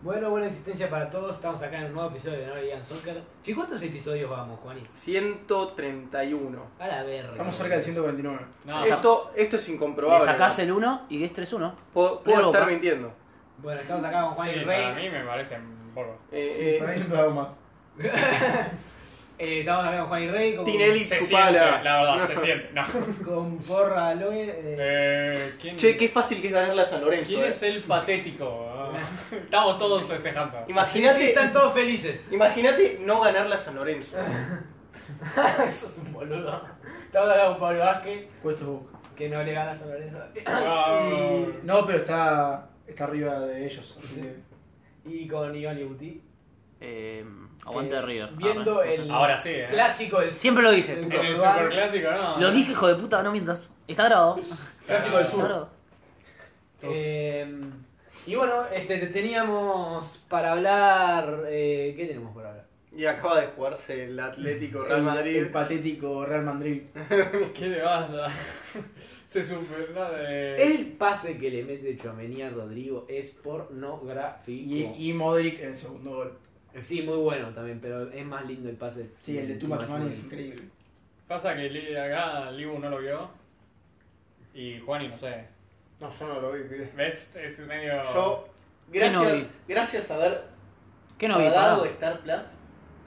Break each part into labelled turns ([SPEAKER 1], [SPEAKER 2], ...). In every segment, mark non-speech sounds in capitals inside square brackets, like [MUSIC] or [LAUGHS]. [SPEAKER 1] Bueno, buena existencia para todos. Estamos acá en un nuevo episodio de No League Soccer. ¿Y cuántos episodios vamos, Juani?
[SPEAKER 2] 131.
[SPEAKER 1] A la verga.
[SPEAKER 3] Estamos cerca del 149.
[SPEAKER 4] No,
[SPEAKER 2] Esto, esto es
[SPEAKER 5] Le
[SPEAKER 2] incomprobable.
[SPEAKER 5] sacás el 1 y es 3-1.
[SPEAKER 2] Puedo, puedo
[SPEAKER 5] Luego,
[SPEAKER 2] estar
[SPEAKER 5] pa-
[SPEAKER 2] mintiendo.
[SPEAKER 1] Bueno, estamos acá con Juan
[SPEAKER 4] sí,
[SPEAKER 1] y
[SPEAKER 4] para
[SPEAKER 1] Rey.
[SPEAKER 4] mí me parecen bobos.
[SPEAKER 2] Eh,
[SPEAKER 3] Sí,
[SPEAKER 2] eh,
[SPEAKER 3] por ahí siempre hago más.
[SPEAKER 1] Eh, estamos acá con Juan y Rey, con,
[SPEAKER 2] Tinelli,
[SPEAKER 4] Se siente,
[SPEAKER 2] chupala.
[SPEAKER 4] la verdad, se siente. No.
[SPEAKER 1] con Porra Aloe. eh,
[SPEAKER 4] Eh, ¿quién,
[SPEAKER 2] Che, qué fácil que es ganarle a San Lorenzo.
[SPEAKER 4] ¿quién
[SPEAKER 2] eh.
[SPEAKER 4] es el patético? Ah, Estamos todos festejando.
[SPEAKER 1] sí,
[SPEAKER 2] Imagínate
[SPEAKER 1] están todos
[SPEAKER 2] [LAUGHS]
[SPEAKER 1] felices.
[SPEAKER 2] imagínate no ganarle a San Lorenzo.
[SPEAKER 1] Eso es un boludo. Estamos acá con Pablo Vázquez,
[SPEAKER 3] Cuesta Boca.
[SPEAKER 1] que no le gana a San Lorenzo.
[SPEAKER 4] Ah,
[SPEAKER 3] No, pero está, está arriba de ellos. así
[SPEAKER 1] Sí.
[SPEAKER 3] que-
[SPEAKER 1] Y con Ioni Buti.
[SPEAKER 5] Eh, aguante
[SPEAKER 1] Eh,
[SPEAKER 5] River.
[SPEAKER 4] Ah,
[SPEAKER 1] viendo
[SPEAKER 5] Arre.
[SPEAKER 1] el-
[SPEAKER 4] Ahora sí, ¿eh?
[SPEAKER 1] Clásico del
[SPEAKER 5] Siempre lo dije.
[SPEAKER 1] El-
[SPEAKER 4] En el superclásico, ¿no?
[SPEAKER 5] Lo dije, hijo de puta, no mientas. Está grabado.
[SPEAKER 3] Clásico del
[SPEAKER 5] Está
[SPEAKER 3] sur.
[SPEAKER 5] grabado.
[SPEAKER 1] Eh, y bueno, este, te teníamos para hablar. eh, ¿Qué tenemos para hablar?
[SPEAKER 2] Y acaba de jugarse el Atlético Real
[SPEAKER 3] El-
[SPEAKER 2] Madrid.
[SPEAKER 3] El patético Real Madrid.
[SPEAKER 4] ¿Qué le banda? [LAUGHS] Se supera de.
[SPEAKER 6] Eh.
[SPEAKER 1] El pase que le mete Chouameni a Rodrigo es pornográfico.
[SPEAKER 3] Y, y Modric en el segundo gol.
[SPEAKER 1] Sí, muy bueno también, pero es más lindo el pase.
[SPEAKER 3] Sí, el de Too Much Money es increíble.
[SPEAKER 4] Pasa que Li- acá Libu no lo vio. Y Juani, no sé.
[SPEAKER 2] No, yo no lo vi, pibe.
[SPEAKER 4] ¿Ves? Es medio.
[SPEAKER 2] Yo,
[SPEAKER 5] no
[SPEAKER 2] gracias,
[SPEAKER 5] vi?
[SPEAKER 2] gracias a haber
[SPEAKER 5] ¿Qué no vi?
[SPEAKER 2] pagado
[SPEAKER 5] Pará.
[SPEAKER 2] Star Plus,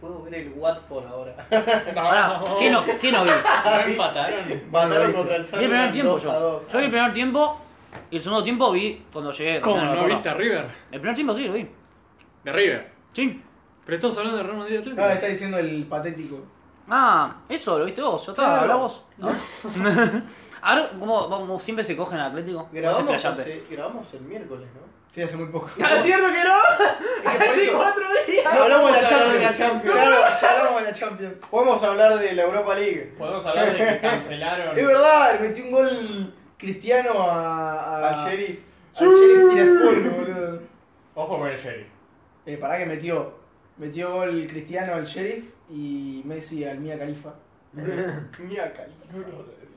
[SPEAKER 2] puedo ver el Watford [LAUGHS] ahora.
[SPEAKER 5] Pará, ¿Qué no, qué no vi?
[SPEAKER 4] ¿No empataron?
[SPEAKER 2] Mandaron
[SPEAKER 3] viste.
[SPEAKER 2] contra el
[SPEAKER 5] Vi el primer
[SPEAKER 2] Sunderland
[SPEAKER 5] tiempo
[SPEAKER 2] 2 a
[SPEAKER 5] yo.
[SPEAKER 2] 2.
[SPEAKER 5] Yo vi el primer tiempo y el segundo tiempo vi cuando llegué.
[SPEAKER 4] ¿Cómo?
[SPEAKER 5] me
[SPEAKER 4] ¿No
[SPEAKER 5] acuerdo.
[SPEAKER 4] viste a River?
[SPEAKER 5] El primer tiempo sí lo vi.
[SPEAKER 4] De River.
[SPEAKER 5] Sí.
[SPEAKER 4] Pero estamos hablando de Real Madrid Atlético.
[SPEAKER 3] No, Ah, está diciendo el patético.
[SPEAKER 5] Ah, eso, lo viste vos. Yo estaba,
[SPEAKER 3] Claro.
[SPEAKER 5] hablá vos. [LAUGHS] Ahora, como, como siempre se cogen al Atlético. Vos
[SPEAKER 2] Grabamos,
[SPEAKER 5] explayate.
[SPEAKER 2] hace- grabamos el miércoles, ¿no?
[SPEAKER 3] Sí, hace muy [LAUGHS] poco.
[SPEAKER 6] Ah,
[SPEAKER 1] ¿Es cierto que no?
[SPEAKER 3] que por
[SPEAKER 1] Hace
[SPEAKER 3] eso-
[SPEAKER 1] cuatro días.
[SPEAKER 3] No, hablamos de
[SPEAKER 2] vamos
[SPEAKER 3] la
[SPEAKER 2] a hablar
[SPEAKER 3] Champions.
[SPEAKER 2] de la Champions.
[SPEAKER 3] Claro, ya hablamos de la Champions.
[SPEAKER 2] Podemos hablar de la Europa League.
[SPEAKER 4] Podemos hablar de que cancelaron.
[SPEAKER 3] Es verdad, le metí un gol cristiano a. a
[SPEAKER 2] Al Sheriff.
[SPEAKER 3] al Sheriff Tiraspol, boludo.
[SPEAKER 4] Ojo con el Sheriff.
[SPEAKER 3] Eh, pará que metió. Metió gol cristiano al Sheriff y Messi al Mia Khalifa.
[SPEAKER 2] Mira, Cali.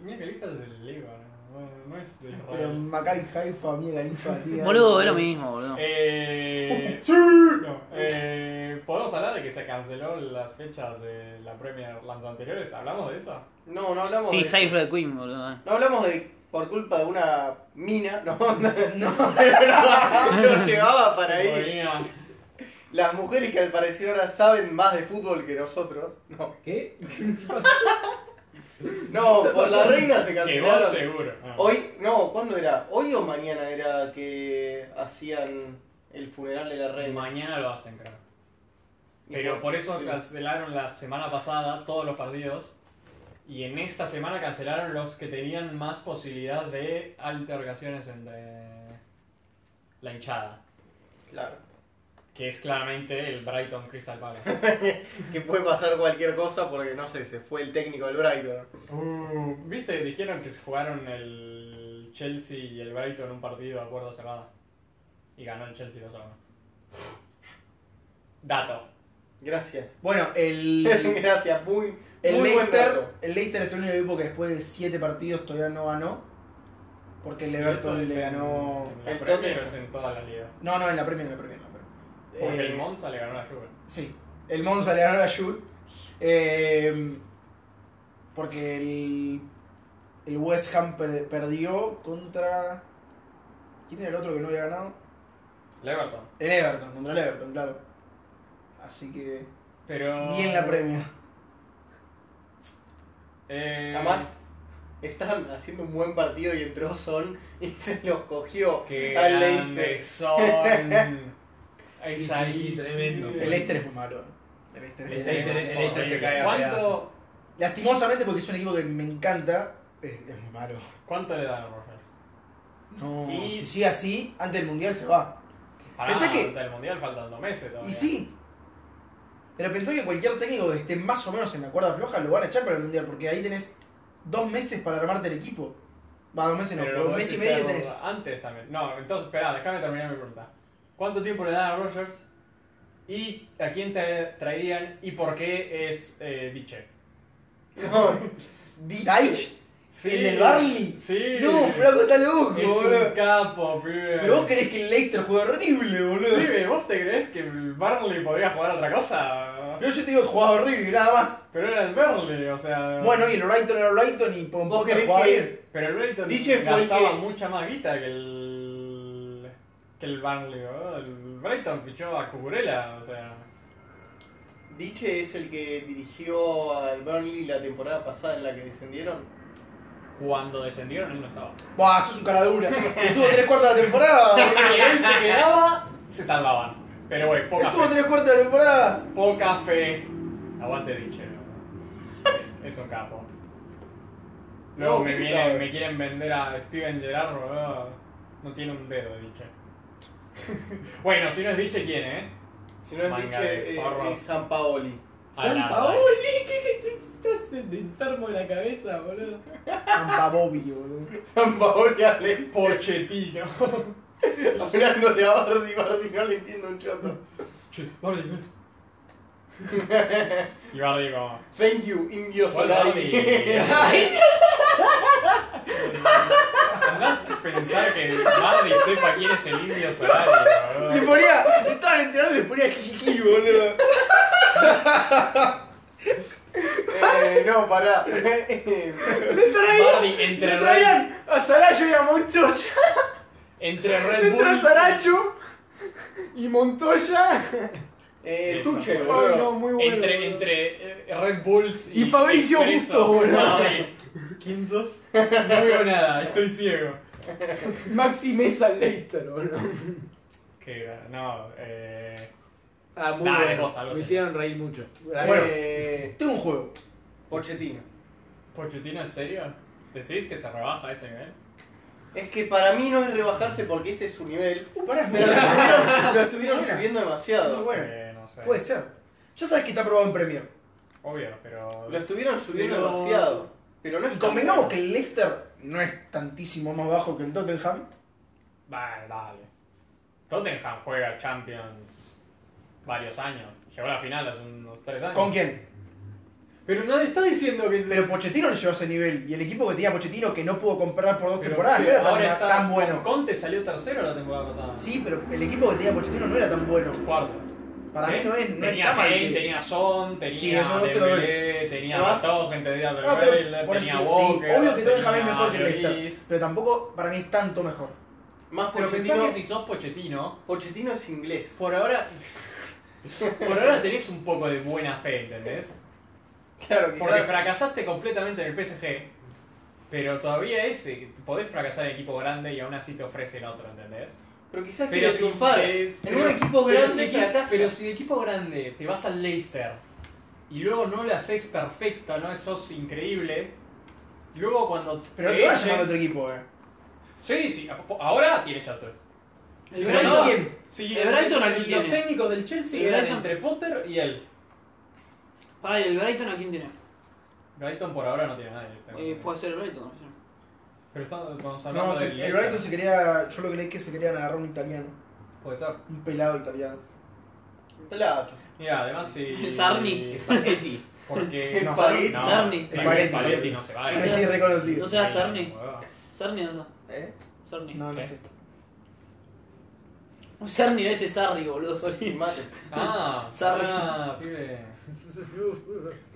[SPEAKER 4] Mira que elijas del Líbano. no- No es del
[SPEAKER 3] Pero
[SPEAKER 4] Real.
[SPEAKER 3] Maccabi Haifa, Mia
[SPEAKER 5] [LAUGHS]
[SPEAKER 3] Khalifa. tío.
[SPEAKER 5] Boludo, es lo mismo, boludo.
[SPEAKER 4] Eh, no, eh, ¿Podemos hablar de que se canceló las fechas de la Premier las anteriores? ¿Hablamos de eso?
[SPEAKER 2] No, no hablamos
[SPEAKER 5] Sí,
[SPEAKER 2] de...
[SPEAKER 5] Save the Queen, boludo.
[SPEAKER 2] No hablamos de por culpa de una mina, [LAUGHS] no, no, no llegaba para ahí.
[SPEAKER 4] Podría-
[SPEAKER 2] Las mujeres que al parecer ahora saben más de fútbol que nosotros, no,
[SPEAKER 1] ¿Qué?
[SPEAKER 2] no por
[SPEAKER 4] [LAUGHS]
[SPEAKER 2] la reina se
[SPEAKER 4] Que vos
[SPEAKER 2] cancelaron.
[SPEAKER 4] seguro. Ah.
[SPEAKER 2] Hoy, no, ¿cuándo era? ¿Hoy o mañana era que hacían el funeral de la reina?
[SPEAKER 4] Mañana lo hacen, creo.
[SPEAKER 2] Y
[SPEAKER 4] Pero
[SPEAKER 2] por-
[SPEAKER 4] por eso
[SPEAKER 2] sí.
[SPEAKER 4] cancelaron la semana pasada todos los partidos. Y en esta semana cancelaron los que tenían más posibilidad de altercaciones entre la hinchada.
[SPEAKER 2] Claro,
[SPEAKER 4] Que es claramente el Brighton Crystal Palace.
[SPEAKER 2] que puede pasar cualquier cosa porque, no sé, se fue el técnico del Brighton.
[SPEAKER 4] Uh, ¿Viste? Dijeron que jugaron el Chelsea y el Brighton un partido a puerta cerrada. Y ganó el Chelsea 2 a 1. Dato.
[SPEAKER 2] Gracias. [LAUGHS]
[SPEAKER 3] Bueno,
[SPEAKER 4] [LAUGHS]
[SPEAKER 3] el.
[SPEAKER 2] Gracias, muy,
[SPEAKER 3] El
[SPEAKER 2] muy buen
[SPEAKER 3] Leicester,
[SPEAKER 2] dato.
[SPEAKER 3] el Leicester es el único equipo que después de 7 partidos todavía no ganó. Porque el
[SPEAKER 4] Eso
[SPEAKER 3] Everton
[SPEAKER 4] es
[SPEAKER 3] le
[SPEAKER 4] en-
[SPEAKER 3] ganó. Eh.
[SPEAKER 4] en la
[SPEAKER 2] el
[SPEAKER 4] Premier,
[SPEAKER 2] Tottenham.
[SPEAKER 4] es en todas las ligas.
[SPEAKER 3] No, no, en la Premier, en la Premier. en la Premier.
[SPEAKER 4] Porque
[SPEAKER 3] Eh,
[SPEAKER 4] el Monza le ganó a la Juve.
[SPEAKER 3] Sí, el Monza le ganó a la Juve. eh, porque el, el West Ham per- perdió contra. ¿Quién era el otro que no había ganado?
[SPEAKER 4] El Everton.
[SPEAKER 3] El Everton, contra el Everton, claro. Así que.
[SPEAKER 4] Pero...
[SPEAKER 3] Bien la Premier.
[SPEAKER 1] Ah.
[SPEAKER 4] Eh,
[SPEAKER 2] Además, estaban haciendo un buen partido y entró Son y [LAUGHS] se los cogió
[SPEAKER 4] Que
[SPEAKER 2] [LAUGHS] al
[SPEAKER 4] grandes
[SPEAKER 2] Leicester.
[SPEAKER 4] son. Es
[SPEAKER 1] Sí, sí,
[SPEAKER 4] ahí.
[SPEAKER 1] sí, tremendo.
[SPEAKER 3] El Leicester es muy malo. El Leicester es
[SPEAKER 1] El
[SPEAKER 3] muy malo.
[SPEAKER 1] Leicester- el Leicester se cae a pedazos.
[SPEAKER 4] ¿Cuánto,
[SPEAKER 3] Lastimosamente, porque es un equipo que me encanta, es, es muy malo.
[SPEAKER 4] ¿Cuánto le dan a Roger?
[SPEAKER 3] No,
[SPEAKER 4] Y-
[SPEAKER 3] si sigue así, antes del mundial se va.
[SPEAKER 4] Pará,
[SPEAKER 3] Pensá que-
[SPEAKER 4] hasta el Mundial faltan dos meses todavía.
[SPEAKER 3] Y sí. Pero pensá que cualquier técnico que esté más o menos en la cuerda floja lo van a echar para el mundial, porque ahí tenés dos meses para armarte el equipo. Va, dos meses no, pero,
[SPEAKER 4] lo
[SPEAKER 3] un mes
[SPEAKER 4] podés
[SPEAKER 3] y
[SPEAKER 4] echar
[SPEAKER 3] medio tenés.
[SPEAKER 4] Antes también. No, entonces, espera, déjame terminar mi pregunta. ¿Cuánto tiempo le dan a Rogers? ¿Y a quién te traerían? ¿Y por qué es eh, Diche?
[SPEAKER 2] No, Di-
[SPEAKER 3] Deitch,
[SPEAKER 4] Sí.
[SPEAKER 3] ¿El del Barley?
[SPEAKER 4] Sí.
[SPEAKER 3] No, flaco, está loco,
[SPEAKER 4] Es
[SPEAKER 3] boludo.
[SPEAKER 4] un capo, pibe.
[SPEAKER 3] Pero vos crees que el Leicester juega horrible, boludo.
[SPEAKER 4] Pibe, ¿vos te crees que el Burnley podría jugar a otra cosa?
[SPEAKER 3] Yo, yo te digo que jugaba horrible, nada más.
[SPEAKER 4] Pero era el Burnley, o sea.
[SPEAKER 3] Bueno, y el Brighton era el Brighton y Pom-
[SPEAKER 2] ¿Vos
[SPEAKER 3] Potter
[SPEAKER 2] crees
[SPEAKER 3] jugaba
[SPEAKER 2] que-
[SPEAKER 3] bien.
[SPEAKER 4] Pero el Brighton
[SPEAKER 2] Dice fue el
[SPEAKER 4] gastaba
[SPEAKER 2] que-
[SPEAKER 4] mucha más guita que el. que el Burnley, ¿no? El Brighton fichó a Cucurella, o sea.
[SPEAKER 2] Diche es el que dirigió al Burnley la temporada pasada en la que descendieron. [LAUGHS]
[SPEAKER 4] Cuando descendieron él no estaba.
[SPEAKER 3] Buah, sos un cara dura. Estuvo tres cuartos de la temporada. boludo.
[SPEAKER 4] Si él se quedaba, se salvaban. Pero güey, poca
[SPEAKER 3] Estuvo
[SPEAKER 4] fe.
[SPEAKER 3] tres cuartos de la temporada.
[SPEAKER 4] Poca fe. Aguante Dichero. Es un capo. Luego
[SPEAKER 2] No,
[SPEAKER 4] me,
[SPEAKER 2] quién
[SPEAKER 4] vienen-
[SPEAKER 2] sabe.
[SPEAKER 4] me quieren vender a Steven Gerrard, boludo. No tiene un dedo, Diche. [LAUGHS] bueno, si no es Diche, ¿quién, eh?
[SPEAKER 2] Si no es
[SPEAKER 4] Manga de
[SPEAKER 2] Diche, eh,
[SPEAKER 4] forro.
[SPEAKER 2] es San Paoli.
[SPEAKER 4] Alarma.
[SPEAKER 6] ¿Qué estás enfermo de la cabeza, boludo? [LAUGHS]
[SPEAKER 3] Sampa Bobby, boludo.
[SPEAKER 2] San Paoli Ale.
[SPEAKER 4] Pochettino. [LAUGHS]
[SPEAKER 2] Hablándole a Bardi, Bardi no le entiendo un choto.
[SPEAKER 4] Y Bardi como...
[SPEAKER 2] Thank you, Indio
[SPEAKER 4] "Gol,
[SPEAKER 2] Solari. [LAUGHS]
[SPEAKER 4] Bardi". Andás a pensar que Bardi sepa quién es el indio Solari,
[SPEAKER 3] Le
[SPEAKER 4] boludo.
[SPEAKER 3] ponía, estaban entrenando y le ponía jiji, boludo.
[SPEAKER 2] [LAUGHS] Eh, no, pará. [LAUGHS] Eh,
[SPEAKER 4] Bardi entre Red
[SPEAKER 6] a Saracho y a Montoya.
[SPEAKER 4] Entre Red
[SPEAKER 6] Entra
[SPEAKER 4] Bull.
[SPEAKER 6] Saracho y Montoya.
[SPEAKER 2] eh,
[SPEAKER 4] Eso.
[SPEAKER 2] Tuchel,
[SPEAKER 6] Ay,
[SPEAKER 2] boludo.
[SPEAKER 6] no, muy bueno.
[SPEAKER 4] Entre,
[SPEAKER 6] boludo.
[SPEAKER 4] entre eh, Red Bulls y.
[SPEAKER 6] Y Fabricio
[SPEAKER 4] Expresos,
[SPEAKER 6] Busto, boludo.
[SPEAKER 4] Madrid. ¿Quién sos? No veo nada, estoy ciego.
[SPEAKER 6] Maxi Mesa Leicester, boludo.
[SPEAKER 4] Que no, eh.
[SPEAKER 1] Ah, muy
[SPEAKER 4] Nah, de
[SPEAKER 1] bueno.
[SPEAKER 4] costa, algo
[SPEAKER 1] Me
[SPEAKER 4] así.
[SPEAKER 1] hicieron reír mucho.
[SPEAKER 3] Bueno.
[SPEAKER 2] Eh,
[SPEAKER 3] Tengo un juego.
[SPEAKER 2] Pochettino.
[SPEAKER 4] ¿Pochettino es serio? ¿Decís que se rebaja a ese nivel?
[SPEAKER 2] Es que para mí no es rebajarse porque ese es su nivel.
[SPEAKER 3] Uh, pará,
[SPEAKER 2] [LAUGHS] Pero lo
[SPEAKER 3] espera.
[SPEAKER 2] estuvieron, lo estuvieron
[SPEAKER 3] Buena.
[SPEAKER 2] subiendo
[SPEAKER 4] No
[SPEAKER 2] demasiado.
[SPEAKER 3] Bueno.
[SPEAKER 4] sé, Eh, no sé.
[SPEAKER 3] Puede ser. Ya sabes que está aprobado en Premier.
[SPEAKER 4] Obvio, pero.
[SPEAKER 2] Lo estuvieron subiendo
[SPEAKER 4] Pero-
[SPEAKER 2] demasiado. Pero no es
[SPEAKER 3] Y
[SPEAKER 2] tan
[SPEAKER 3] convengamos
[SPEAKER 2] bueno.
[SPEAKER 3] que el Leicester no es tantísimo más bajo que el Tottenham.
[SPEAKER 4] Vale, dale. Tottenham juega Champions varios años. Llegó a la final hace unos tres años.
[SPEAKER 3] ¿Con quién?
[SPEAKER 4] Pero nadie está diciendo que.
[SPEAKER 3] Pero Pochettino le llevó a ese nivel. Y el equipo que tenía Pochettino, que no pudo comprar por dos
[SPEAKER 4] Pero
[SPEAKER 3] temporadas, no
[SPEAKER 4] que
[SPEAKER 3] era tan,
[SPEAKER 4] ahora está-
[SPEAKER 3] tan bueno.
[SPEAKER 4] Conte salió tercero la temporada pasada.
[SPEAKER 3] Sí, pero el equipo que tenía Pochettino no era tan bueno.
[SPEAKER 4] Cuarto.
[SPEAKER 3] Para
[SPEAKER 4] Sí.
[SPEAKER 3] mí no, es, no
[SPEAKER 4] tenía
[SPEAKER 3] está mal.
[SPEAKER 4] Kane,
[SPEAKER 3] que-
[SPEAKER 4] tenía Son, tenía
[SPEAKER 3] Sí, eso no te lo
[SPEAKER 4] Dembélé, tenía
[SPEAKER 2] ¿No?
[SPEAKER 4] Batogen, tenía
[SPEAKER 3] Ah, pero
[SPEAKER 4] Alderweireld,
[SPEAKER 3] por eso
[SPEAKER 4] tenía
[SPEAKER 3] te-
[SPEAKER 4] Walker,
[SPEAKER 3] sí, obvio que Tottenham es
[SPEAKER 4] tenía
[SPEAKER 3] mejor que el Leicester.
[SPEAKER 4] Lloris.
[SPEAKER 3] Pero tampoco para mí es tanto mejor.
[SPEAKER 2] Más
[SPEAKER 4] Pero
[SPEAKER 2] Pochettino,
[SPEAKER 4] pensás que si sos Pochettino,
[SPEAKER 2] Pochettino es inglés.
[SPEAKER 4] por ahora... [LAUGHS] por ahora tenés un poco de buena fe, ¿entendés?
[SPEAKER 2] Claro,
[SPEAKER 4] Porque fracasaste completamente en el PSG, pero todavía ese, podés fracasar en equipo grande y aún así te ofrece el otro, ¿entendés?
[SPEAKER 2] Pero quizás
[SPEAKER 4] Pero
[SPEAKER 2] quiere
[SPEAKER 4] si
[SPEAKER 2] triunfar.
[SPEAKER 4] es-
[SPEAKER 2] en
[SPEAKER 4] pero-
[SPEAKER 2] un equipo
[SPEAKER 4] pero
[SPEAKER 2] grande
[SPEAKER 4] si, equi-
[SPEAKER 2] fracasa.
[SPEAKER 4] pero si de equipo grande te vas al Leicester y luego no lo haces perfecto, no sos increíble, luego cuando
[SPEAKER 3] Pero no
[SPEAKER 4] te
[SPEAKER 3] te van a
[SPEAKER 4] echen-
[SPEAKER 3] llamar a otro equipo, eh.
[SPEAKER 4] Sí, sí, a- ahora tiene chances.
[SPEAKER 3] Si
[SPEAKER 1] El
[SPEAKER 3] no hay
[SPEAKER 1] Brighton-
[SPEAKER 3] quién.
[SPEAKER 4] Sí,
[SPEAKER 1] el Brighton aquí
[SPEAKER 4] los
[SPEAKER 1] tiene.
[SPEAKER 4] técnicos del Chelsea
[SPEAKER 1] El
[SPEAKER 4] eran
[SPEAKER 1] Brighton.
[SPEAKER 4] entre Potter y él.
[SPEAKER 1] Pará, ¿y el Brighton a quién tiene?
[SPEAKER 4] Brighton por ahora no tiene nadie. tengo
[SPEAKER 1] Eh,
[SPEAKER 4] que-
[SPEAKER 5] pues-
[SPEAKER 1] puede ser el Brighton. no sé.
[SPEAKER 4] Pero estamos estamos hablando
[SPEAKER 3] No, se-
[SPEAKER 4] del
[SPEAKER 3] el Brighton se quería. Yo lo creí que se querían agarrar un italiano.
[SPEAKER 4] Puede ser.
[SPEAKER 3] Un pelado italiano.
[SPEAKER 2] Plato.
[SPEAKER 4] Mira, además si...
[SPEAKER 1] [LAUGHS] Sarni, Spaghetti.
[SPEAKER 3] [LAUGHS]
[SPEAKER 4] Porque...
[SPEAKER 3] No.
[SPEAKER 2] Spaghetti.
[SPEAKER 4] No,
[SPEAKER 1] Sarni.
[SPEAKER 4] Spaghetti,
[SPEAKER 3] Spaghetti.
[SPEAKER 4] Spaghetti no se va. ¿eh?
[SPEAKER 3] Es
[SPEAKER 1] sí,
[SPEAKER 4] ese-
[SPEAKER 1] sí.
[SPEAKER 3] irreconocible.
[SPEAKER 1] No sea Sarni.
[SPEAKER 4] Hueva.
[SPEAKER 1] Sarni no sé.
[SPEAKER 3] ¿Eh?
[SPEAKER 1] Sarni.
[SPEAKER 3] No, no
[SPEAKER 4] ¿Qué?
[SPEAKER 5] [LAUGHS]
[SPEAKER 3] sé.
[SPEAKER 1] Un Sarni no ese Sarri, boludo.
[SPEAKER 2] Y
[SPEAKER 1] Sorry.
[SPEAKER 2] mate.
[SPEAKER 1] [LAUGHS]
[SPEAKER 4] Ah,
[SPEAKER 1] Sarri.
[SPEAKER 4] ah, pibe.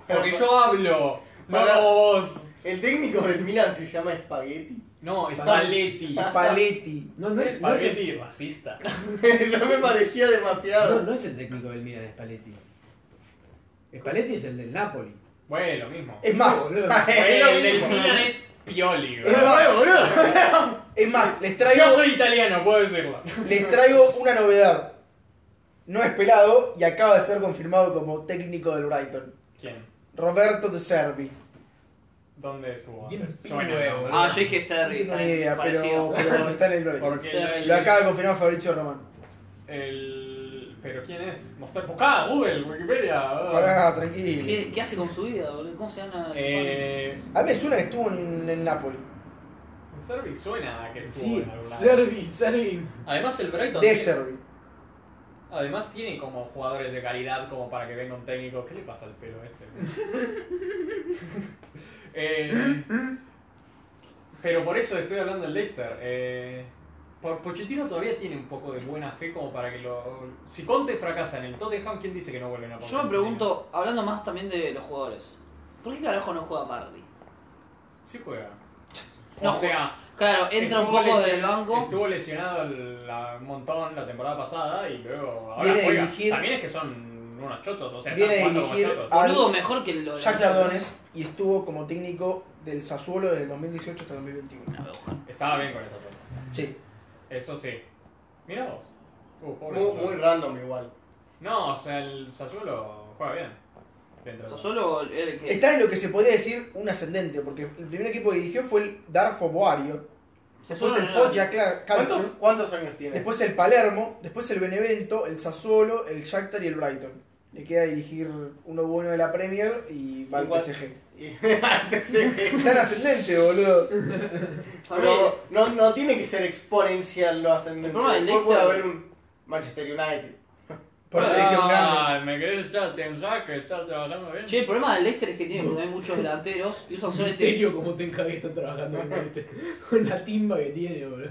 [SPEAKER 4] Porque yo hablo, no
[SPEAKER 2] Pará.
[SPEAKER 4] como vos.
[SPEAKER 2] El técnico del Milan se llama Spaghetti. [LAUGHS]
[SPEAKER 4] No, Spalletti.
[SPEAKER 3] Paletti.
[SPEAKER 1] No, no es,
[SPEAKER 4] Spaghetti racista.
[SPEAKER 2] Yo me parecía demasiado.
[SPEAKER 6] no es el técnico del Milan, Spalletti. Spalletti es el del Napoli.
[SPEAKER 4] Bueno, lo mismo.
[SPEAKER 3] [LAUGHS] Es más,
[SPEAKER 6] Boludo.
[SPEAKER 3] eh,
[SPEAKER 4] Bueno, el del
[SPEAKER 3] mismo.
[SPEAKER 4] Milan es Pioli,
[SPEAKER 3] Es
[SPEAKER 4] bro.
[SPEAKER 3] más,
[SPEAKER 6] boludo.
[SPEAKER 3] es más, les
[SPEAKER 4] Yo
[SPEAKER 3] eh, traigo,
[SPEAKER 4] soy italiano, puedo decirlo.
[SPEAKER 3] les traigo una novedad. No es pelado y acaba de ser confirmado como técnico del Brighton.
[SPEAKER 4] ¿Quién?
[SPEAKER 3] Roberto De Servi.
[SPEAKER 4] ¿Dónde estuvo
[SPEAKER 6] Bien
[SPEAKER 4] antes?
[SPEAKER 6] pibe,
[SPEAKER 4] Suena, ¿no?
[SPEAKER 6] boludo.
[SPEAKER 1] Ah, yo dije
[SPEAKER 3] No
[SPEAKER 1] Sarri.
[SPEAKER 3] tengo
[SPEAKER 1] está
[SPEAKER 3] ni
[SPEAKER 1] bien,
[SPEAKER 3] idea, pero,
[SPEAKER 1] parecido.
[SPEAKER 3] pero está en
[SPEAKER 1] [LAUGHS]
[SPEAKER 3] el Brighton.
[SPEAKER 4] Porque
[SPEAKER 1] Servi.
[SPEAKER 4] el,
[SPEAKER 3] Lo acaba de confirmar Fabricio Román.
[SPEAKER 4] el- ¿Pero quién es? Mostra... Buscá, Google, Wikipedia. boludo.
[SPEAKER 3] Pará, tranquilo.
[SPEAKER 1] ¿Qué, ¿Qué hace con su vida, boludo? ¿Cómo se gana?
[SPEAKER 4] Eh...
[SPEAKER 3] A mí me suena que estuvo en, en Napoli.
[SPEAKER 4] Servi suena a que estuvo
[SPEAKER 6] Sí,
[SPEAKER 4] en algún lado.
[SPEAKER 6] Servi, Servi.
[SPEAKER 4] Además el Brighton...
[SPEAKER 3] De
[SPEAKER 4] tiene-
[SPEAKER 3] Servi.
[SPEAKER 4] Además tiene como jugadores de calidad como para que venga un técnico. ¿Qué le pasa al pelo a este? [LAUGHS] Eh, Pero por eso estoy hablando del Leicester. Eh, por Pochettino todavía tiene un poco de buena fe como para que lo... Si Conte fracasa en el Tottenham, ¿quién dice que no vuelven a
[SPEAKER 5] Yo me
[SPEAKER 4] Pochettino?
[SPEAKER 5] pregunto, hablando más también de los jugadores, ¿por qué carajo no juega Pardi?
[SPEAKER 4] Sí juega.
[SPEAKER 5] No,
[SPEAKER 4] o sea,
[SPEAKER 5] Claro, entra un
[SPEAKER 4] estuvo
[SPEAKER 5] poco
[SPEAKER 4] lesi-
[SPEAKER 5] del banco.
[SPEAKER 4] Estuvo lesionado el- la- un montón la temporada pasada y luego ahora
[SPEAKER 3] Viene a
[SPEAKER 4] juega.
[SPEAKER 3] dirigir-
[SPEAKER 4] También es que son unos chotos, o sea,
[SPEAKER 3] Viene a
[SPEAKER 4] están jugando como
[SPEAKER 3] dirigir
[SPEAKER 4] chotos.
[SPEAKER 3] a-
[SPEAKER 5] Boludo, mejor que lo.
[SPEAKER 3] Jack Tardones y estuvo como técnico del Sassuolo desde 2018 hasta 2021.
[SPEAKER 4] Estaba bien con esa foto.
[SPEAKER 3] Sí.
[SPEAKER 4] Eso sí. Mira vos. Uh, pobre
[SPEAKER 2] Muy,
[SPEAKER 4] Sassuolo.
[SPEAKER 2] muy random igual.
[SPEAKER 4] No, o sea, el Sassuolo juega bien. Dentro de-
[SPEAKER 5] Solo el que.
[SPEAKER 3] Está en lo que se podría decir un ascendente, porque el primer equipo que dirigió fue el Darfo Boario, después
[SPEAKER 5] Sassuolo
[SPEAKER 3] el
[SPEAKER 5] no era-
[SPEAKER 3] Foggia Cla-
[SPEAKER 2] ¿Cuántos,
[SPEAKER 3] Calcio,
[SPEAKER 2] cuántos años tiene? [LAUGHS]
[SPEAKER 3] después el Palermo, después el Benevento, el Sassuolo, el Shakhtar y el Brighton. Le queda dirigir uno bueno de la Premier y va al
[SPEAKER 2] Igual.
[SPEAKER 3] PSG.
[SPEAKER 2] Y- Sí.
[SPEAKER 3] Está en ascendente, boludo.
[SPEAKER 2] Pero no, no tiene que ser exponencial lo hacen.
[SPEAKER 5] El problema del
[SPEAKER 2] Después puede
[SPEAKER 5] Leicester-
[SPEAKER 2] haber un Manchester United.
[SPEAKER 3] Por eso dije un grande.
[SPEAKER 4] Ah, me querés echar Tenja que está trabajando bien.
[SPEAKER 5] Che, el problema del Leicester es que tiene no hay muchos delanteros y usan solo este.
[SPEAKER 6] Misterio como Tenka que está trabajando con, este- [LAUGHS] con la timba que tiene, boludo.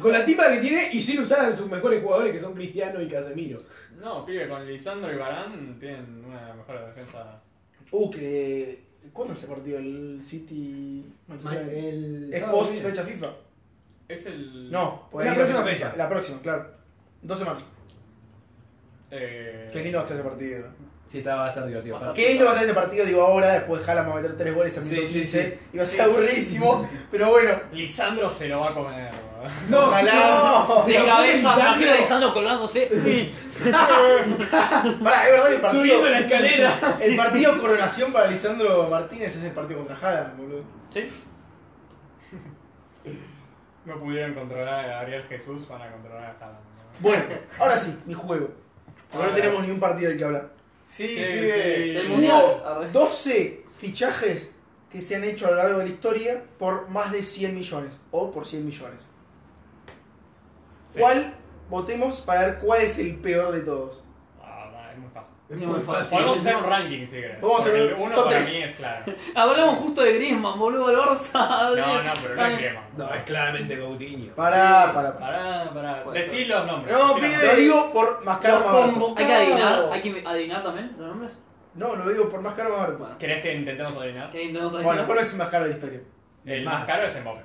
[SPEAKER 6] Con la timba que tiene y sin usar a sus mejores jugadores que son Cristiano y Casemiro.
[SPEAKER 4] No, pibe, con Lisandro y Barán tienen una mejor defensa.
[SPEAKER 3] Uh, que. ¿Cuándo se partió el City Manchester
[SPEAKER 6] eh,
[SPEAKER 3] United?
[SPEAKER 6] El
[SPEAKER 3] Es
[SPEAKER 6] sábado
[SPEAKER 3] post
[SPEAKER 6] que viene.
[SPEAKER 3] fecha FIFA.
[SPEAKER 4] Es el.
[SPEAKER 3] No, porque
[SPEAKER 6] La
[SPEAKER 3] hay que ir a
[SPEAKER 6] próxima
[SPEAKER 3] fecha.
[SPEAKER 6] fecha.
[SPEAKER 3] La próxima, claro. Dos semanas.
[SPEAKER 4] Eh,
[SPEAKER 3] Qué lindo va a estar ese partido.
[SPEAKER 6] Sí, está, va a estar divertido.
[SPEAKER 4] Bastante.
[SPEAKER 3] Qué lindo va a estar ese partido, digo, ahora, después de Haaland va a meter tres goles en
[SPEAKER 6] Sí,
[SPEAKER 3] minuto
[SPEAKER 6] sí,
[SPEAKER 3] 15. Y va a ser
[SPEAKER 6] [LAUGHS]
[SPEAKER 3] aburridísimo, pero bueno.
[SPEAKER 4] Lisandro se lo va a comer, boludo.
[SPEAKER 6] No,
[SPEAKER 2] Ojalá.
[SPEAKER 6] no.
[SPEAKER 5] De [LAUGHS]
[SPEAKER 6] Pero
[SPEAKER 5] cabeza,
[SPEAKER 6] Lisandro
[SPEAKER 5] imagina a Lisandro [LAUGHS] colgándose.
[SPEAKER 3] Pará, es verdad que el partido.
[SPEAKER 6] Subiendo la escalera.
[SPEAKER 3] El partido coronación para Lisandro Martínez es el partido contra Haaland, boludo.
[SPEAKER 4] No pudieron controlar a Gabriel Jesús, van a controlar a Haaland. ¿no?
[SPEAKER 3] Bueno, ahora sí, mi juego. Porque no tenemos ni un partido del que hablar.
[SPEAKER 2] Sí,
[SPEAKER 4] Sí,
[SPEAKER 2] pibe.
[SPEAKER 4] sí.
[SPEAKER 5] El mundial.
[SPEAKER 3] Hubo
[SPEAKER 5] Arre.
[SPEAKER 3] 12 fichajes que se han hecho a lo largo de la historia por más de 100 millones. O por 100 millones.
[SPEAKER 4] Sí.
[SPEAKER 3] ¿Cuál? Votemos para ver cuál es el peor de todos.
[SPEAKER 4] Ah, va, es muy fácil.
[SPEAKER 6] Es
[SPEAKER 5] muy fácil.
[SPEAKER 4] Podemos hacer un ranking si querés.
[SPEAKER 3] Podemos hacer
[SPEAKER 4] porque
[SPEAKER 3] un
[SPEAKER 4] el uno
[SPEAKER 3] top
[SPEAKER 4] para
[SPEAKER 3] tres.
[SPEAKER 4] mí
[SPEAKER 3] [LAUGHS]
[SPEAKER 4] es claro.
[SPEAKER 5] Hablamos justo de Griezmann, boludo, el Barça. [LAUGHS]
[SPEAKER 4] No, no, pero no es Griezmann.
[SPEAKER 6] No, es claramente Coutinho.
[SPEAKER 3] Pará, pará, pará.
[SPEAKER 4] Pará, pará.
[SPEAKER 5] Puede
[SPEAKER 4] Decí los nombres.
[SPEAKER 2] No,
[SPEAKER 4] decí los
[SPEAKER 2] pibe.
[SPEAKER 3] Lo digo por más caro más barato.
[SPEAKER 5] Hay que adivinar, hay que adivinar también los nombres.
[SPEAKER 3] No, lo digo por más caro más barato.
[SPEAKER 5] Bueno,
[SPEAKER 4] ¿Querés que intentemos adivinar?
[SPEAKER 5] ¿qué intentamos adivinar?
[SPEAKER 3] Bueno, ¿cuál es el más caro de la historia?
[SPEAKER 4] El
[SPEAKER 6] Neymar.
[SPEAKER 4] más caro es Mbappé.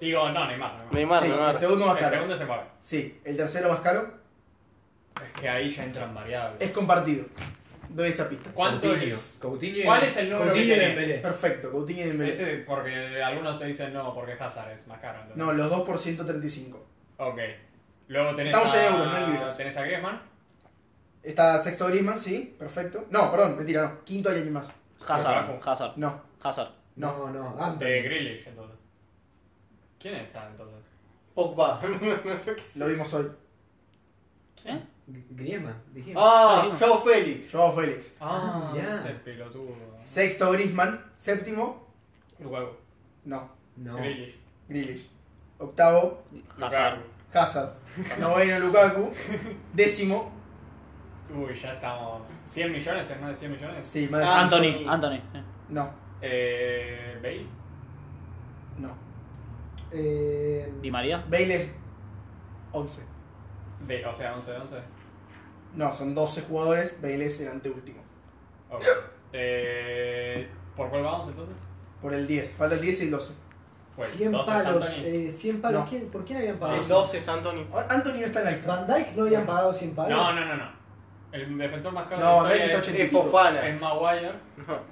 [SPEAKER 4] Digo, no, Neymar. Neymar.
[SPEAKER 2] Neymar,
[SPEAKER 3] sí, el segundo más
[SPEAKER 4] El
[SPEAKER 3] caro.
[SPEAKER 4] segundo es Mbappé.
[SPEAKER 3] Sí, el tercero más caro
[SPEAKER 4] Es que ahí ya entran variables.
[SPEAKER 3] es compartido. Doy esta pista.
[SPEAKER 4] ¿Cuánto
[SPEAKER 6] Coutinho.
[SPEAKER 4] es?
[SPEAKER 6] Coutinho y-
[SPEAKER 4] ¿Cuál es el número
[SPEAKER 6] Coutinho
[SPEAKER 4] que
[SPEAKER 6] y
[SPEAKER 4] tenés?
[SPEAKER 6] Dembélé.
[SPEAKER 3] Perfecto, Coutinho y Dembélé.
[SPEAKER 4] Ese porque algunos te dicen no, porque Hazard es más caro. entonces.
[SPEAKER 3] No, los dos por 135.
[SPEAKER 4] Ok. Luego tenés
[SPEAKER 3] Estamos
[SPEAKER 4] a...
[SPEAKER 3] en euros, no en libras.
[SPEAKER 4] Tenés a Griezmann.
[SPEAKER 3] Está sexto Griezmann, sí, perfecto. No, perdón, mentira, no. Quinto hay alguien más.
[SPEAKER 5] Hazard, Hazard,
[SPEAKER 3] No,
[SPEAKER 5] Hazard.
[SPEAKER 6] No, no, Ah,
[SPEAKER 4] De
[SPEAKER 6] antes.
[SPEAKER 4] Grealish, entonces. ¿Quién está, entonces?
[SPEAKER 2] Pogba.
[SPEAKER 3] lo vimos hoy.
[SPEAKER 5] ¿Eh?
[SPEAKER 6] Griezmann, dijimos.
[SPEAKER 2] ah, Joao Félix.
[SPEAKER 3] Joao Félix.
[SPEAKER 4] Ah,
[SPEAKER 6] mirá.
[SPEAKER 4] ese pelotudo.
[SPEAKER 3] Sexto Griezmann. Séptimo,
[SPEAKER 4] Lukaku.
[SPEAKER 3] no,
[SPEAKER 6] No.
[SPEAKER 4] Grealish.
[SPEAKER 3] Grealish. Octavo,
[SPEAKER 5] Hazard.
[SPEAKER 4] Lukaku.
[SPEAKER 3] Hazard. Noveno, Lukaku. Décimo,
[SPEAKER 4] Uy, ya estamos. ¿100 millones? ¿Es más de 100 millones?
[SPEAKER 3] sí, más de
[SPEAKER 2] Ah.
[SPEAKER 5] Anthony,
[SPEAKER 2] Anthony.
[SPEAKER 5] Anthony.
[SPEAKER 3] No,
[SPEAKER 4] Eh. Bale.
[SPEAKER 3] no.
[SPEAKER 6] Eh,
[SPEAKER 5] Di María.
[SPEAKER 3] Bale es 11.
[SPEAKER 4] De, o sea, 11 de 11.
[SPEAKER 3] No, son 12 jugadores, Bale es el anteúltimo.
[SPEAKER 4] Ok. Eh, ¿Por cuál vamos entonces?
[SPEAKER 3] Por el 10, falta el 10 y el 12.
[SPEAKER 4] Pues,
[SPEAKER 6] 100
[SPEAKER 4] entonces,
[SPEAKER 6] palos.
[SPEAKER 4] Anthony.
[SPEAKER 6] Eh, 100 palos.
[SPEAKER 3] No.
[SPEAKER 6] ¿Quién, ¿Por quién habían pagado?
[SPEAKER 2] El 12 es Anthony.
[SPEAKER 3] Ahora, Anthony no está en la lista.
[SPEAKER 6] ¿Van Dyke no habían pagado 100 palos?
[SPEAKER 4] No, no, no, no. El defensor más caro
[SPEAKER 3] No,
[SPEAKER 4] de
[SPEAKER 3] Van Dijk
[SPEAKER 4] la
[SPEAKER 3] está
[SPEAKER 4] historia
[SPEAKER 2] Es
[SPEAKER 3] 85.
[SPEAKER 4] es, es
[SPEAKER 2] Fofana.
[SPEAKER 4] Maguire.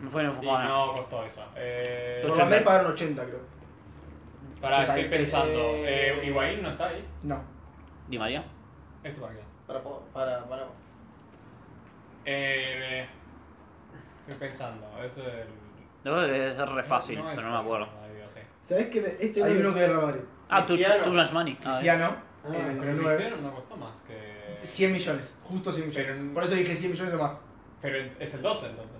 [SPEAKER 5] No fue en el
[SPEAKER 4] Y
[SPEAKER 5] Fofana.
[SPEAKER 4] no costó eso. Eh,
[SPEAKER 3] Por Van Dijk pagaron 80, creo.
[SPEAKER 4] pará, estoy
[SPEAKER 3] 83.
[SPEAKER 4] pensando. Eh, Higuaín no está ahí.
[SPEAKER 3] No.
[SPEAKER 5] Di María.
[SPEAKER 4] ¿Esto para qué?
[SPEAKER 2] Para, po- para, para.
[SPEAKER 4] Eh, estoy pensando. Es el.
[SPEAKER 5] Debe ser re fácil,
[SPEAKER 4] es
[SPEAKER 5] pero no me acuerdo.
[SPEAKER 4] el- digo, sí.
[SPEAKER 6] ¿Sabés que me- este
[SPEAKER 3] Hay uno que es Real Madrid.
[SPEAKER 5] Ah, tu,
[SPEAKER 2] Cristiano.
[SPEAKER 5] tu Rashmani. Ah, eh.
[SPEAKER 3] Cristiano,
[SPEAKER 6] Ah,
[SPEAKER 3] en el
[SPEAKER 4] Pero
[SPEAKER 3] 2009.
[SPEAKER 4] Cristiano no costó más que.
[SPEAKER 3] 100 millones, justo 100 millones.
[SPEAKER 4] Pero-
[SPEAKER 3] Por eso dije 100 millones o más.
[SPEAKER 4] Pero es el 12 entonces.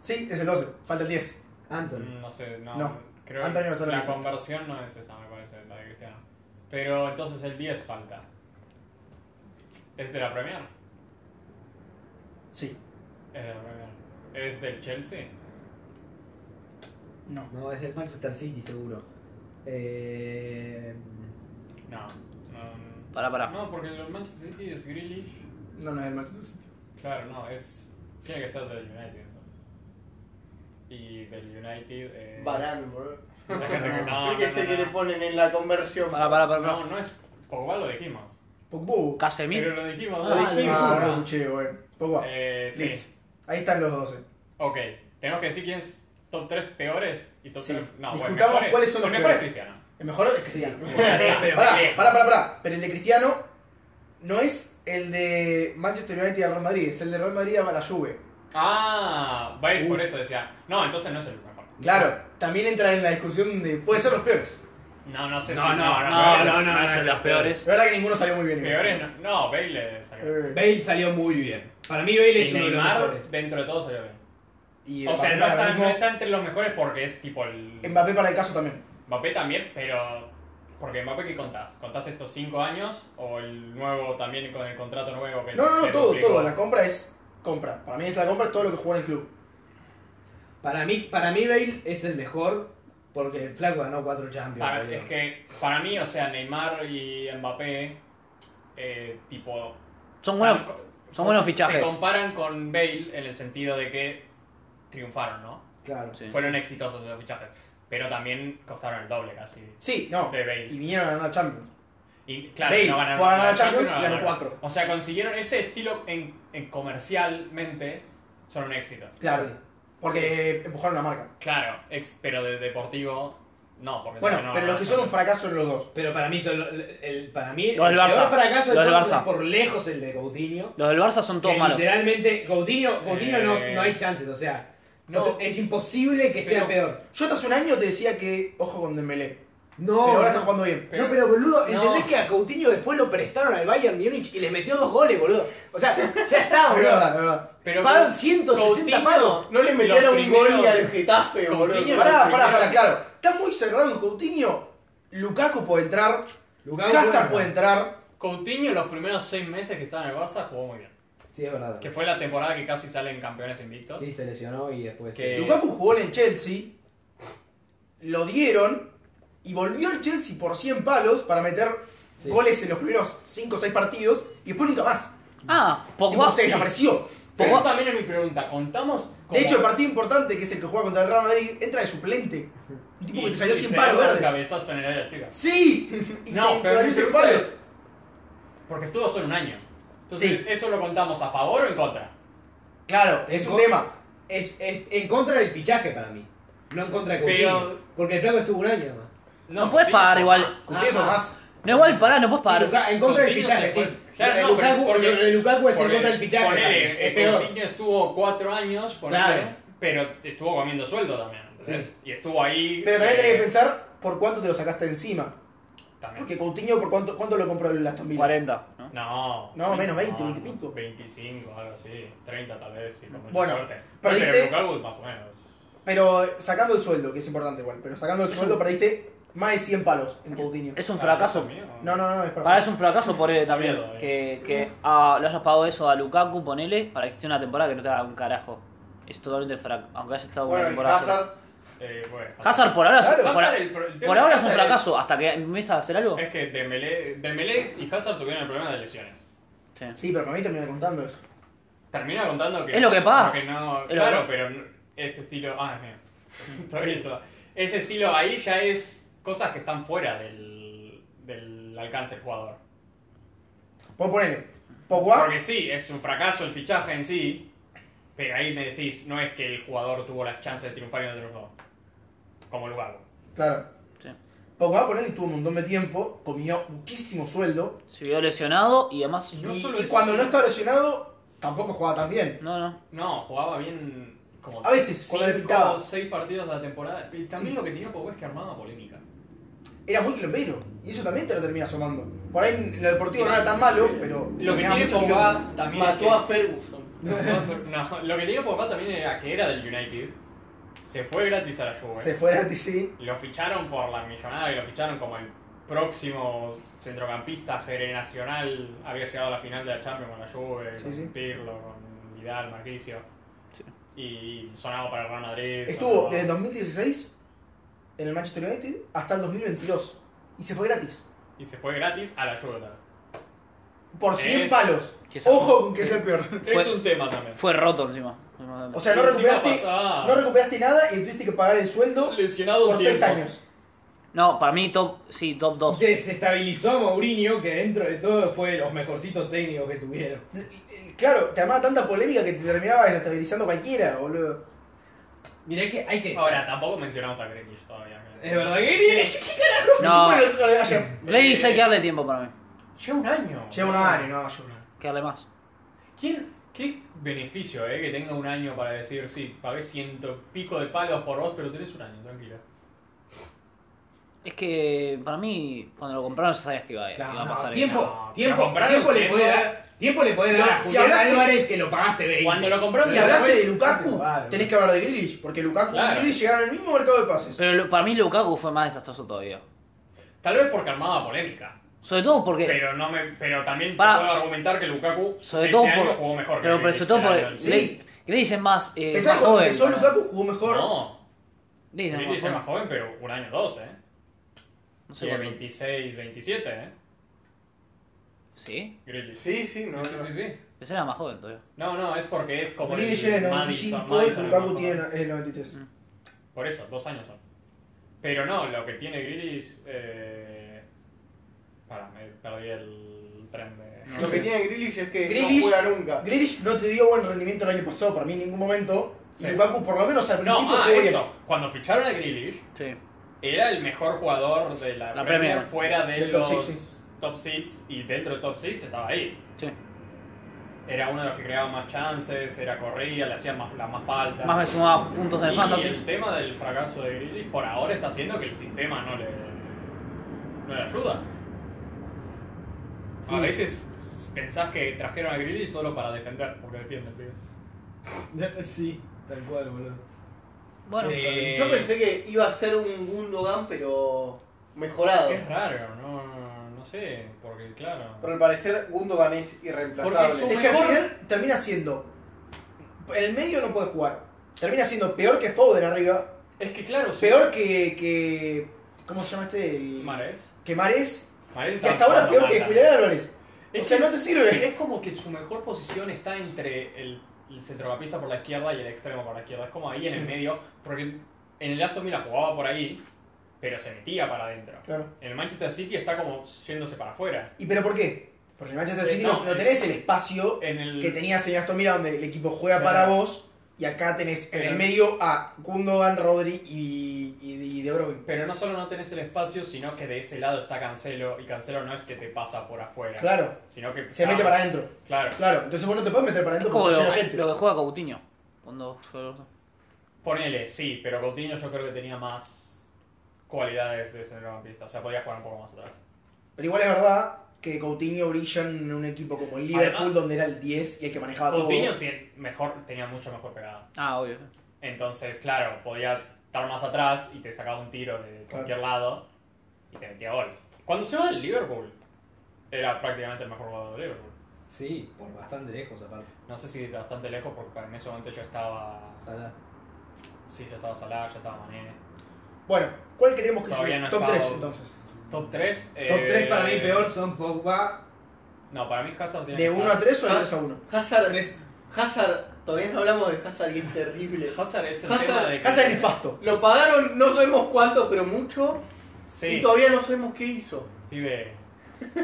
[SPEAKER 3] Sí, es el 12, falta el 10.
[SPEAKER 6] Anthony.
[SPEAKER 4] No sé, no.
[SPEAKER 3] No.
[SPEAKER 4] Creo
[SPEAKER 3] Antonio
[SPEAKER 4] que
[SPEAKER 3] está en la
[SPEAKER 4] la
[SPEAKER 3] lista.
[SPEAKER 4] conversión no es esa, me parece, la de Cristiano. Pero entonces el 10 falta. ¿Es de la Premier?
[SPEAKER 3] Sí.
[SPEAKER 4] Es de la Premier. ¿Es del Chelsea?
[SPEAKER 3] No.
[SPEAKER 6] Mm.
[SPEAKER 1] No, es del Manchester City seguro. Eh,
[SPEAKER 4] No. no.
[SPEAKER 5] Pará, pará.
[SPEAKER 4] No, porque el Manchester City es Grealish.
[SPEAKER 3] No, no es del Manchester City.
[SPEAKER 4] Claro, no, es. Tiene que ser del United. ¿no? Y del United. Eh,
[SPEAKER 2] Barán, boludo.
[SPEAKER 4] la gente que- No,
[SPEAKER 2] Yo
[SPEAKER 4] no,
[SPEAKER 2] qué sé
[SPEAKER 4] no,
[SPEAKER 2] que
[SPEAKER 4] no.
[SPEAKER 2] le ponen en la conversión.
[SPEAKER 5] Pará, pará, pará.
[SPEAKER 4] No, no es. Pogba lo dijimos.
[SPEAKER 3] Pogba.
[SPEAKER 5] Casemiro.
[SPEAKER 4] Pero lo dijimos.
[SPEAKER 2] Lo
[SPEAKER 4] ¿no?
[SPEAKER 2] dijimos.
[SPEAKER 3] Ah, no lo
[SPEAKER 4] Ah,
[SPEAKER 3] escuché, bueno. Pogba.
[SPEAKER 4] Eh, sí.
[SPEAKER 3] Listo. Ahí están los 12.
[SPEAKER 4] Ok. Tenemos que decir quién es top 3 peores y top
[SPEAKER 3] Sí.
[SPEAKER 4] 3. No, bueno,
[SPEAKER 3] Discutamos
[SPEAKER 4] mejores.
[SPEAKER 3] cuáles son los
[SPEAKER 4] el mejor es
[SPEAKER 3] peores.
[SPEAKER 4] Cristiano.
[SPEAKER 3] El mejor es Cristiano.
[SPEAKER 4] Ya está.
[SPEAKER 6] Pero-
[SPEAKER 3] [LAUGHS] Pará,
[SPEAKER 4] Bien.
[SPEAKER 3] pará, pará, pará. Pero el de Cristiano no es el de Manchester United al Real Madrid, es el de Real Madrid a la Juve.
[SPEAKER 4] Ah, ¿veis? Por
[SPEAKER 3] Uf.
[SPEAKER 4] eso decía. No, entonces no es el mejor.
[SPEAKER 3] Claro, también entra en la discusión de. Puede ser los peores.
[SPEAKER 4] No, no sé
[SPEAKER 6] No,
[SPEAKER 4] si.
[SPEAKER 6] no,
[SPEAKER 5] No,
[SPEAKER 4] peores-
[SPEAKER 5] no, no, no es el de los peores.
[SPEAKER 3] La verdad que ninguno salió muy bien. igual.
[SPEAKER 4] Peores no. No, Bale salió.
[SPEAKER 3] Eh,
[SPEAKER 6] Bale salió muy bien. Para mí Bale
[SPEAKER 4] Y
[SPEAKER 6] es uno de los
[SPEAKER 4] Neymar,
[SPEAKER 6] mejores.
[SPEAKER 4] dentro de todo, salió bien.
[SPEAKER 3] y
[SPEAKER 4] O
[SPEAKER 3] Mbappé
[SPEAKER 4] sea, no
[SPEAKER 3] para
[SPEAKER 4] está,
[SPEAKER 3] el mismo-
[SPEAKER 4] no está entre los mejores porque es tipo el.
[SPEAKER 3] Mbappé para el caso también.
[SPEAKER 4] Mbappé también, pero. Porque Mbappé, ¿qué contás? ¿Contás estos 5 años? ¿O el nuevo también con el contrato nuevo que
[SPEAKER 3] No, no,
[SPEAKER 4] se
[SPEAKER 3] no, todo,
[SPEAKER 4] duplicó?
[SPEAKER 3] todo. La compra es compra. Para mí es la compra es todo lo que jugó en el club.
[SPEAKER 6] Para mí, para mí Bale es el mejor porque el flaco ganó cuatro Champions.
[SPEAKER 4] Para-
[SPEAKER 6] boludo.
[SPEAKER 4] es que para mí, o sea, Neymar y Mbappé, eh, tipo.
[SPEAKER 5] Son buenos,
[SPEAKER 4] tan-
[SPEAKER 5] son buenos
[SPEAKER 4] Se
[SPEAKER 5] fichajes.
[SPEAKER 4] comparan con Bale en el sentido de que triunfaron, ¿no?
[SPEAKER 6] Claro.
[SPEAKER 5] Sí.
[SPEAKER 4] Fueron exitosos esos fichajes. Pero también costaron el doble casi.
[SPEAKER 3] Sí, no.
[SPEAKER 4] De Bale.
[SPEAKER 3] Y vinieron a ganar Champions.
[SPEAKER 4] Y claro,
[SPEAKER 3] Bale
[SPEAKER 4] no ganaron,
[SPEAKER 3] fue a ganar
[SPEAKER 4] la
[SPEAKER 3] la Champions
[SPEAKER 4] no
[SPEAKER 3] y ganó
[SPEAKER 4] ganaron.
[SPEAKER 3] cuatro.
[SPEAKER 4] O sea, consiguieron ese estilo en, en comercialmente son un éxito.
[SPEAKER 3] Claro. Porque empujaron la marca.
[SPEAKER 4] Claro, ex- pero de deportivo no, porque
[SPEAKER 3] Bueno,
[SPEAKER 4] no
[SPEAKER 3] pero los que
[SPEAKER 4] no-
[SPEAKER 3] son un fracaso son los dos.
[SPEAKER 6] Pero para mí, son, el, el- para mí
[SPEAKER 5] Los del
[SPEAKER 6] el
[SPEAKER 5] Barça.
[SPEAKER 6] peor fracaso de
[SPEAKER 5] Los del
[SPEAKER 6] todos
[SPEAKER 5] Barça.
[SPEAKER 6] es por lejos el de Coutinho.
[SPEAKER 5] Los del Barça son todos
[SPEAKER 6] que
[SPEAKER 5] malos.
[SPEAKER 6] Literalmente, Coutinho, Coutinho no,
[SPEAKER 4] Eh.
[SPEAKER 6] no hay chances, o sea,
[SPEAKER 4] No.
[SPEAKER 6] o sea, es imposible que sea
[SPEAKER 4] Pero-
[SPEAKER 6] peor.
[SPEAKER 3] Yo hasta hace un año te decía que ojo con Dembélé.
[SPEAKER 6] No,
[SPEAKER 3] pero ahora
[SPEAKER 6] no.
[SPEAKER 3] está jugando bien.
[SPEAKER 4] Pero-
[SPEAKER 6] no, pero boludo,
[SPEAKER 4] No.
[SPEAKER 6] ¿entendés que a Coutinho después lo prestaron al Bayern Múnich y les metió dos goles, boludo? O sea, ya está,
[SPEAKER 3] [LAUGHS] Es verdad,
[SPEAKER 6] boludo.
[SPEAKER 3] es verdad.
[SPEAKER 4] Pero
[SPEAKER 6] Pagaron 160
[SPEAKER 4] Coutinho-
[SPEAKER 6] palos.
[SPEAKER 2] No le metieron
[SPEAKER 4] Los
[SPEAKER 2] un gol ni
[SPEAKER 4] primeros-
[SPEAKER 2] al Getafe,
[SPEAKER 4] Coutinho-
[SPEAKER 2] boludo.
[SPEAKER 3] Pará,
[SPEAKER 4] los
[SPEAKER 3] pará, pará,
[SPEAKER 4] primeros-
[SPEAKER 3] claro. Está muy cerrado en Coutinho. Lukaku puede entrar.
[SPEAKER 6] Lukaku
[SPEAKER 3] Hazard
[SPEAKER 6] bueno.
[SPEAKER 3] puede entrar.
[SPEAKER 4] Coutinho los primeros seis meses que estaba en el Barça jugó muy bien.
[SPEAKER 6] Sí, es verdad.
[SPEAKER 4] Que fue la temporada que casi salen campeones invictos.
[SPEAKER 6] Sí, se lesionó y después.
[SPEAKER 4] Que-
[SPEAKER 6] sí.
[SPEAKER 3] Lukaku jugó en el Chelsea. Lo dieron. Y volvió al Chelsea por 100 palos para meter
[SPEAKER 6] Sí.
[SPEAKER 3] goles en los primeros 5 o 6 partidos. Y después nunca más.
[SPEAKER 5] Ah,
[SPEAKER 4] Oh,
[SPEAKER 3] Tipo,
[SPEAKER 5] Pogba.
[SPEAKER 3] se desapareció.
[SPEAKER 4] Pero
[SPEAKER 5] Pogba-
[SPEAKER 4] esa también es mi pregunta, ¿contamos como-
[SPEAKER 3] De hecho, el partido importante, que es el que juega contra el Real Madrid, entra de suplente. Un tipo que
[SPEAKER 4] y-
[SPEAKER 3] te salió
[SPEAKER 4] y
[SPEAKER 3] 100
[SPEAKER 4] se
[SPEAKER 3] palos
[SPEAKER 4] dio un
[SPEAKER 3] verdes.
[SPEAKER 4] cabezazo en el área chica?
[SPEAKER 3] ¡Sí! Y
[SPEAKER 4] No,
[SPEAKER 3] te- te
[SPEAKER 4] pero
[SPEAKER 3] salió
[SPEAKER 4] mi
[SPEAKER 3] 100
[SPEAKER 4] pregunta
[SPEAKER 3] palos.
[SPEAKER 4] es- Porque estuvo solo un año. Entonces,
[SPEAKER 3] Sí.
[SPEAKER 4] ¿eso lo contamos a favor o en contra?
[SPEAKER 3] Claro, es un
[SPEAKER 6] Tengo-
[SPEAKER 3] tema.
[SPEAKER 6] Es, es en contra del fichaje para mí. No en contra de Coutinho.
[SPEAKER 4] Pero-
[SPEAKER 6] Porque el flaco estuvo un año nomás.
[SPEAKER 5] No puedes
[SPEAKER 4] Coutinho
[SPEAKER 5] pagar
[SPEAKER 4] está
[SPEAKER 5] igual.
[SPEAKER 4] más.
[SPEAKER 3] Coutinho
[SPEAKER 4] Ajá.
[SPEAKER 3] Tomás.
[SPEAKER 5] No, igual, pará, no puedes
[SPEAKER 6] Sí,
[SPEAKER 5] parar.
[SPEAKER 6] Luka- en contra del
[SPEAKER 4] Coutinho
[SPEAKER 6] fichaje,
[SPEAKER 4] se fue.
[SPEAKER 6] sí.
[SPEAKER 4] Claro,
[SPEAKER 6] Eh,
[SPEAKER 4] no,
[SPEAKER 6] Lukaku,
[SPEAKER 4] pero porque-
[SPEAKER 6] lo de Lukaku es en
[SPEAKER 4] Ponele-
[SPEAKER 6] contra del fichaje. también,
[SPEAKER 4] Ponele,
[SPEAKER 6] es
[SPEAKER 4] eh,
[SPEAKER 6] peor.
[SPEAKER 4] Coutinho estuvo cuatro años, ponele,
[SPEAKER 6] Claro.
[SPEAKER 4] pero estuvo comiendo sueldo también. ¿entendés? Y estuvo ahí.
[SPEAKER 3] Pero también
[SPEAKER 4] eh,
[SPEAKER 3] tenés que pensar por cuánto te lo sacaste encima.
[SPEAKER 4] también.
[SPEAKER 3] Porque Coutinho, ¿por cuánto, cuánto lo compró el Aston Villa?
[SPEAKER 5] 40. ¿no?
[SPEAKER 4] No.
[SPEAKER 3] No, menos 20, 20 y pico.
[SPEAKER 4] 25, algo así. 30 tal vez, si con mucha
[SPEAKER 3] Bueno,
[SPEAKER 4] suerte.
[SPEAKER 3] perdiste-
[SPEAKER 4] Pero Lukaku más o menos.
[SPEAKER 3] Pero sacando el sueldo, que es importante igual, pero sacando el sueldo perdiste más de 100 palos en Coutinho.
[SPEAKER 5] Es un
[SPEAKER 4] Claro,
[SPEAKER 5] fracaso.
[SPEAKER 4] Dios Ah, mío.
[SPEAKER 3] No, no, no, es para
[SPEAKER 5] Para es un fracaso por él también.
[SPEAKER 4] Mierda, eh.
[SPEAKER 5] Que, que ah, le hayas pagado eso a Lukaku, ponele, para que esté una temporada que no te haga un carajo. Es totalmente fracaso. Aunque haya estado una
[SPEAKER 2] Bueno, y
[SPEAKER 5] temporada.
[SPEAKER 2] Hazard,
[SPEAKER 4] Eh, bueno,
[SPEAKER 5] Hazard por ahora,
[SPEAKER 3] Claro,
[SPEAKER 5] por,
[SPEAKER 4] Hazard, el pro- el tema
[SPEAKER 5] por
[SPEAKER 4] de
[SPEAKER 5] ahora es un
[SPEAKER 4] Hazard
[SPEAKER 5] fracaso. Hasta que empieza a hacer algo.
[SPEAKER 4] Es que Dembélé, Dembélé y Hazard tuvieron el problema de lesiones.
[SPEAKER 5] Sí.
[SPEAKER 3] Sí, pero para mí termina contando eso.
[SPEAKER 4] Termina contando que.
[SPEAKER 5] Es lo que pasa.
[SPEAKER 4] que no-
[SPEAKER 5] Es lo
[SPEAKER 4] claro,
[SPEAKER 5] que-
[SPEAKER 4] pero no- ese estilo. Ah, es mío. [LAUGHS] Está bien, está. Ese estilo ahí ya es cosas que están fuera del, del alcance del jugador.
[SPEAKER 3] Puedo ponerle Pues Pogba,
[SPEAKER 4] Porque sí, es un fracaso el fichaje en sí, pero ahí me decís, no es que el jugador tuvo las chances de triunfar y no triunfó. Como Lugago.
[SPEAKER 3] claro.
[SPEAKER 5] Sí.
[SPEAKER 3] Pogba ponerle y tuvo un montón de tiempo, comió muchísimo sueldo.
[SPEAKER 5] Se vio lesionado y además.
[SPEAKER 4] No
[SPEAKER 3] y
[SPEAKER 4] solo
[SPEAKER 3] y
[SPEAKER 4] eso,
[SPEAKER 3] cuando no
[SPEAKER 4] sino-
[SPEAKER 3] estaba lesionado, tampoco jugaba tan bien.
[SPEAKER 5] No, no.
[SPEAKER 4] No, jugaba bien como.
[SPEAKER 3] A veces, cuando le
[SPEAKER 4] cinco
[SPEAKER 3] pintaba.
[SPEAKER 4] o seis partidos de la temporada. Y También
[SPEAKER 3] Sí.
[SPEAKER 4] lo que tenía Pogba es que armaba polémica.
[SPEAKER 3] Era muy quilombero. Y eso también te lo termina sumando. Por ahí lo deportivo
[SPEAKER 4] Sí.
[SPEAKER 3] no era tan malo, pero.
[SPEAKER 4] Lo que
[SPEAKER 3] terminaba
[SPEAKER 4] tiene
[SPEAKER 3] mucho quilombo.
[SPEAKER 4] Pogba también. es
[SPEAKER 2] mató
[SPEAKER 4] que-
[SPEAKER 2] a Ferguson.
[SPEAKER 4] No, lo que tenía Pogba también era que era del United. Se fue gratis a la Juve.
[SPEAKER 3] Se fue gratis, sí.
[SPEAKER 4] Lo ficharon por la millonada y lo ficharon como el próximo centrocampista generacional. Había llegado a la final de la Champions con la Juve,
[SPEAKER 3] Sí,
[SPEAKER 4] con
[SPEAKER 3] sí.
[SPEAKER 4] Pirlo, con Vidal, Mauricio. Y sonaba para el Real Madrid.
[SPEAKER 3] Estuvo eh,
[SPEAKER 4] sonaba-
[SPEAKER 3] desde 2016 en el Manchester United hasta el 2022. Y se fue gratis.
[SPEAKER 4] Y se fue gratis a la Juventus.
[SPEAKER 3] Por 100
[SPEAKER 4] Es-
[SPEAKER 3] palos.
[SPEAKER 5] que se-
[SPEAKER 3] Ojo con que es el peor.
[SPEAKER 4] Es un tema también.
[SPEAKER 5] Fue roto encima.
[SPEAKER 3] O sea, no
[SPEAKER 4] Y encima
[SPEAKER 3] recuperaste,
[SPEAKER 4] pasaba-
[SPEAKER 3] no recuperaste nada y tuviste que pagar el sueldo
[SPEAKER 4] lesionado un
[SPEAKER 3] por 6
[SPEAKER 4] tiempo.
[SPEAKER 3] años.
[SPEAKER 5] No, para mí top, sí, top 2.
[SPEAKER 6] [LAUGHS] Desestabilizó a Mourinho, que dentro de todo fue de los mejorcitos técnicos que tuvieron.
[SPEAKER 3] Y- y- Claro, te armaba tanta polémica que te terminaba desestabilizando cualquiera, boludo.
[SPEAKER 6] Mirá que hay que.
[SPEAKER 4] Ahora, tampoco mencionamos a Grekish todavía.
[SPEAKER 6] Es verdad que [LAUGHS]
[SPEAKER 5] No,
[SPEAKER 3] Bueno, no le haya-
[SPEAKER 5] Ladies hay que darle tiempo para mí.
[SPEAKER 4] Lleva un año.
[SPEAKER 3] Lleva un año, no, lleva un año.
[SPEAKER 5] Que darle más.
[SPEAKER 4] ¿Quién, ¿Qué beneficio, eh? Que tenga un año para decir, sí, pagué ciento pico de palos por vos, pero tenés un año, tranquilo.
[SPEAKER 5] Es que para mí, cuando lo compraron ya sabías que iba,
[SPEAKER 6] Claro,
[SPEAKER 5] iba a
[SPEAKER 6] no,
[SPEAKER 5] pasar
[SPEAKER 6] tiempo,
[SPEAKER 4] No, pero
[SPEAKER 6] tiempo,
[SPEAKER 4] compraron
[SPEAKER 6] tiempo le
[SPEAKER 4] siendo-
[SPEAKER 6] puede dar, tiempo le puede dar
[SPEAKER 3] No,
[SPEAKER 6] a
[SPEAKER 3] si
[SPEAKER 6] Julián
[SPEAKER 3] hablaste-
[SPEAKER 6] Álvarez que lo pagaste 20.
[SPEAKER 4] Cuando lo compraron,
[SPEAKER 3] Si
[SPEAKER 4] después-
[SPEAKER 3] hablaste de Lukaku,
[SPEAKER 6] Claro.
[SPEAKER 3] tenés que hablar de Grealish, porque Lukaku
[SPEAKER 4] Claro.
[SPEAKER 3] y Grealish llegaron al mismo mercado de
[SPEAKER 5] eso.
[SPEAKER 3] pases.
[SPEAKER 5] Pero lo- para mí Lukaku fue más desastroso todavía.
[SPEAKER 4] Tal vez porque armaba polémica.
[SPEAKER 5] Sobre todo porque...
[SPEAKER 4] Pero no me. Pero también te
[SPEAKER 5] Eh. Pará.
[SPEAKER 4] puedo argumentar que Lukaku
[SPEAKER 5] sobre
[SPEAKER 4] ese
[SPEAKER 5] todo
[SPEAKER 4] año
[SPEAKER 5] por-
[SPEAKER 4] jugó mejor
[SPEAKER 5] pero,
[SPEAKER 4] que
[SPEAKER 5] pero sobre todo
[SPEAKER 4] Grealish,
[SPEAKER 5] porque...
[SPEAKER 4] el
[SPEAKER 3] Sí.
[SPEAKER 4] año
[SPEAKER 5] Gre- Grealish es más, eh,
[SPEAKER 3] ¿Pensás
[SPEAKER 5] más
[SPEAKER 3] que cuando
[SPEAKER 5] joven.
[SPEAKER 3] empezó
[SPEAKER 5] para-
[SPEAKER 3] Lukaku jugó mejor?
[SPEAKER 4] No,
[SPEAKER 5] Grealish es más
[SPEAKER 4] Grealish es
[SPEAKER 5] joven.
[SPEAKER 4] más joven, pero un año dos, eh.
[SPEAKER 5] No sé
[SPEAKER 4] Tiene
[SPEAKER 5] cuánto.
[SPEAKER 4] 26, 27, eh.
[SPEAKER 5] ¿Sí?
[SPEAKER 4] Grealish.
[SPEAKER 2] Sí, sí, no.
[SPEAKER 4] sí, sí,
[SPEAKER 2] no.
[SPEAKER 4] sí, sí.
[SPEAKER 5] Pensé que era más joven todavía.
[SPEAKER 4] No, no, es porque es como.
[SPEAKER 3] Grealish
[SPEAKER 4] el
[SPEAKER 3] es de 95
[SPEAKER 4] Madison, Madison, Mm.
[SPEAKER 3] y
[SPEAKER 4] ¿no?
[SPEAKER 3] Lukaku tiene es de 93.
[SPEAKER 4] Por eso, dos años son. Pero no, lo que tiene Grealish. Eh... Para, me perdí el tren de.
[SPEAKER 2] Lo que tiene Grealish es que
[SPEAKER 3] Grealish-
[SPEAKER 2] no juega nunca.
[SPEAKER 3] Grealish no te dio buen rendimiento el año pasado para mí en ningún momento.
[SPEAKER 4] Sí.
[SPEAKER 3] Y Lukaku por lo menos al
[SPEAKER 4] No,
[SPEAKER 3] principio
[SPEAKER 4] ah,
[SPEAKER 3] jugó bien.
[SPEAKER 4] esto. Cuando ficharon a Grealish,
[SPEAKER 5] Sí.
[SPEAKER 4] era el mejor jugador de la,
[SPEAKER 5] La
[SPEAKER 4] Premier,
[SPEAKER 5] Premier.
[SPEAKER 4] fuera de
[SPEAKER 3] Del top
[SPEAKER 4] los
[SPEAKER 3] six, sí.
[SPEAKER 4] top 6 y dentro del top 6 estaba ahí.
[SPEAKER 5] Sí.
[SPEAKER 4] Era uno de los que creaba más chances, era corría, le hacía más, la más falta.
[SPEAKER 5] Más me sumaba puntos en el
[SPEAKER 4] y eh,
[SPEAKER 5] fantasy.
[SPEAKER 4] el tema del fracaso de Grealish por ahora está haciendo que el sistema no le, no le ayuda. A veces pensás que trajeron a Grealish solo para defender, porque defiende, tío.
[SPEAKER 6] [LAUGHS] Sí, tal cual, boludo.
[SPEAKER 5] Bueno,
[SPEAKER 4] Eh,
[SPEAKER 2] Yo pensé que iba a ser un Gundogan, pero mejorado.
[SPEAKER 4] Es raro, no, no sé, porque claro.
[SPEAKER 2] Pero al parecer Gundogan es irreemplazable.
[SPEAKER 4] Porque es un-
[SPEAKER 3] Es que al
[SPEAKER 4] Mejor-
[SPEAKER 3] final termina siendo. En el medio no puede jugar. Termina siendo peor que Foden arriba.
[SPEAKER 4] Es que claro, sí.
[SPEAKER 3] Peor que. que ¿Cómo se llama este? El...
[SPEAKER 4] Mares.
[SPEAKER 3] Que Mares.
[SPEAKER 4] Mares
[SPEAKER 3] Que
[SPEAKER 4] está
[SPEAKER 3] hasta ahora
[SPEAKER 4] jugando
[SPEAKER 3] peor que
[SPEAKER 4] mal,
[SPEAKER 3] Julián Álvarez.
[SPEAKER 4] Es
[SPEAKER 3] O sea,
[SPEAKER 4] que-
[SPEAKER 3] no te sirve.
[SPEAKER 4] Es como que su mejor posición está entre el, el centrocampista por la izquierda y el extremo por la izquierda. Es como ahí en el medio. Porque el- en el Aston Villa jugaba por ahí, pero se metía para adentro.
[SPEAKER 3] Claro.
[SPEAKER 4] En el Manchester City está como yéndose para afuera.
[SPEAKER 3] ¿Y pero por qué? Porque el Manchester
[SPEAKER 4] Eh,
[SPEAKER 3] City no,
[SPEAKER 4] no,
[SPEAKER 3] no
[SPEAKER 4] es-
[SPEAKER 3] tenés el espacio
[SPEAKER 4] En el,
[SPEAKER 3] que tenías en Aston Villa donde el equipo juega
[SPEAKER 4] Claro.
[SPEAKER 3] para vos. Y acá tenés en
[SPEAKER 4] Pero-
[SPEAKER 3] el medio a Gundogan, Rodri y, y, y De Bruyne.
[SPEAKER 4] Pero no solo no tenés el espacio, sino que de ese lado está Cancelo. Y Cancelo no es que te pasa por afuera.
[SPEAKER 3] Claro.
[SPEAKER 4] Sino que. Ah,
[SPEAKER 3] Se mete para adentro.
[SPEAKER 4] Claro.
[SPEAKER 3] Claro. Entonces vos no te puedes meter para
[SPEAKER 5] es
[SPEAKER 3] adentro
[SPEAKER 5] como
[SPEAKER 3] porque
[SPEAKER 5] lo,
[SPEAKER 3] está lleno de gente.
[SPEAKER 5] lo que juega Coutinho. Cuando fue-
[SPEAKER 4] Ponele, sí, pero Coutinho yo creo que tenía más cualidades de centrocampista. O sea, podía jugar un poco más atrás.
[SPEAKER 3] Pero igual es verdad que Coutinho brilla en un equipo como el Liverpool,
[SPEAKER 4] Además-
[SPEAKER 3] donde era el 10 y el que manejaba
[SPEAKER 4] Coutinho
[SPEAKER 3] todo.
[SPEAKER 4] tiene mejor, tenía mucho mejor pegada.
[SPEAKER 5] Ah, obvio.
[SPEAKER 4] Entonces, claro, podía estar más atrás y te sacaba un tiro de cualquier lado y te metía gol. Cuando se va del Liverpool, era prácticamente el mejor jugador del Liverpool.
[SPEAKER 6] Sí, por bastante lejos aparte.
[SPEAKER 4] No sé si bastante lejos, porque en ese momento yo estaba.
[SPEAKER 6] Salah.
[SPEAKER 4] Sí, yo estaba Salah, yo estaba Mané.
[SPEAKER 3] Bueno, ¿cuál creemos que es
[SPEAKER 4] Todavía
[SPEAKER 3] el
[SPEAKER 4] no
[SPEAKER 3] top
[SPEAKER 4] estaba-
[SPEAKER 3] 3 entonces?
[SPEAKER 4] Top 3.
[SPEAKER 6] Top 3 para mí peor son Pogba.
[SPEAKER 4] No, para mí Hazard tiene.
[SPEAKER 3] ¿De
[SPEAKER 4] que
[SPEAKER 3] 1
[SPEAKER 4] estar.
[SPEAKER 3] a 3 o de
[SPEAKER 2] Ah.
[SPEAKER 3] 3 a 1?
[SPEAKER 2] Hazard,
[SPEAKER 6] 3.
[SPEAKER 2] Hazard, todavía no hablamos de Hazard y
[SPEAKER 4] [LAUGHS]
[SPEAKER 2] es terrible.
[SPEAKER 4] Hazard es el
[SPEAKER 2] Hazard-
[SPEAKER 4] tema de. que-
[SPEAKER 3] Casa del nefasto.
[SPEAKER 2] Lo pagaron no sabemos cuánto, pero mucho. Y
[SPEAKER 4] Sí,
[SPEAKER 2] todavía no sabemos qué hizo.
[SPEAKER 4] pibe.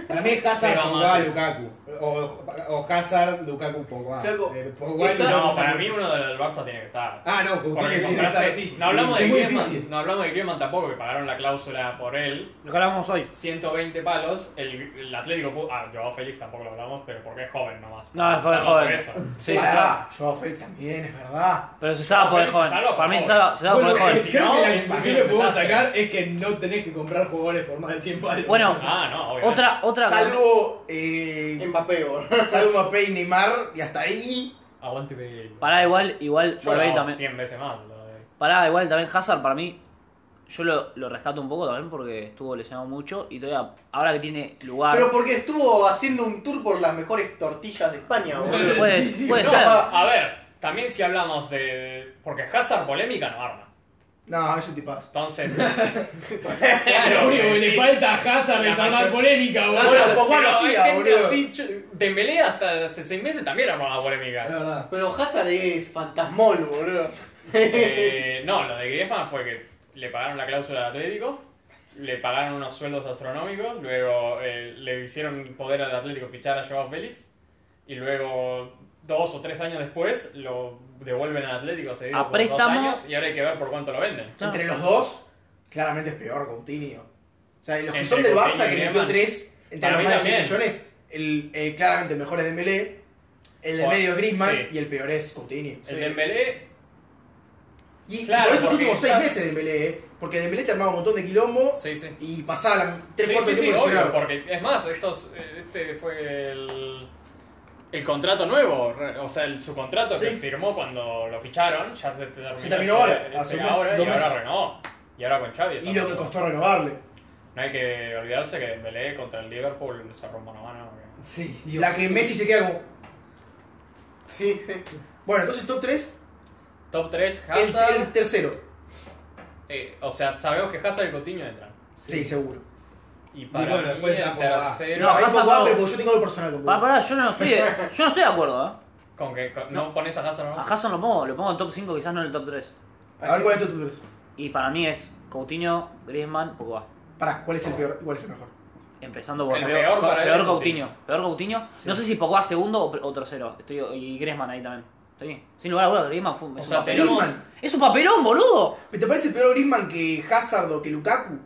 [SPEAKER 6] Para mí es Hazard
[SPEAKER 4] Seba
[SPEAKER 6] Pogba
[SPEAKER 4] Mates.
[SPEAKER 6] Lukaku. O, o Hazard Lukaku Pogba.
[SPEAKER 2] Flaco,
[SPEAKER 6] Eh, Pogba y
[SPEAKER 2] está-
[SPEAKER 6] Lukaku
[SPEAKER 4] No, para
[SPEAKER 6] también.
[SPEAKER 4] mí uno del Barça tiene que estar.
[SPEAKER 6] Ah, no, Coutinho
[SPEAKER 4] Porque
[SPEAKER 6] tiene que
[SPEAKER 4] compraste-
[SPEAKER 6] estar así.
[SPEAKER 4] no hablamos
[SPEAKER 6] Es
[SPEAKER 4] de
[SPEAKER 6] muy
[SPEAKER 4] Griezmann,
[SPEAKER 6] difícil.
[SPEAKER 4] no hablamos de Griezmann tampoco, que pagaron la cláusula por él.
[SPEAKER 5] Lo que hablamos hoy.
[SPEAKER 4] 120 palos, el, el Atlético... pu- Ah, Joao Félix tampoco lo hablamos, pero porque es joven nomás.
[SPEAKER 5] No, es porque es
[SPEAKER 4] Salvo por
[SPEAKER 5] joven.
[SPEAKER 4] eso.
[SPEAKER 5] Sí, se salva.
[SPEAKER 3] Pará, Joao Félix también, es verdad.
[SPEAKER 5] Pero se salva por el
[SPEAKER 4] Se
[SPEAKER 5] joven.
[SPEAKER 4] salva por
[SPEAKER 5] Para mí se
[SPEAKER 4] joven.
[SPEAKER 5] salva, se salva
[SPEAKER 6] Bueno,
[SPEAKER 5] por el
[SPEAKER 6] eh,
[SPEAKER 5] joven.
[SPEAKER 4] Si
[SPEAKER 6] creo
[SPEAKER 4] no,
[SPEAKER 6] que la
[SPEAKER 4] es
[SPEAKER 6] conclusión
[SPEAKER 4] un
[SPEAKER 6] que podemos
[SPEAKER 4] desastre.
[SPEAKER 6] sacar es que no tenés que comprar jugadores por más de 100 palos.
[SPEAKER 5] Bueno,
[SPEAKER 4] Ah, no, obviamente.
[SPEAKER 5] Otra, otra.
[SPEAKER 3] Salvo. Eh,
[SPEAKER 2] Mbappé, boludo.
[SPEAKER 3] salvo Mbappé y Neymar, y hasta ahí.
[SPEAKER 4] Aguante Bale.
[SPEAKER 5] Pará, igual, igual,
[SPEAKER 4] Yo
[SPEAKER 5] por ahí
[SPEAKER 4] lo hago
[SPEAKER 5] también.
[SPEAKER 4] 100 veces más. lo de-
[SPEAKER 5] Pará, igual también Hazard, para mí, yo lo, lo rescato un poco también porque estuvo lesionado mucho y todavía, ahora que tiene lugar.
[SPEAKER 2] Pero porque estuvo haciendo un tour por las mejores tortillas de España, boludo.
[SPEAKER 5] puede
[SPEAKER 6] Sí, sí,
[SPEAKER 5] puede
[SPEAKER 2] no,
[SPEAKER 5] ser.
[SPEAKER 2] va-
[SPEAKER 4] A ver, también si hablamos de... Porque Hazard polémica no arma.
[SPEAKER 3] No, es un tipazo.
[SPEAKER 5] [LAUGHS]
[SPEAKER 4] Entonces,
[SPEAKER 6] Lo
[SPEAKER 4] claro,
[SPEAKER 6] único que le
[SPEAKER 4] decís-
[SPEAKER 6] falta pues a Hazard
[SPEAKER 4] la
[SPEAKER 6] es armar
[SPEAKER 4] mayor-
[SPEAKER 6] polémica,
[SPEAKER 3] Ah,
[SPEAKER 6] boludo.
[SPEAKER 3] bueno, Pogba lo
[SPEAKER 4] pero hay
[SPEAKER 3] hacía,
[SPEAKER 4] gente
[SPEAKER 3] boludo.
[SPEAKER 4] así, ch- Dembélé hasta hace seis meses también armaba
[SPEAKER 6] Es
[SPEAKER 4] polémica.
[SPEAKER 6] verdad.
[SPEAKER 2] Pero Hazard es fantasmol, boludo.
[SPEAKER 4] [LAUGHS] Eh, no, lo de Griezmann fue que le pagaron la cláusula al Atlético, le pagaron unos sueldos astronómicos, luego eh, le hicieron poder al Atlético fichar a Joao Félix y luego dos o tres años después lo devuelven al Atlético cedido
[SPEAKER 5] A
[SPEAKER 4] por
[SPEAKER 5] préstamo.
[SPEAKER 4] dos años y ahora hay que ver por cuánto lo venden.
[SPEAKER 5] Claro.
[SPEAKER 3] Entre los dos, claramente es peor Coutinho. O sea, y los que
[SPEAKER 4] Entre
[SPEAKER 3] son del
[SPEAKER 4] Coutinho
[SPEAKER 3] Barça,
[SPEAKER 4] y
[SPEAKER 3] que metió
[SPEAKER 4] Griezmann.
[SPEAKER 3] tres, entre
[SPEAKER 4] Para
[SPEAKER 3] los
[SPEAKER 4] mí
[SPEAKER 3] más de 100
[SPEAKER 4] también.
[SPEAKER 3] millones, el, eh, claramente el mejor es Dembélé, el de
[SPEAKER 4] Joder,
[SPEAKER 3] medio es Griezmann
[SPEAKER 4] sí.
[SPEAKER 3] y el peor es Coutinho.
[SPEAKER 4] El Dembélé,
[SPEAKER 3] Y, y
[SPEAKER 4] Claro,
[SPEAKER 3] por estos
[SPEAKER 4] porque
[SPEAKER 3] últimos seis
[SPEAKER 4] estás-
[SPEAKER 3] meses Dembélé, eh, porque Dembélé te armaba un montón de quilombo
[SPEAKER 4] sí, sí.
[SPEAKER 3] y pasaba la- tres
[SPEAKER 4] Sí,
[SPEAKER 3] cuartos
[SPEAKER 4] sí,
[SPEAKER 3] de
[SPEAKER 4] sí,
[SPEAKER 3] tiempo
[SPEAKER 4] obvio,
[SPEAKER 3] lesionado.
[SPEAKER 4] porque es más, estos, este fue el, el contrato nuevo, re- o sea, el- su contrato que
[SPEAKER 3] Sí.
[SPEAKER 4] firmó cuando lo ficharon, ya se terminó,
[SPEAKER 3] Se terminó ahora,
[SPEAKER 4] este-
[SPEAKER 3] hace un mes,
[SPEAKER 4] ahora, y
[SPEAKER 3] dos
[SPEAKER 4] ahora
[SPEAKER 3] meses.
[SPEAKER 4] renovó. Y ahora con Xavi.
[SPEAKER 3] Y
[SPEAKER 4] está
[SPEAKER 3] lo que
[SPEAKER 4] todo.
[SPEAKER 3] costó renovarle.
[SPEAKER 4] No hay que olvidarse que Dembélé contra el Liverpool se rompe una mano. que-
[SPEAKER 6] Sí, Dios.
[SPEAKER 3] La que Messi se queda como.
[SPEAKER 2] Sí.
[SPEAKER 3] Bueno, entonces top 3,
[SPEAKER 4] Top 3,
[SPEAKER 3] el,
[SPEAKER 4] Hazard.
[SPEAKER 3] el tercero.
[SPEAKER 4] eh, o sea, sabemos que Hazard y Coutinho entran.
[SPEAKER 3] Sí, seguro.
[SPEAKER 4] Y para
[SPEAKER 6] bueno,
[SPEAKER 4] mí
[SPEAKER 6] después
[SPEAKER 4] el
[SPEAKER 6] tampoco va.
[SPEAKER 4] tercero...
[SPEAKER 5] No,
[SPEAKER 3] Para mí
[SPEAKER 5] Hazard
[SPEAKER 3] Pogba,
[SPEAKER 5] no.
[SPEAKER 3] pero porque yo tengo algo personal con
[SPEAKER 5] Pará,
[SPEAKER 3] Pogba.
[SPEAKER 5] pará, yo no estoy, yo no estoy de acuerdo, ¿eh?
[SPEAKER 4] Con que con- no. pones a Hazard
[SPEAKER 5] A
[SPEAKER 4] ¿no?
[SPEAKER 5] Hazard lo pongo, lo pongo en top 5, quizás no en el top 3.
[SPEAKER 3] A ver cuál es tu top 3.
[SPEAKER 5] Y para mí es Coutinho, Griezmann, Pogba.
[SPEAKER 3] Pará, ¿cuál es el peor? ¿Cuál es el mejor?
[SPEAKER 5] Empezando por
[SPEAKER 4] El
[SPEAKER 5] arriba,
[SPEAKER 4] peor
[SPEAKER 5] co-
[SPEAKER 4] para él es
[SPEAKER 5] Coutinho. Peor Coutinho. No sé si Pogba segundo o, o tercero. Estoy, y Griezmann ahí también. Estoy bien. Sin lugar a dudas, Griezmann fue,
[SPEAKER 4] O
[SPEAKER 5] es, un
[SPEAKER 4] sea,
[SPEAKER 5] papelón.
[SPEAKER 4] tenemos...
[SPEAKER 3] Griezmann.
[SPEAKER 5] es un papelón, boludo.
[SPEAKER 3] ¿Te parece peor Griezmann que Hazard o que Lukaku?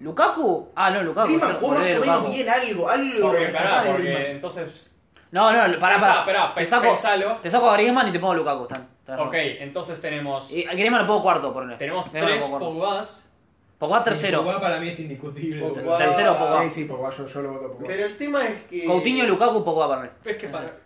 [SPEAKER 5] Lukaku. Ah, no, Lukaku.
[SPEAKER 3] Griezmann
[SPEAKER 5] yo-
[SPEAKER 3] jugó más
[SPEAKER 5] boludo,
[SPEAKER 3] o menos
[SPEAKER 5] Lukaku.
[SPEAKER 3] bien algo, algo
[SPEAKER 4] Porque,
[SPEAKER 3] rescatás
[SPEAKER 4] pará,
[SPEAKER 3] de
[SPEAKER 4] porque
[SPEAKER 3] Griezmann.
[SPEAKER 4] entonces
[SPEAKER 5] No, no, pará,
[SPEAKER 4] Pensá,
[SPEAKER 5] pará.
[SPEAKER 4] esperá,
[SPEAKER 5] te,
[SPEAKER 4] pens-
[SPEAKER 5] saco,
[SPEAKER 4] pensalo.
[SPEAKER 5] te saco a Griezmann y te pongo a Lukaku. Están, están
[SPEAKER 4] Ok, entonces tenemos.
[SPEAKER 5] Y a Griezmann lo pongo cuarto, ponele.
[SPEAKER 4] Tenemos
[SPEAKER 5] Griezmann lo
[SPEAKER 4] tres
[SPEAKER 5] pongo cuarto.
[SPEAKER 4] Pogbas.
[SPEAKER 5] Pogba tercero.
[SPEAKER 6] Pogba para mí es indiscutible.
[SPEAKER 2] Pogba.
[SPEAKER 5] Tercero, Pogba.
[SPEAKER 3] Sí, sí, Pogba, yo, yo lo voto Pogba.
[SPEAKER 2] Pero el tema es que.
[SPEAKER 5] Coutinho, Lukaku, Pogba para mí.
[SPEAKER 4] Es que para.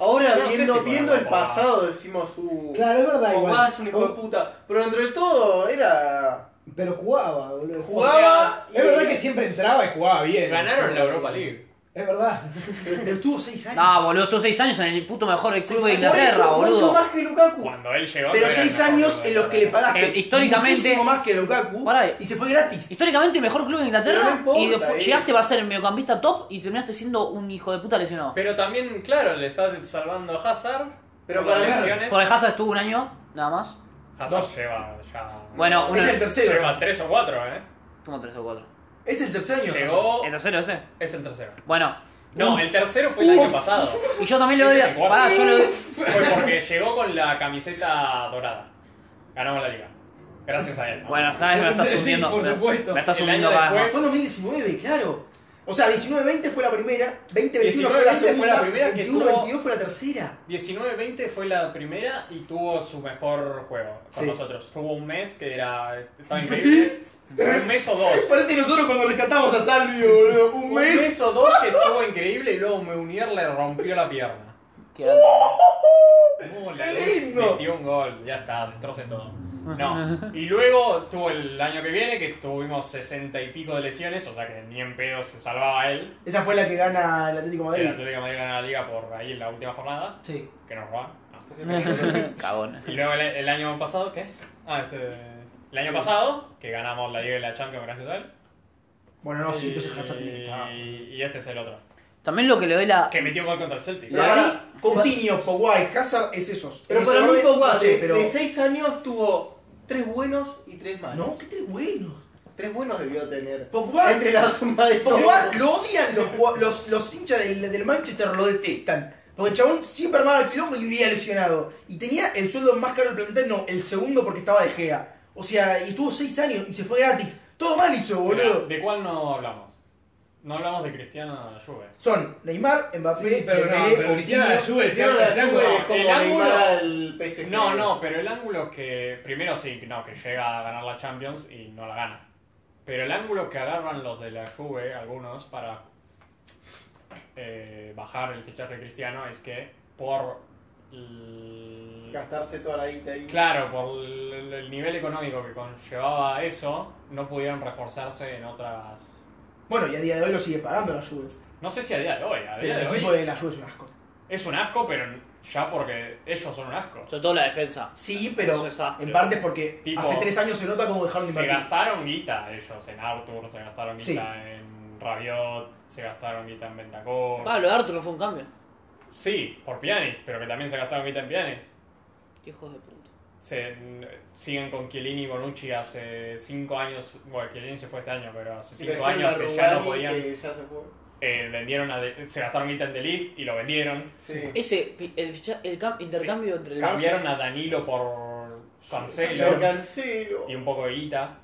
[SPEAKER 2] Ahora
[SPEAKER 4] Yo no sé
[SPEAKER 2] viendo,
[SPEAKER 4] si
[SPEAKER 2] viendo
[SPEAKER 4] ponerlo
[SPEAKER 2] el
[SPEAKER 4] como-
[SPEAKER 2] pasado decimos uh, su.
[SPEAKER 7] Claro, es
[SPEAKER 2] Pogba
[SPEAKER 7] verdad igual. Oh,
[SPEAKER 2] es Oh, un hijo de puta. Pero dentro de todo era.
[SPEAKER 7] Pero jugaba, boludo.
[SPEAKER 2] Jugaba
[SPEAKER 6] Es verdad que siempre entraba y jugaba bien.
[SPEAKER 4] Ganaron la Europa League.
[SPEAKER 6] Es verdad.
[SPEAKER 3] Pero estuvo 6 años.
[SPEAKER 5] No, boludo, estuvo seis años en el puto mejor del club de
[SPEAKER 2] Por
[SPEAKER 5] Inglaterra,
[SPEAKER 2] eso, mucho
[SPEAKER 5] boludo.
[SPEAKER 2] más que Lukaku.
[SPEAKER 4] Cuando él llegó.
[SPEAKER 3] Pero
[SPEAKER 4] no era
[SPEAKER 3] 6
[SPEAKER 4] el mejor
[SPEAKER 3] años
[SPEAKER 4] jugador
[SPEAKER 3] en los que le pagaste
[SPEAKER 5] Eh, históricamente-
[SPEAKER 3] muchísimo más que a Lukaku
[SPEAKER 5] Pará.
[SPEAKER 3] y se fue gratis. Este
[SPEAKER 5] Históricamente el mejor club
[SPEAKER 2] Pero
[SPEAKER 5] de Inglaterra
[SPEAKER 2] no importa,
[SPEAKER 5] y después
[SPEAKER 2] eh.
[SPEAKER 5] llegaste va a ser el mediocampista top y terminaste siendo un hijo de puta lesionado.
[SPEAKER 4] Pero también, claro, le está salvando a Hazard.
[SPEAKER 2] Pero
[SPEAKER 4] con
[SPEAKER 2] para mí-
[SPEAKER 4] lesiones.
[SPEAKER 5] Porque Hazard estuvo un año, nada más.
[SPEAKER 4] Hazard lleva ya.
[SPEAKER 5] Bueno,
[SPEAKER 3] Este
[SPEAKER 5] una,
[SPEAKER 3] es el tercero.
[SPEAKER 4] Lleva tres o cuatro, ¿eh?
[SPEAKER 5] tuvo tres o cuatro.
[SPEAKER 3] Este es el tercer año.
[SPEAKER 4] Llegó.
[SPEAKER 5] ¿El tercero este?
[SPEAKER 4] Es el tercero.
[SPEAKER 5] Bueno.
[SPEAKER 4] No,
[SPEAKER 5] Uf.
[SPEAKER 4] el tercero fue el año
[SPEAKER 3] [LAUGHS]
[SPEAKER 5] Uf.
[SPEAKER 4] pasado.
[SPEAKER 5] Y yo también le doy...
[SPEAKER 4] Este es el cuarto.
[SPEAKER 5] Pará, yo le doy...
[SPEAKER 4] [LAUGHS] Fue porque llegó con la camiseta dorada. Ganamos la liga. Gracias a él. ¿no?
[SPEAKER 5] Bueno, cada vez me lo estás
[SPEAKER 6] Sí,
[SPEAKER 5] hundiendo.
[SPEAKER 6] por supuesto.
[SPEAKER 5] Me estás
[SPEAKER 4] El
[SPEAKER 5] hundiendo
[SPEAKER 4] año
[SPEAKER 5] cada vez
[SPEAKER 4] después-
[SPEAKER 5] más.
[SPEAKER 3] Fue en 2019, claro. O sea, 19-20 fue la primera, 20-21 fue la
[SPEAKER 4] 19-20 fue la
[SPEAKER 3] segunda,
[SPEAKER 4] primera que
[SPEAKER 3] 21-22 fue la tercera.
[SPEAKER 4] 19-20 fue la primera y tuvo su mejor juego
[SPEAKER 3] Sí.
[SPEAKER 4] con nosotros. Tuvo un mes que era. Estaba increíble. un mes o dos.
[SPEAKER 3] Parece nosotros cuando rescatamos a Salvio, boludo.
[SPEAKER 4] Un
[SPEAKER 3] Un
[SPEAKER 4] mes,
[SPEAKER 3] mes.
[SPEAKER 4] o dos que estuvo increíble y luego Meunier le rompió la pierna.
[SPEAKER 5] Qué grande.
[SPEAKER 4] No, la
[SPEAKER 3] ¡Qué
[SPEAKER 4] Luz
[SPEAKER 3] lindo!
[SPEAKER 4] metió un gol. Ya está, destrocen todo. No. Y luego tuvo el año que viene que tuvimos 60 y pico de lesiones, o sea que ni en pedo se salvaba él.
[SPEAKER 3] Esa fue la que gana el Atlético de
[SPEAKER 4] El
[SPEAKER 3] Madrid.
[SPEAKER 4] Atlético de Madrid gana la liga por ahí en la última jornada,
[SPEAKER 3] Sí.
[SPEAKER 4] que nos roban. No.
[SPEAKER 5] [LAUGHS] Cagón.
[SPEAKER 4] Y luego el, el año pasado, ¿qué? Ah, este. El año pasado, que ganamos la Liga y la Champions gracias a él.
[SPEAKER 3] Bueno, no, sí, entonces
[SPEAKER 4] Y-
[SPEAKER 3] Hazard tiene que estar.
[SPEAKER 4] Y este es el otro.
[SPEAKER 5] También lo que le doy la...
[SPEAKER 4] Que metió gol contra el Celtic.
[SPEAKER 3] Para mí, Coutinho, Pogba y Hazard es esos.
[SPEAKER 2] Pero
[SPEAKER 3] En
[SPEAKER 2] para
[SPEAKER 3] ese
[SPEAKER 2] mí,
[SPEAKER 3] orden,
[SPEAKER 2] Pogba,
[SPEAKER 3] no sé,
[SPEAKER 2] de-
[SPEAKER 3] pero...
[SPEAKER 2] de 6 años tuvo 3 buenos y 3 malos.
[SPEAKER 3] No, qué tres buenos.
[SPEAKER 2] 3 buenos debió tener.
[SPEAKER 3] Pogba,
[SPEAKER 2] Entre la suma de
[SPEAKER 3] [LAUGHS] Pogba
[SPEAKER 2] todos.
[SPEAKER 3] lo odian los, jugua- los, los hinchas del, del Manchester, lo detestan. Porque el chabón siempre armaba el quilombo y vivía lesionado. Y tenía el sueldo más caro del planeta, no, el segundo porque estaba de Gea. O sea, y estuvo 6 años y se fue gratis. Todo mal hizo,
[SPEAKER 4] Mira,
[SPEAKER 3] boludo.
[SPEAKER 4] ¿De cuál no hablamos? No hablamos de Cristiano a la Juve.
[SPEAKER 3] Son Neymar, Mbappé,
[SPEAKER 6] Sí, pero no,
[SPEAKER 3] Dembélé,
[SPEAKER 6] pero
[SPEAKER 3] Coutinho.
[SPEAKER 6] Cristiano la sube,
[SPEAKER 2] Cristiano la sube
[SPEAKER 4] el
[SPEAKER 2] como
[SPEAKER 4] ángulo-
[SPEAKER 2] Neymar al PSG.
[SPEAKER 4] No, no, pero el ángulo que. Primero sí, no, que llega a ganar la Champions y no la gana. Pero el ángulo que agarran los de la Juve, algunos, para eh, bajar el fichaje de Cristiano es que por. l-
[SPEAKER 2] Gastarse toda la guita ahí.
[SPEAKER 4] Claro, por el el nivel económico que conllevaba eso, no pudieron reforzarse en otras.
[SPEAKER 3] Bueno, y a día de hoy lo sigue pagando la Juve.
[SPEAKER 4] No sé si a día de hoy, a
[SPEAKER 3] Pero
[SPEAKER 4] día
[SPEAKER 3] el
[SPEAKER 4] de
[SPEAKER 3] equipo
[SPEAKER 4] hoy.
[SPEAKER 3] de la Juve es un asco.
[SPEAKER 4] Es un asco, pero ya porque ellos son un asco.
[SPEAKER 5] Sobre todo la defensa.
[SPEAKER 3] Sí,
[SPEAKER 5] Es
[SPEAKER 3] pero
[SPEAKER 5] un desastre.
[SPEAKER 3] en parte es porque
[SPEAKER 4] Tipo,
[SPEAKER 3] hace tres años se nota cómo dejaron de
[SPEAKER 4] Se
[SPEAKER 3] invertir.
[SPEAKER 4] gastaron guita ellos en Arthur, se gastaron
[SPEAKER 3] Sí.
[SPEAKER 4] guita en Rabiot, se gastaron guita en Bentacor.
[SPEAKER 5] Ah, lo de Arthur no fue un cambio.
[SPEAKER 4] Sí, por Pjanic, pero que también se gastaron guita en Pjanic.
[SPEAKER 5] Qué hijos de puta.
[SPEAKER 4] Se, siguen con Chiellini y Bonucci hace cinco años. Bueno, Chiellini se fue este año, pero hace cinco
[SPEAKER 2] Dejaron
[SPEAKER 4] años
[SPEAKER 2] a
[SPEAKER 4] que ya no
[SPEAKER 2] Rugani,
[SPEAKER 4] podían.
[SPEAKER 2] que ya se fue.
[SPEAKER 4] eh, vendieron a De- se gastaron guita en The Lift y lo vendieron.
[SPEAKER 2] Sí.
[SPEAKER 5] Ese, pi- el, ficha- el cam- intercambio entre el
[SPEAKER 4] Cambiaron a Danilo por
[SPEAKER 2] Lo
[SPEAKER 4] Cancelo
[SPEAKER 2] cancelo.
[SPEAKER 4] y un poco de guita.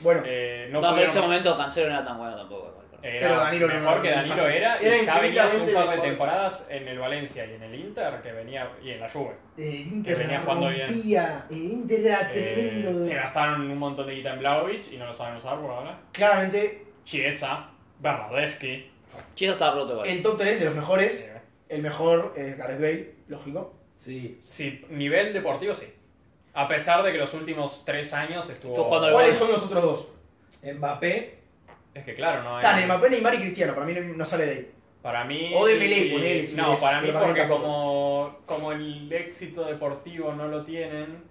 [SPEAKER 3] Bueno,
[SPEAKER 4] Eh, no
[SPEAKER 5] No, pero en ese
[SPEAKER 4] pudieron-
[SPEAKER 5] momento Cancelo no era tan bueno tampoco. igual, pero-
[SPEAKER 4] Era
[SPEAKER 3] Pero Danilo no-
[SPEAKER 4] mejor que
[SPEAKER 3] no-
[SPEAKER 4] Danilo era,
[SPEAKER 2] Era
[SPEAKER 4] y ya venía hace un
[SPEAKER 2] infinitamente
[SPEAKER 4] par de
[SPEAKER 2] mejor.
[SPEAKER 4] temporadas en el Valencia y en el Inter que venía y en la Juve.
[SPEAKER 6] El Inter
[SPEAKER 4] venía
[SPEAKER 6] la
[SPEAKER 4] jugando bien.
[SPEAKER 6] rompía, El Inter
[SPEAKER 4] Eh,
[SPEAKER 6] era Ah, tremendo.
[SPEAKER 4] se gastaron un montón de guita en Blaovic y no lo saben usar por ahora.
[SPEAKER 3] claramente
[SPEAKER 4] Chiesa, Bernardeschi. eh,
[SPEAKER 5] Chiesa estaba roto igual.
[SPEAKER 3] el top 3 de los mejores, el mejor es Gareth Bale, lógico.
[SPEAKER 1] Sí.
[SPEAKER 4] Sí, nivel deportivo sí. A pesar de que los últimos tres años estuvo.
[SPEAKER 5] Estuvo jugando al-
[SPEAKER 3] ¿Cuáles son los otros dos?
[SPEAKER 6] Mbappé.
[SPEAKER 4] Es que claro, no hay.
[SPEAKER 3] Están Mbappé, Neymar y Cristiano, para mí no no sale de ahí.
[SPEAKER 4] Para mí.
[SPEAKER 3] O de Pelé, ponele, si
[SPEAKER 4] No,
[SPEAKER 3] querés,
[SPEAKER 4] para mí
[SPEAKER 3] pero para mí
[SPEAKER 4] porque
[SPEAKER 3] tampoco.
[SPEAKER 4] como, como el éxito deportivo no lo tienen,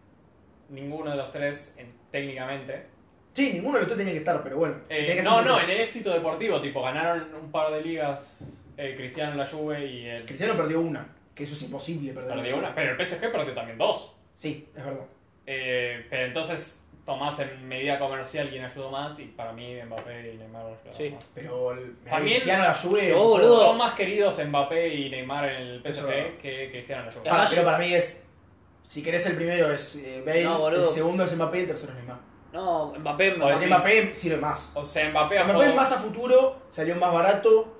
[SPEAKER 4] ninguno de los tres en- técnicamente.
[SPEAKER 3] Sí, ninguno de los tres tenía que estar, pero bueno. se
[SPEAKER 4] Eh,
[SPEAKER 3] tenía que
[SPEAKER 4] no,
[SPEAKER 3] hacer un
[SPEAKER 4] no,
[SPEAKER 3] tres.
[SPEAKER 4] en el éxito deportivo, tipo, ganaron un par de ligas eh, Cristiano en la Juve y el.
[SPEAKER 3] Cristiano perdió una, que eso es imposible perder.
[SPEAKER 4] perdió una, pero el PSG perdió también dos.
[SPEAKER 3] Sí, es verdad.
[SPEAKER 4] Eh, pero entonces tomás en medida comercial quien ayudó más y para mí Mbappé y Neymar ayudaron
[SPEAKER 5] Sí.
[SPEAKER 4] más.
[SPEAKER 3] Pero el,
[SPEAKER 4] También-
[SPEAKER 3] Cristiano la Juve.
[SPEAKER 5] Yo, boludo.
[SPEAKER 4] Son más queridos Mbappé y Neymar en el
[SPEAKER 3] Eso es
[SPEAKER 4] PSG
[SPEAKER 3] verdad. Ah.
[SPEAKER 4] que Cristiano en la Juve.
[SPEAKER 3] Para- pero para mí es. Si querés, el primero es eh, Bale,
[SPEAKER 5] No, boludo.
[SPEAKER 3] el segundo es Mbappé y el tercero es Neymar.
[SPEAKER 5] No, Mbappé me
[SPEAKER 4] Pues
[SPEAKER 3] Porque
[SPEAKER 4] sí.
[SPEAKER 3] Mbappé sirve más.
[SPEAKER 4] O sea, Mbappé ha
[SPEAKER 3] Mbappé
[SPEAKER 4] jugado-
[SPEAKER 3] es más a futuro, salió más barato,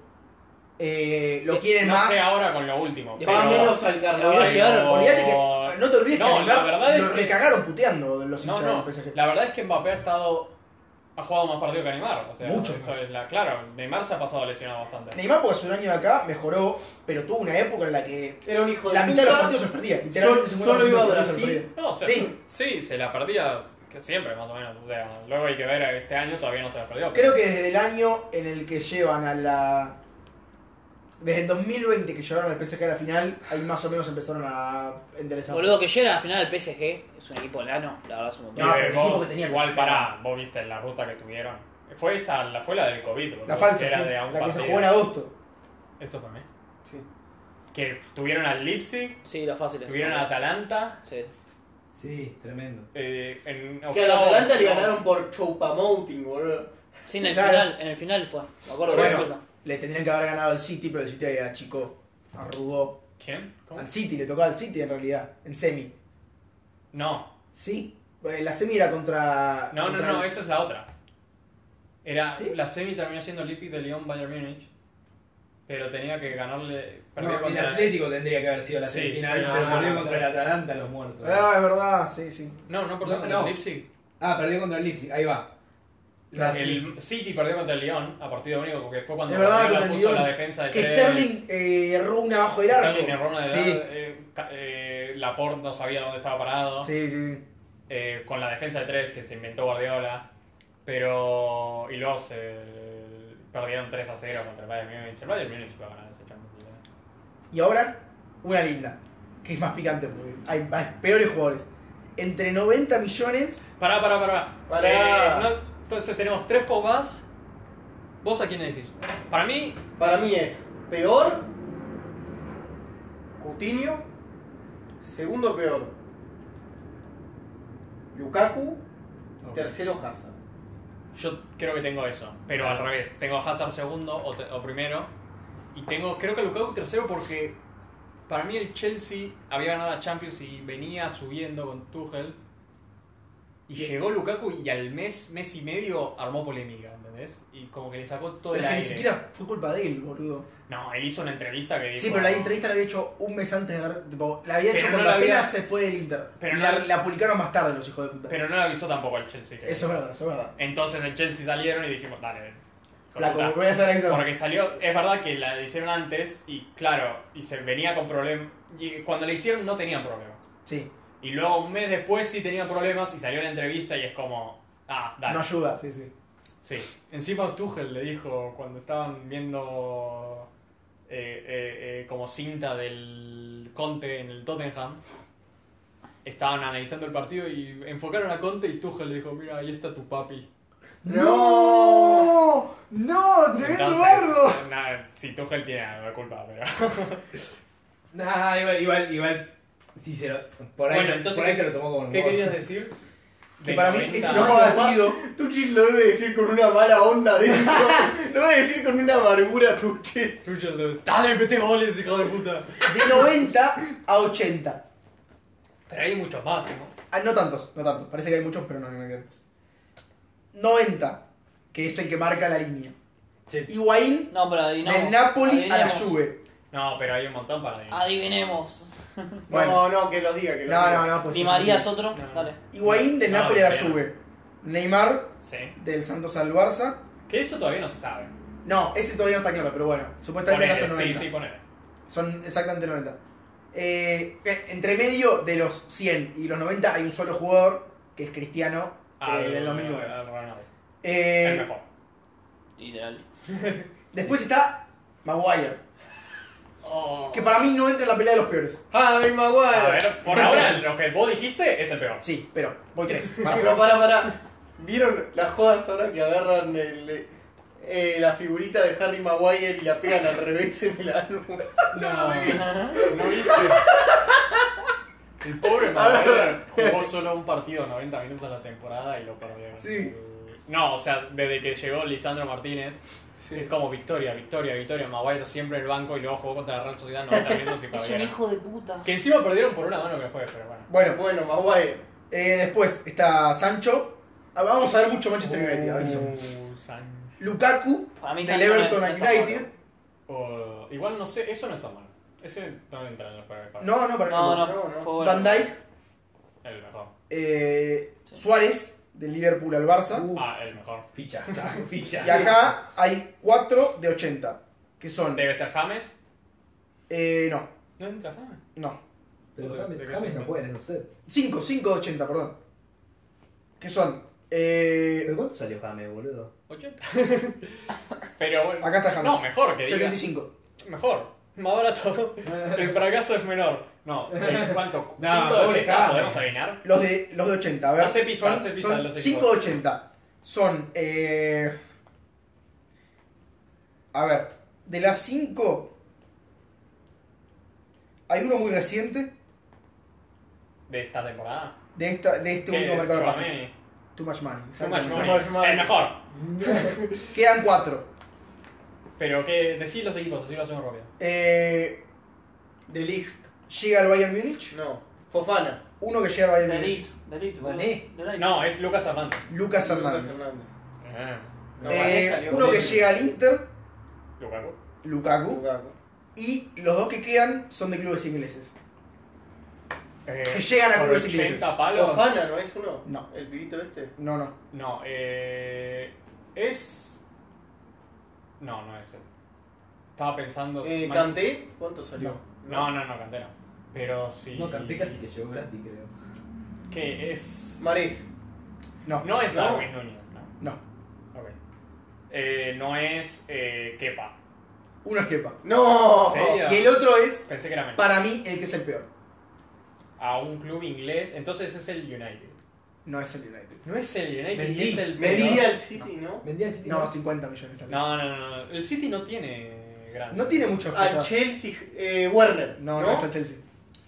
[SPEAKER 3] eh, lo
[SPEAKER 5] Sí,
[SPEAKER 3] quieren
[SPEAKER 4] No
[SPEAKER 3] más.
[SPEAKER 4] sé ahora con lo último.
[SPEAKER 5] Después
[SPEAKER 2] Va
[SPEAKER 4] pero-
[SPEAKER 2] menos al
[SPEAKER 5] Pero
[SPEAKER 2] carnaval.
[SPEAKER 5] llegaron-
[SPEAKER 3] Olvídate que. No te olvides que
[SPEAKER 4] No,
[SPEAKER 3] a Neymar
[SPEAKER 4] la verdad es
[SPEAKER 3] lo
[SPEAKER 4] que-
[SPEAKER 3] recagaron puteando los
[SPEAKER 4] No,
[SPEAKER 3] hinchas
[SPEAKER 4] no.
[SPEAKER 3] del PSG.
[SPEAKER 4] La verdad es que Mbappé ha estado. Ha jugado más partido que Neymar. O sea,
[SPEAKER 3] Mucho
[SPEAKER 4] eso
[SPEAKER 3] más.
[SPEAKER 4] es la. Claro, Neymar se ha pasado lesionado bastante.
[SPEAKER 3] Neymar, porque hace un año de acá, mejoró, pero tuvo una época en la que
[SPEAKER 2] Era un hijo de
[SPEAKER 3] la mitad de los
[SPEAKER 2] puta.
[SPEAKER 3] partidos se los perdía. Literalmente,
[SPEAKER 2] Sol-
[SPEAKER 3] 50%
[SPEAKER 2] solo iba a
[SPEAKER 3] de los partidos se los
[SPEAKER 2] Brasil.
[SPEAKER 3] perdía.
[SPEAKER 4] No, o sea,
[SPEAKER 3] Sí.
[SPEAKER 4] sí. se la perdía que siempre, más o menos. O sea, luego hay que ver, este año todavía no se la perdió.
[SPEAKER 3] Creo que desde el año en el que llevan a la. Desde el 2020 que llevaron al PSG a la final, ahí más o menos empezaron a enderezarse.
[SPEAKER 5] Boludo, que llega a la final del PSG es un equipo lano, la verdad es un montón.
[SPEAKER 3] No,
[SPEAKER 4] Eh,
[SPEAKER 3] pero el
[SPEAKER 4] vos-
[SPEAKER 3] equipo que tenía el
[SPEAKER 4] Igual
[SPEAKER 3] PSG.
[SPEAKER 4] pará, vos viste la ruta que tuvieron. Fue esa, la, fue la del COVID. boludo,
[SPEAKER 3] la falsa,
[SPEAKER 4] que era
[SPEAKER 3] sí,
[SPEAKER 4] de a un
[SPEAKER 3] la que se
[SPEAKER 4] partido.
[SPEAKER 3] jugó en agosto.
[SPEAKER 4] Esto fue mí.
[SPEAKER 2] Sí.
[SPEAKER 4] Que tuvieron al Leipzig,
[SPEAKER 5] Sí, lo fácil es.
[SPEAKER 4] tuvieron al Atalanta.
[SPEAKER 5] Sí.
[SPEAKER 6] Sí, tremendo.
[SPEAKER 4] eh, en
[SPEAKER 2] Que al
[SPEAKER 4] octavos,
[SPEAKER 2] Atalanta le
[SPEAKER 4] ¿no?
[SPEAKER 2] ganaron por Choupa-Moting, boludo.
[SPEAKER 5] Sí, en el
[SPEAKER 3] Claro.
[SPEAKER 5] final, en el final fue. Me acuerdo de
[SPEAKER 3] Bueno.
[SPEAKER 5] eso.
[SPEAKER 3] Le tendrían que haber ganado al City, pero el City achicó, arrugó.
[SPEAKER 4] ¿Quién? ¿Cómo?
[SPEAKER 3] Al City, le tocó al City en realidad, en semi.
[SPEAKER 4] No,
[SPEAKER 3] Sí, eh, la semi era contra.
[SPEAKER 4] no, no,
[SPEAKER 3] contra
[SPEAKER 4] no,
[SPEAKER 3] el-
[SPEAKER 4] eso es la otra. Era,
[SPEAKER 3] ¿Sí?
[SPEAKER 4] La semi terminó siendo Leipzig de Lyon Bayern Múnich. Pero tenía que ganarle. Perdió
[SPEAKER 6] No, el
[SPEAKER 4] contra.
[SPEAKER 6] Atlético tendría que haber sido la
[SPEAKER 4] Sí,
[SPEAKER 6] semifinal,
[SPEAKER 4] pero-
[SPEAKER 6] pero perdió
[SPEAKER 3] Ah,
[SPEAKER 6] contra el Atalanta los muertos.
[SPEAKER 3] Ah, es verdad, sí, sí.
[SPEAKER 4] No, no perdió
[SPEAKER 6] No,
[SPEAKER 4] contra
[SPEAKER 6] no.
[SPEAKER 4] el Leipzig.
[SPEAKER 6] Ah, perdió contra el Leipzig, ahí va. La-
[SPEAKER 4] El City perdió contra el Lyon a partido único porque fue cuando
[SPEAKER 3] Es verdad,
[SPEAKER 4] Guardiola
[SPEAKER 3] contra el
[SPEAKER 4] puso
[SPEAKER 3] Lyon.
[SPEAKER 4] la defensa de
[SPEAKER 3] Que
[SPEAKER 4] tres.
[SPEAKER 3] Sterling eh, erró una abajo del arco.
[SPEAKER 4] Sterling erró una de
[SPEAKER 3] sí.
[SPEAKER 4] edad, eh, ca- eh, Laporte no sabía dónde estaba parado.
[SPEAKER 3] sí, sí, sí.
[SPEAKER 4] eh, con la defensa de tres que se inventó Guardiola. Pero. Y luego se perdieron 3 a 0 contra el Bayern Múnich. El Bayern Múnich iba a ganar ese Champions League.
[SPEAKER 3] Y ahora, una linda, que es más picante porque hay más peores jugadores. Entre 90 millones,
[SPEAKER 4] Pará, pará, pará.
[SPEAKER 2] Pará.
[SPEAKER 4] Eh, no- entonces tenemos tres Pogba's. ¿Vos a quién elegís? Para mí,
[SPEAKER 2] Para mí es peor Coutinho, segundo peor Lukaku, y tercero Hazard.
[SPEAKER 4] yo creo que tengo eso. Pero al revés. Tengo a Hazard segundo o, te- o primero. Y tengo, creo que a Lukaku tercero porque para mí el Chelsea había ganado la Champions y venía subiendo con Tuchel. Y llegó Lukaku y al mes, mes y medio armó polémica, ¿entendés? Y como que le sacó todo
[SPEAKER 3] pero es
[SPEAKER 4] el
[SPEAKER 3] que ni
[SPEAKER 4] aire.
[SPEAKER 3] siquiera fue culpa de él, boludo.
[SPEAKER 4] No, él hizo una entrevista que dijo...
[SPEAKER 3] Sí, pero la entrevista la había hecho un mes antes de agarrar- tipo, la había
[SPEAKER 4] Pero
[SPEAKER 3] hecho
[SPEAKER 4] no
[SPEAKER 3] cuando
[SPEAKER 4] la había-
[SPEAKER 3] apenas se fue del Inter.
[SPEAKER 4] Pero
[SPEAKER 3] y
[SPEAKER 4] no-
[SPEAKER 3] la, la publicaron más tarde los hijos de puta.
[SPEAKER 4] Pero no le avisó tampoco al Chelsea. que-
[SPEAKER 3] Eso es verdad, eso es verdad.
[SPEAKER 4] Entonces del Chelsea salieron y dijimos, dale.
[SPEAKER 3] Flaco,
[SPEAKER 4] corta.
[SPEAKER 3] voy a hacer esto.
[SPEAKER 4] Porque salió, es verdad que la hicieron antes y claro, y se venía con problemas. Y cuando la hicieron no tenían problemas.
[SPEAKER 3] Sí,
[SPEAKER 4] Y luego un mes después sí tenían problemas y salió la entrevista y es como, ah, dale.
[SPEAKER 3] no ayuda, sí, sí.
[SPEAKER 4] Sí. Encima Tuchel le dijo cuando estaban viendo eh, eh, eh, como cinta del Conte en el Tottenham, estaban analizando el partido y enfocaron a Conte y Tuchel le dijo, mira, ahí está tu papi.
[SPEAKER 3] ¡No! ¡No! ¡Tremendo
[SPEAKER 4] Entonces,
[SPEAKER 3] bardo!
[SPEAKER 4] nada, sí, Tuchel tiene algo de culpa, pero...
[SPEAKER 6] Nah, igual, igual, igual. Sí, se lo, por ahí,
[SPEAKER 4] Bueno, entonces,
[SPEAKER 6] por ahí
[SPEAKER 4] ¿qué-
[SPEAKER 6] se lo tomó como
[SPEAKER 4] ¿Qué querías decir?
[SPEAKER 3] Que
[SPEAKER 4] Del
[SPEAKER 3] para mí
[SPEAKER 4] 90.
[SPEAKER 3] este
[SPEAKER 2] No,
[SPEAKER 3] no es divertido.
[SPEAKER 2] Tuchel lo debe decir con una mala onda dentro. [LAUGHS] lo debe decir con una amargura Tuchel.
[SPEAKER 4] Tuchel debe estar- Dale, mete goles, hijo de puta.
[SPEAKER 2] De 90 a 80.
[SPEAKER 4] Pero hay muchos más, ¿no?
[SPEAKER 3] Ah, no tantos, no tantos. Parece que hay muchos, pero no, no hay tantos. 90, que es el que marca la línea.
[SPEAKER 6] Sí.
[SPEAKER 3] Higuaín
[SPEAKER 5] No, pero adivinamos.
[SPEAKER 3] del Napoli a la
[SPEAKER 5] adivinemos.
[SPEAKER 3] Juve.
[SPEAKER 4] No, pero hay un montón para adivinar.
[SPEAKER 5] Adivinemos.
[SPEAKER 3] Bueno.
[SPEAKER 2] No, no, que lo diga, que lo
[SPEAKER 3] No,
[SPEAKER 2] diga.
[SPEAKER 3] no, no, pues.
[SPEAKER 5] Di
[SPEAKER 3] sí,
[SPEAKER 5] María
[SPEAKER 3] sí,
[SPEAKER 5] es otro.
[SPEAKER 4] No.
[SPEAKER 5] Dale.
[SPEAKER 3] sí. Higuaín del
[SPEAKER 4] No,
[SPEAKER 3] Napoli a la
[SPEAKER 4] espera.
[SPEAKER 3] Juve. Neymar
[SPEAKER 4] Sí.
[SPEAKER 3] del Santos al Barça.
[SPEAKER 4] Que eso todavía no se sabe.
[SPEAKER 3] No, ese todavía no está claro, pero bueno. Supuestamente
[SPEAKER 4] Ponele,
[SPEAKER 3] acá son 90.
[SPEAKER 4] sí, sí, ponele.
[SPEAKER 3] Son exactamente 90. Eh, eh, entre medio de los 100 y los 90 hay un solo jugador, que es Cristiano, eh,
[SPEAKER 4] Al-
[SPEAKER 3] del 2009.
[SPEAKER 4] al Ronaldo.
[SPEAKER 3] Eh,
[SPEAKER 4] El mejor.
[SPEAKER 5] Literal.
[SPEAKER 3] después está Maguire,
[SPEAKER 5] Oh.
[SPEAKER 3] que para mí no entra en la pelea de los peores.
[SPEAKER 2] Javi
[SPEAKER 4] A
[SPEAKER 2] Maguire.
[SPEAKER 4] ver, por ahora lo que vos dijiste es el peor.
[SPEAKER 3] Sí, pero voy tres. Pará.
[SPEAKER 2] Pero para, para. ¿Vieron las jodas ahora que agarran el, eh, la figurita de Harry Maguire y la pegan al revés en el álbum?
[SPEAKER 4] ¿No viste? El pobre
[SPEAKER 3] [LAUGHS]
[SPEAKER 4] Maguire jugó solo un partido 90 minutos de la temporada y lo perdieron.
[SPEAKER 3] Sí.
[SPEAKER 4] No, o sea, desde que llegó Lisandro Martínez, es como victoria, victoria, victoria. Maguire siempre en el banco y luego jugó contra la Real Sociedad 90
[SPEAKER 3] [LAUGHS]
[SPEAKER 4] minutos y
[SPEAKER 5] Es un
[SPEAKER 4] perdieron.
[SPEAKER 5] hijo de puta.
[SPEAKER 4] Que encima perdieron por una mano que fue, pero bueno.
[SPEAKER 3] Bueno,
[SPEAKER 2] Bueno, Maguire.
[SPEAKER 3] eh, después está Sancho. Ah, Vamos a ver mucho Manchester United, aviso.
[SPEAKER 4] Uh, San-
[SPEAKER 3] Lukaku,
[SPEAKER 5] Para mí
[SPEAKER 3] del
[SPEAKER 5] Sancho no es-
[SPEAKER 3] Everton
[SPEAKER 5] no
[SPEAKER 3] a
[SPEAKER 5] está
[SPEAKER 3] United.
[SPEAKER 4] uh, igual no sé, eso no está mal. Ese no entra en los peores. para-
[SPEAKER 3] No, no, para
[SPEAKER 5] No,
[SPEAKER 3] mí
[SPEAKER 5] no,
[SPEAKER 2] No, no.
[SPEAKER 5] fue bueno.
[SPEAKER 3] Van Dijk,
[SPEAKER 4] El mejor.
[SPEAKER 3] eh,
[SPEAKER 5] Sí.
[SPEAKER 3] Suárez, del Liverpool al Barça.
[SPEAKER 4] Ah, el mejor.
[SPEAKER 6] Ficha,
[SPEAKER 4] [LAUGHS]
[SPEAKER 6] saco, ficha.
[SPEAKER 3] Y acá hay 4 de 80, que son...
[SPEAKER 4] Debe ser James.
[SPEAKER 3] Eh, no,
[SPEAKER 4] No entra James.
[SPEAKER 3] no.
[SPEAKER 6] Pero James, James no puede, no sé.
[SPEAKER 3] 5, 5 de 80, perdón. Que son... Eh,
[SPEAKER 6] ¿Pero cuánto salió James, boludo?
[SPEAKER 5] [LAUGHS]
[SPEAKER 4] 80. pero bueno.
[SPEAKER 3] acá está James.
[SPEAKER 4] No, mejor que diga.
[SPEAKER 3] 75.
[SPEAKER 4] Mejor. Más barato. El fracaso es menor. No, eh, ¿cuánto?
[SPEAKER 6] No,
[SPEAKER 4] 5 de
[SPEAKER 6] pobre
[SPEAKER 4] 80
[SPEAKER 6] James.
[SPEAKER 4] podemos adivinar.
[SPEAKER 3] Los de, los de 80, a ver.
[SPEAKER 4] Hace pista,
[SPEAKER 3] son,
[SPEAKER 4] hace pista
[SPEAKER 3] son
[SPEAKER 4] los equipos.
[SPEAKER 3] 5 de 80. Son... Eh, a ver, de las 5... Hay uno muy reciente
[SPEAKER 4] De esta temporada.
[SPEAKER 3] de, esta, de este
[SPEAKER 4] Que
[SPEAKER 3] último
[SPEAKER 4] es
[SPEAKER 3] mercado de pases.
[SPEAKER 4] Tchouaméni.
[SPEAKER 3] Too much money.
[SPEAKER 4] Too much
[SPEAKER 3] exactamente.
[SPEAKER 4] money.
[SPEAKER 2] Too much money.
[SPEAKER 4] El mejor.
[SPEAKER 3] Quedan 4.
[SPEAKER 4] Pero que decís los equipos, así lo hacemos rápido.
[SPEAKER 3] Eh,
[SPEAKER 2] De Ligt.
[SPEAKER 3] llega al Bayern Múnich.
[SPEAKER 2] No. Fofana.
[SPEAKER 3] Uno que llega al Bayern Múnich.
[SPEAKER 5] Delito, delito.
[SPEAKER 6] Mané.
[SPEAKER 5] Delito.
[SPEAKER 4] No, es Lucas Hernández.
[SPEAKER 3] Lucas Hernández.
[SPEAKER 2] Lucas Hernández.
[SPEAKER 6] Ah,
[SPEAKER 2] No,
[SPEAKER 3] Eh,
[SPEAKER 2] Mané salió
[SPEAKER 3] uno que
[SPEAKER 2] bien.
[SPEAKER 3] llega al Inter,
[SPEAKER 4] Lukaku.
[SPEAKER 3] Lukaku.
[SPEAKER 2] Lukaku.
[SPEAKER 3] Y los dos que quedan son de clubes ingleses.
[SPEAKER 4] Eh,
[SPEAKER 3] Que llegan a
[SPEAKER 4] por
[SPEAKER 3] clubes ingleses.
[SPEAKER 4] 80 palos.
[SPEAKER 2] Fofana, ¿no es uno?
[SPEAKER 3] No.
[SPEAKER 2] El pibito este.
[SPEAKER 3] No, no.
[SPEAKER 4] No, eh. Es. No, no es él. Estaba pensando.
[SPEAKER 2] Eh,
[SPEAKER 4] Manchester-
[SPEAKER 2] ¿Canté? ¿Cuánto salió?
[SPEAKER 4] No, no, no, Cantera. Pero sí.
[SPEAKER 6] No, canté casi que llegó gratis, creo.
[SPEAKER 4] Que es.
[SPEAKER 2] Marés.
[SPEAKER 3] No,
[SPEAKER 4] No es
[SPEAKER 2] No.
[SPEAKER 4] Darwin Núñez,
[SPEAKER 3] no.
[SPEAKER 4] no. Ok. Eh, no es eh, Kepa.
[SPEAKER 3] Uno es Kepa.
[SPEAKER 2] ¡No!
[SPEAKER 4] ¿En serio?
[SPEAKER 3] Y el otro es,
[SPEAKER 4] Pensé que era menos.
[SPEAKER 3] para mí, el que es el peor.
[SPEAKER 4] A un club inglés. Entonces es el United.
[SPEAKER 3] No es el United.
[SPEAKER 4] No es el United,
[SPEAKER 6] Mendy.
[SPEAKER 4] es el.
[SPEAKER 2] Vendí al City, ¿no?
[SPEAKER 6] Vendía el City.
[SPEAKER 3] No, 50 millones. al mes.
[SPEAKER 4] No, no, no, no. El City no tiene gran.
[SPEAKER 3] No tiene mucha
[SPEAKER 2] Al
[SPEAKER 3] fuerza.
[SPEAKER 2] Chelsea, eh, Werner.
[SPEAKER 3] No, no, es al Chelsea.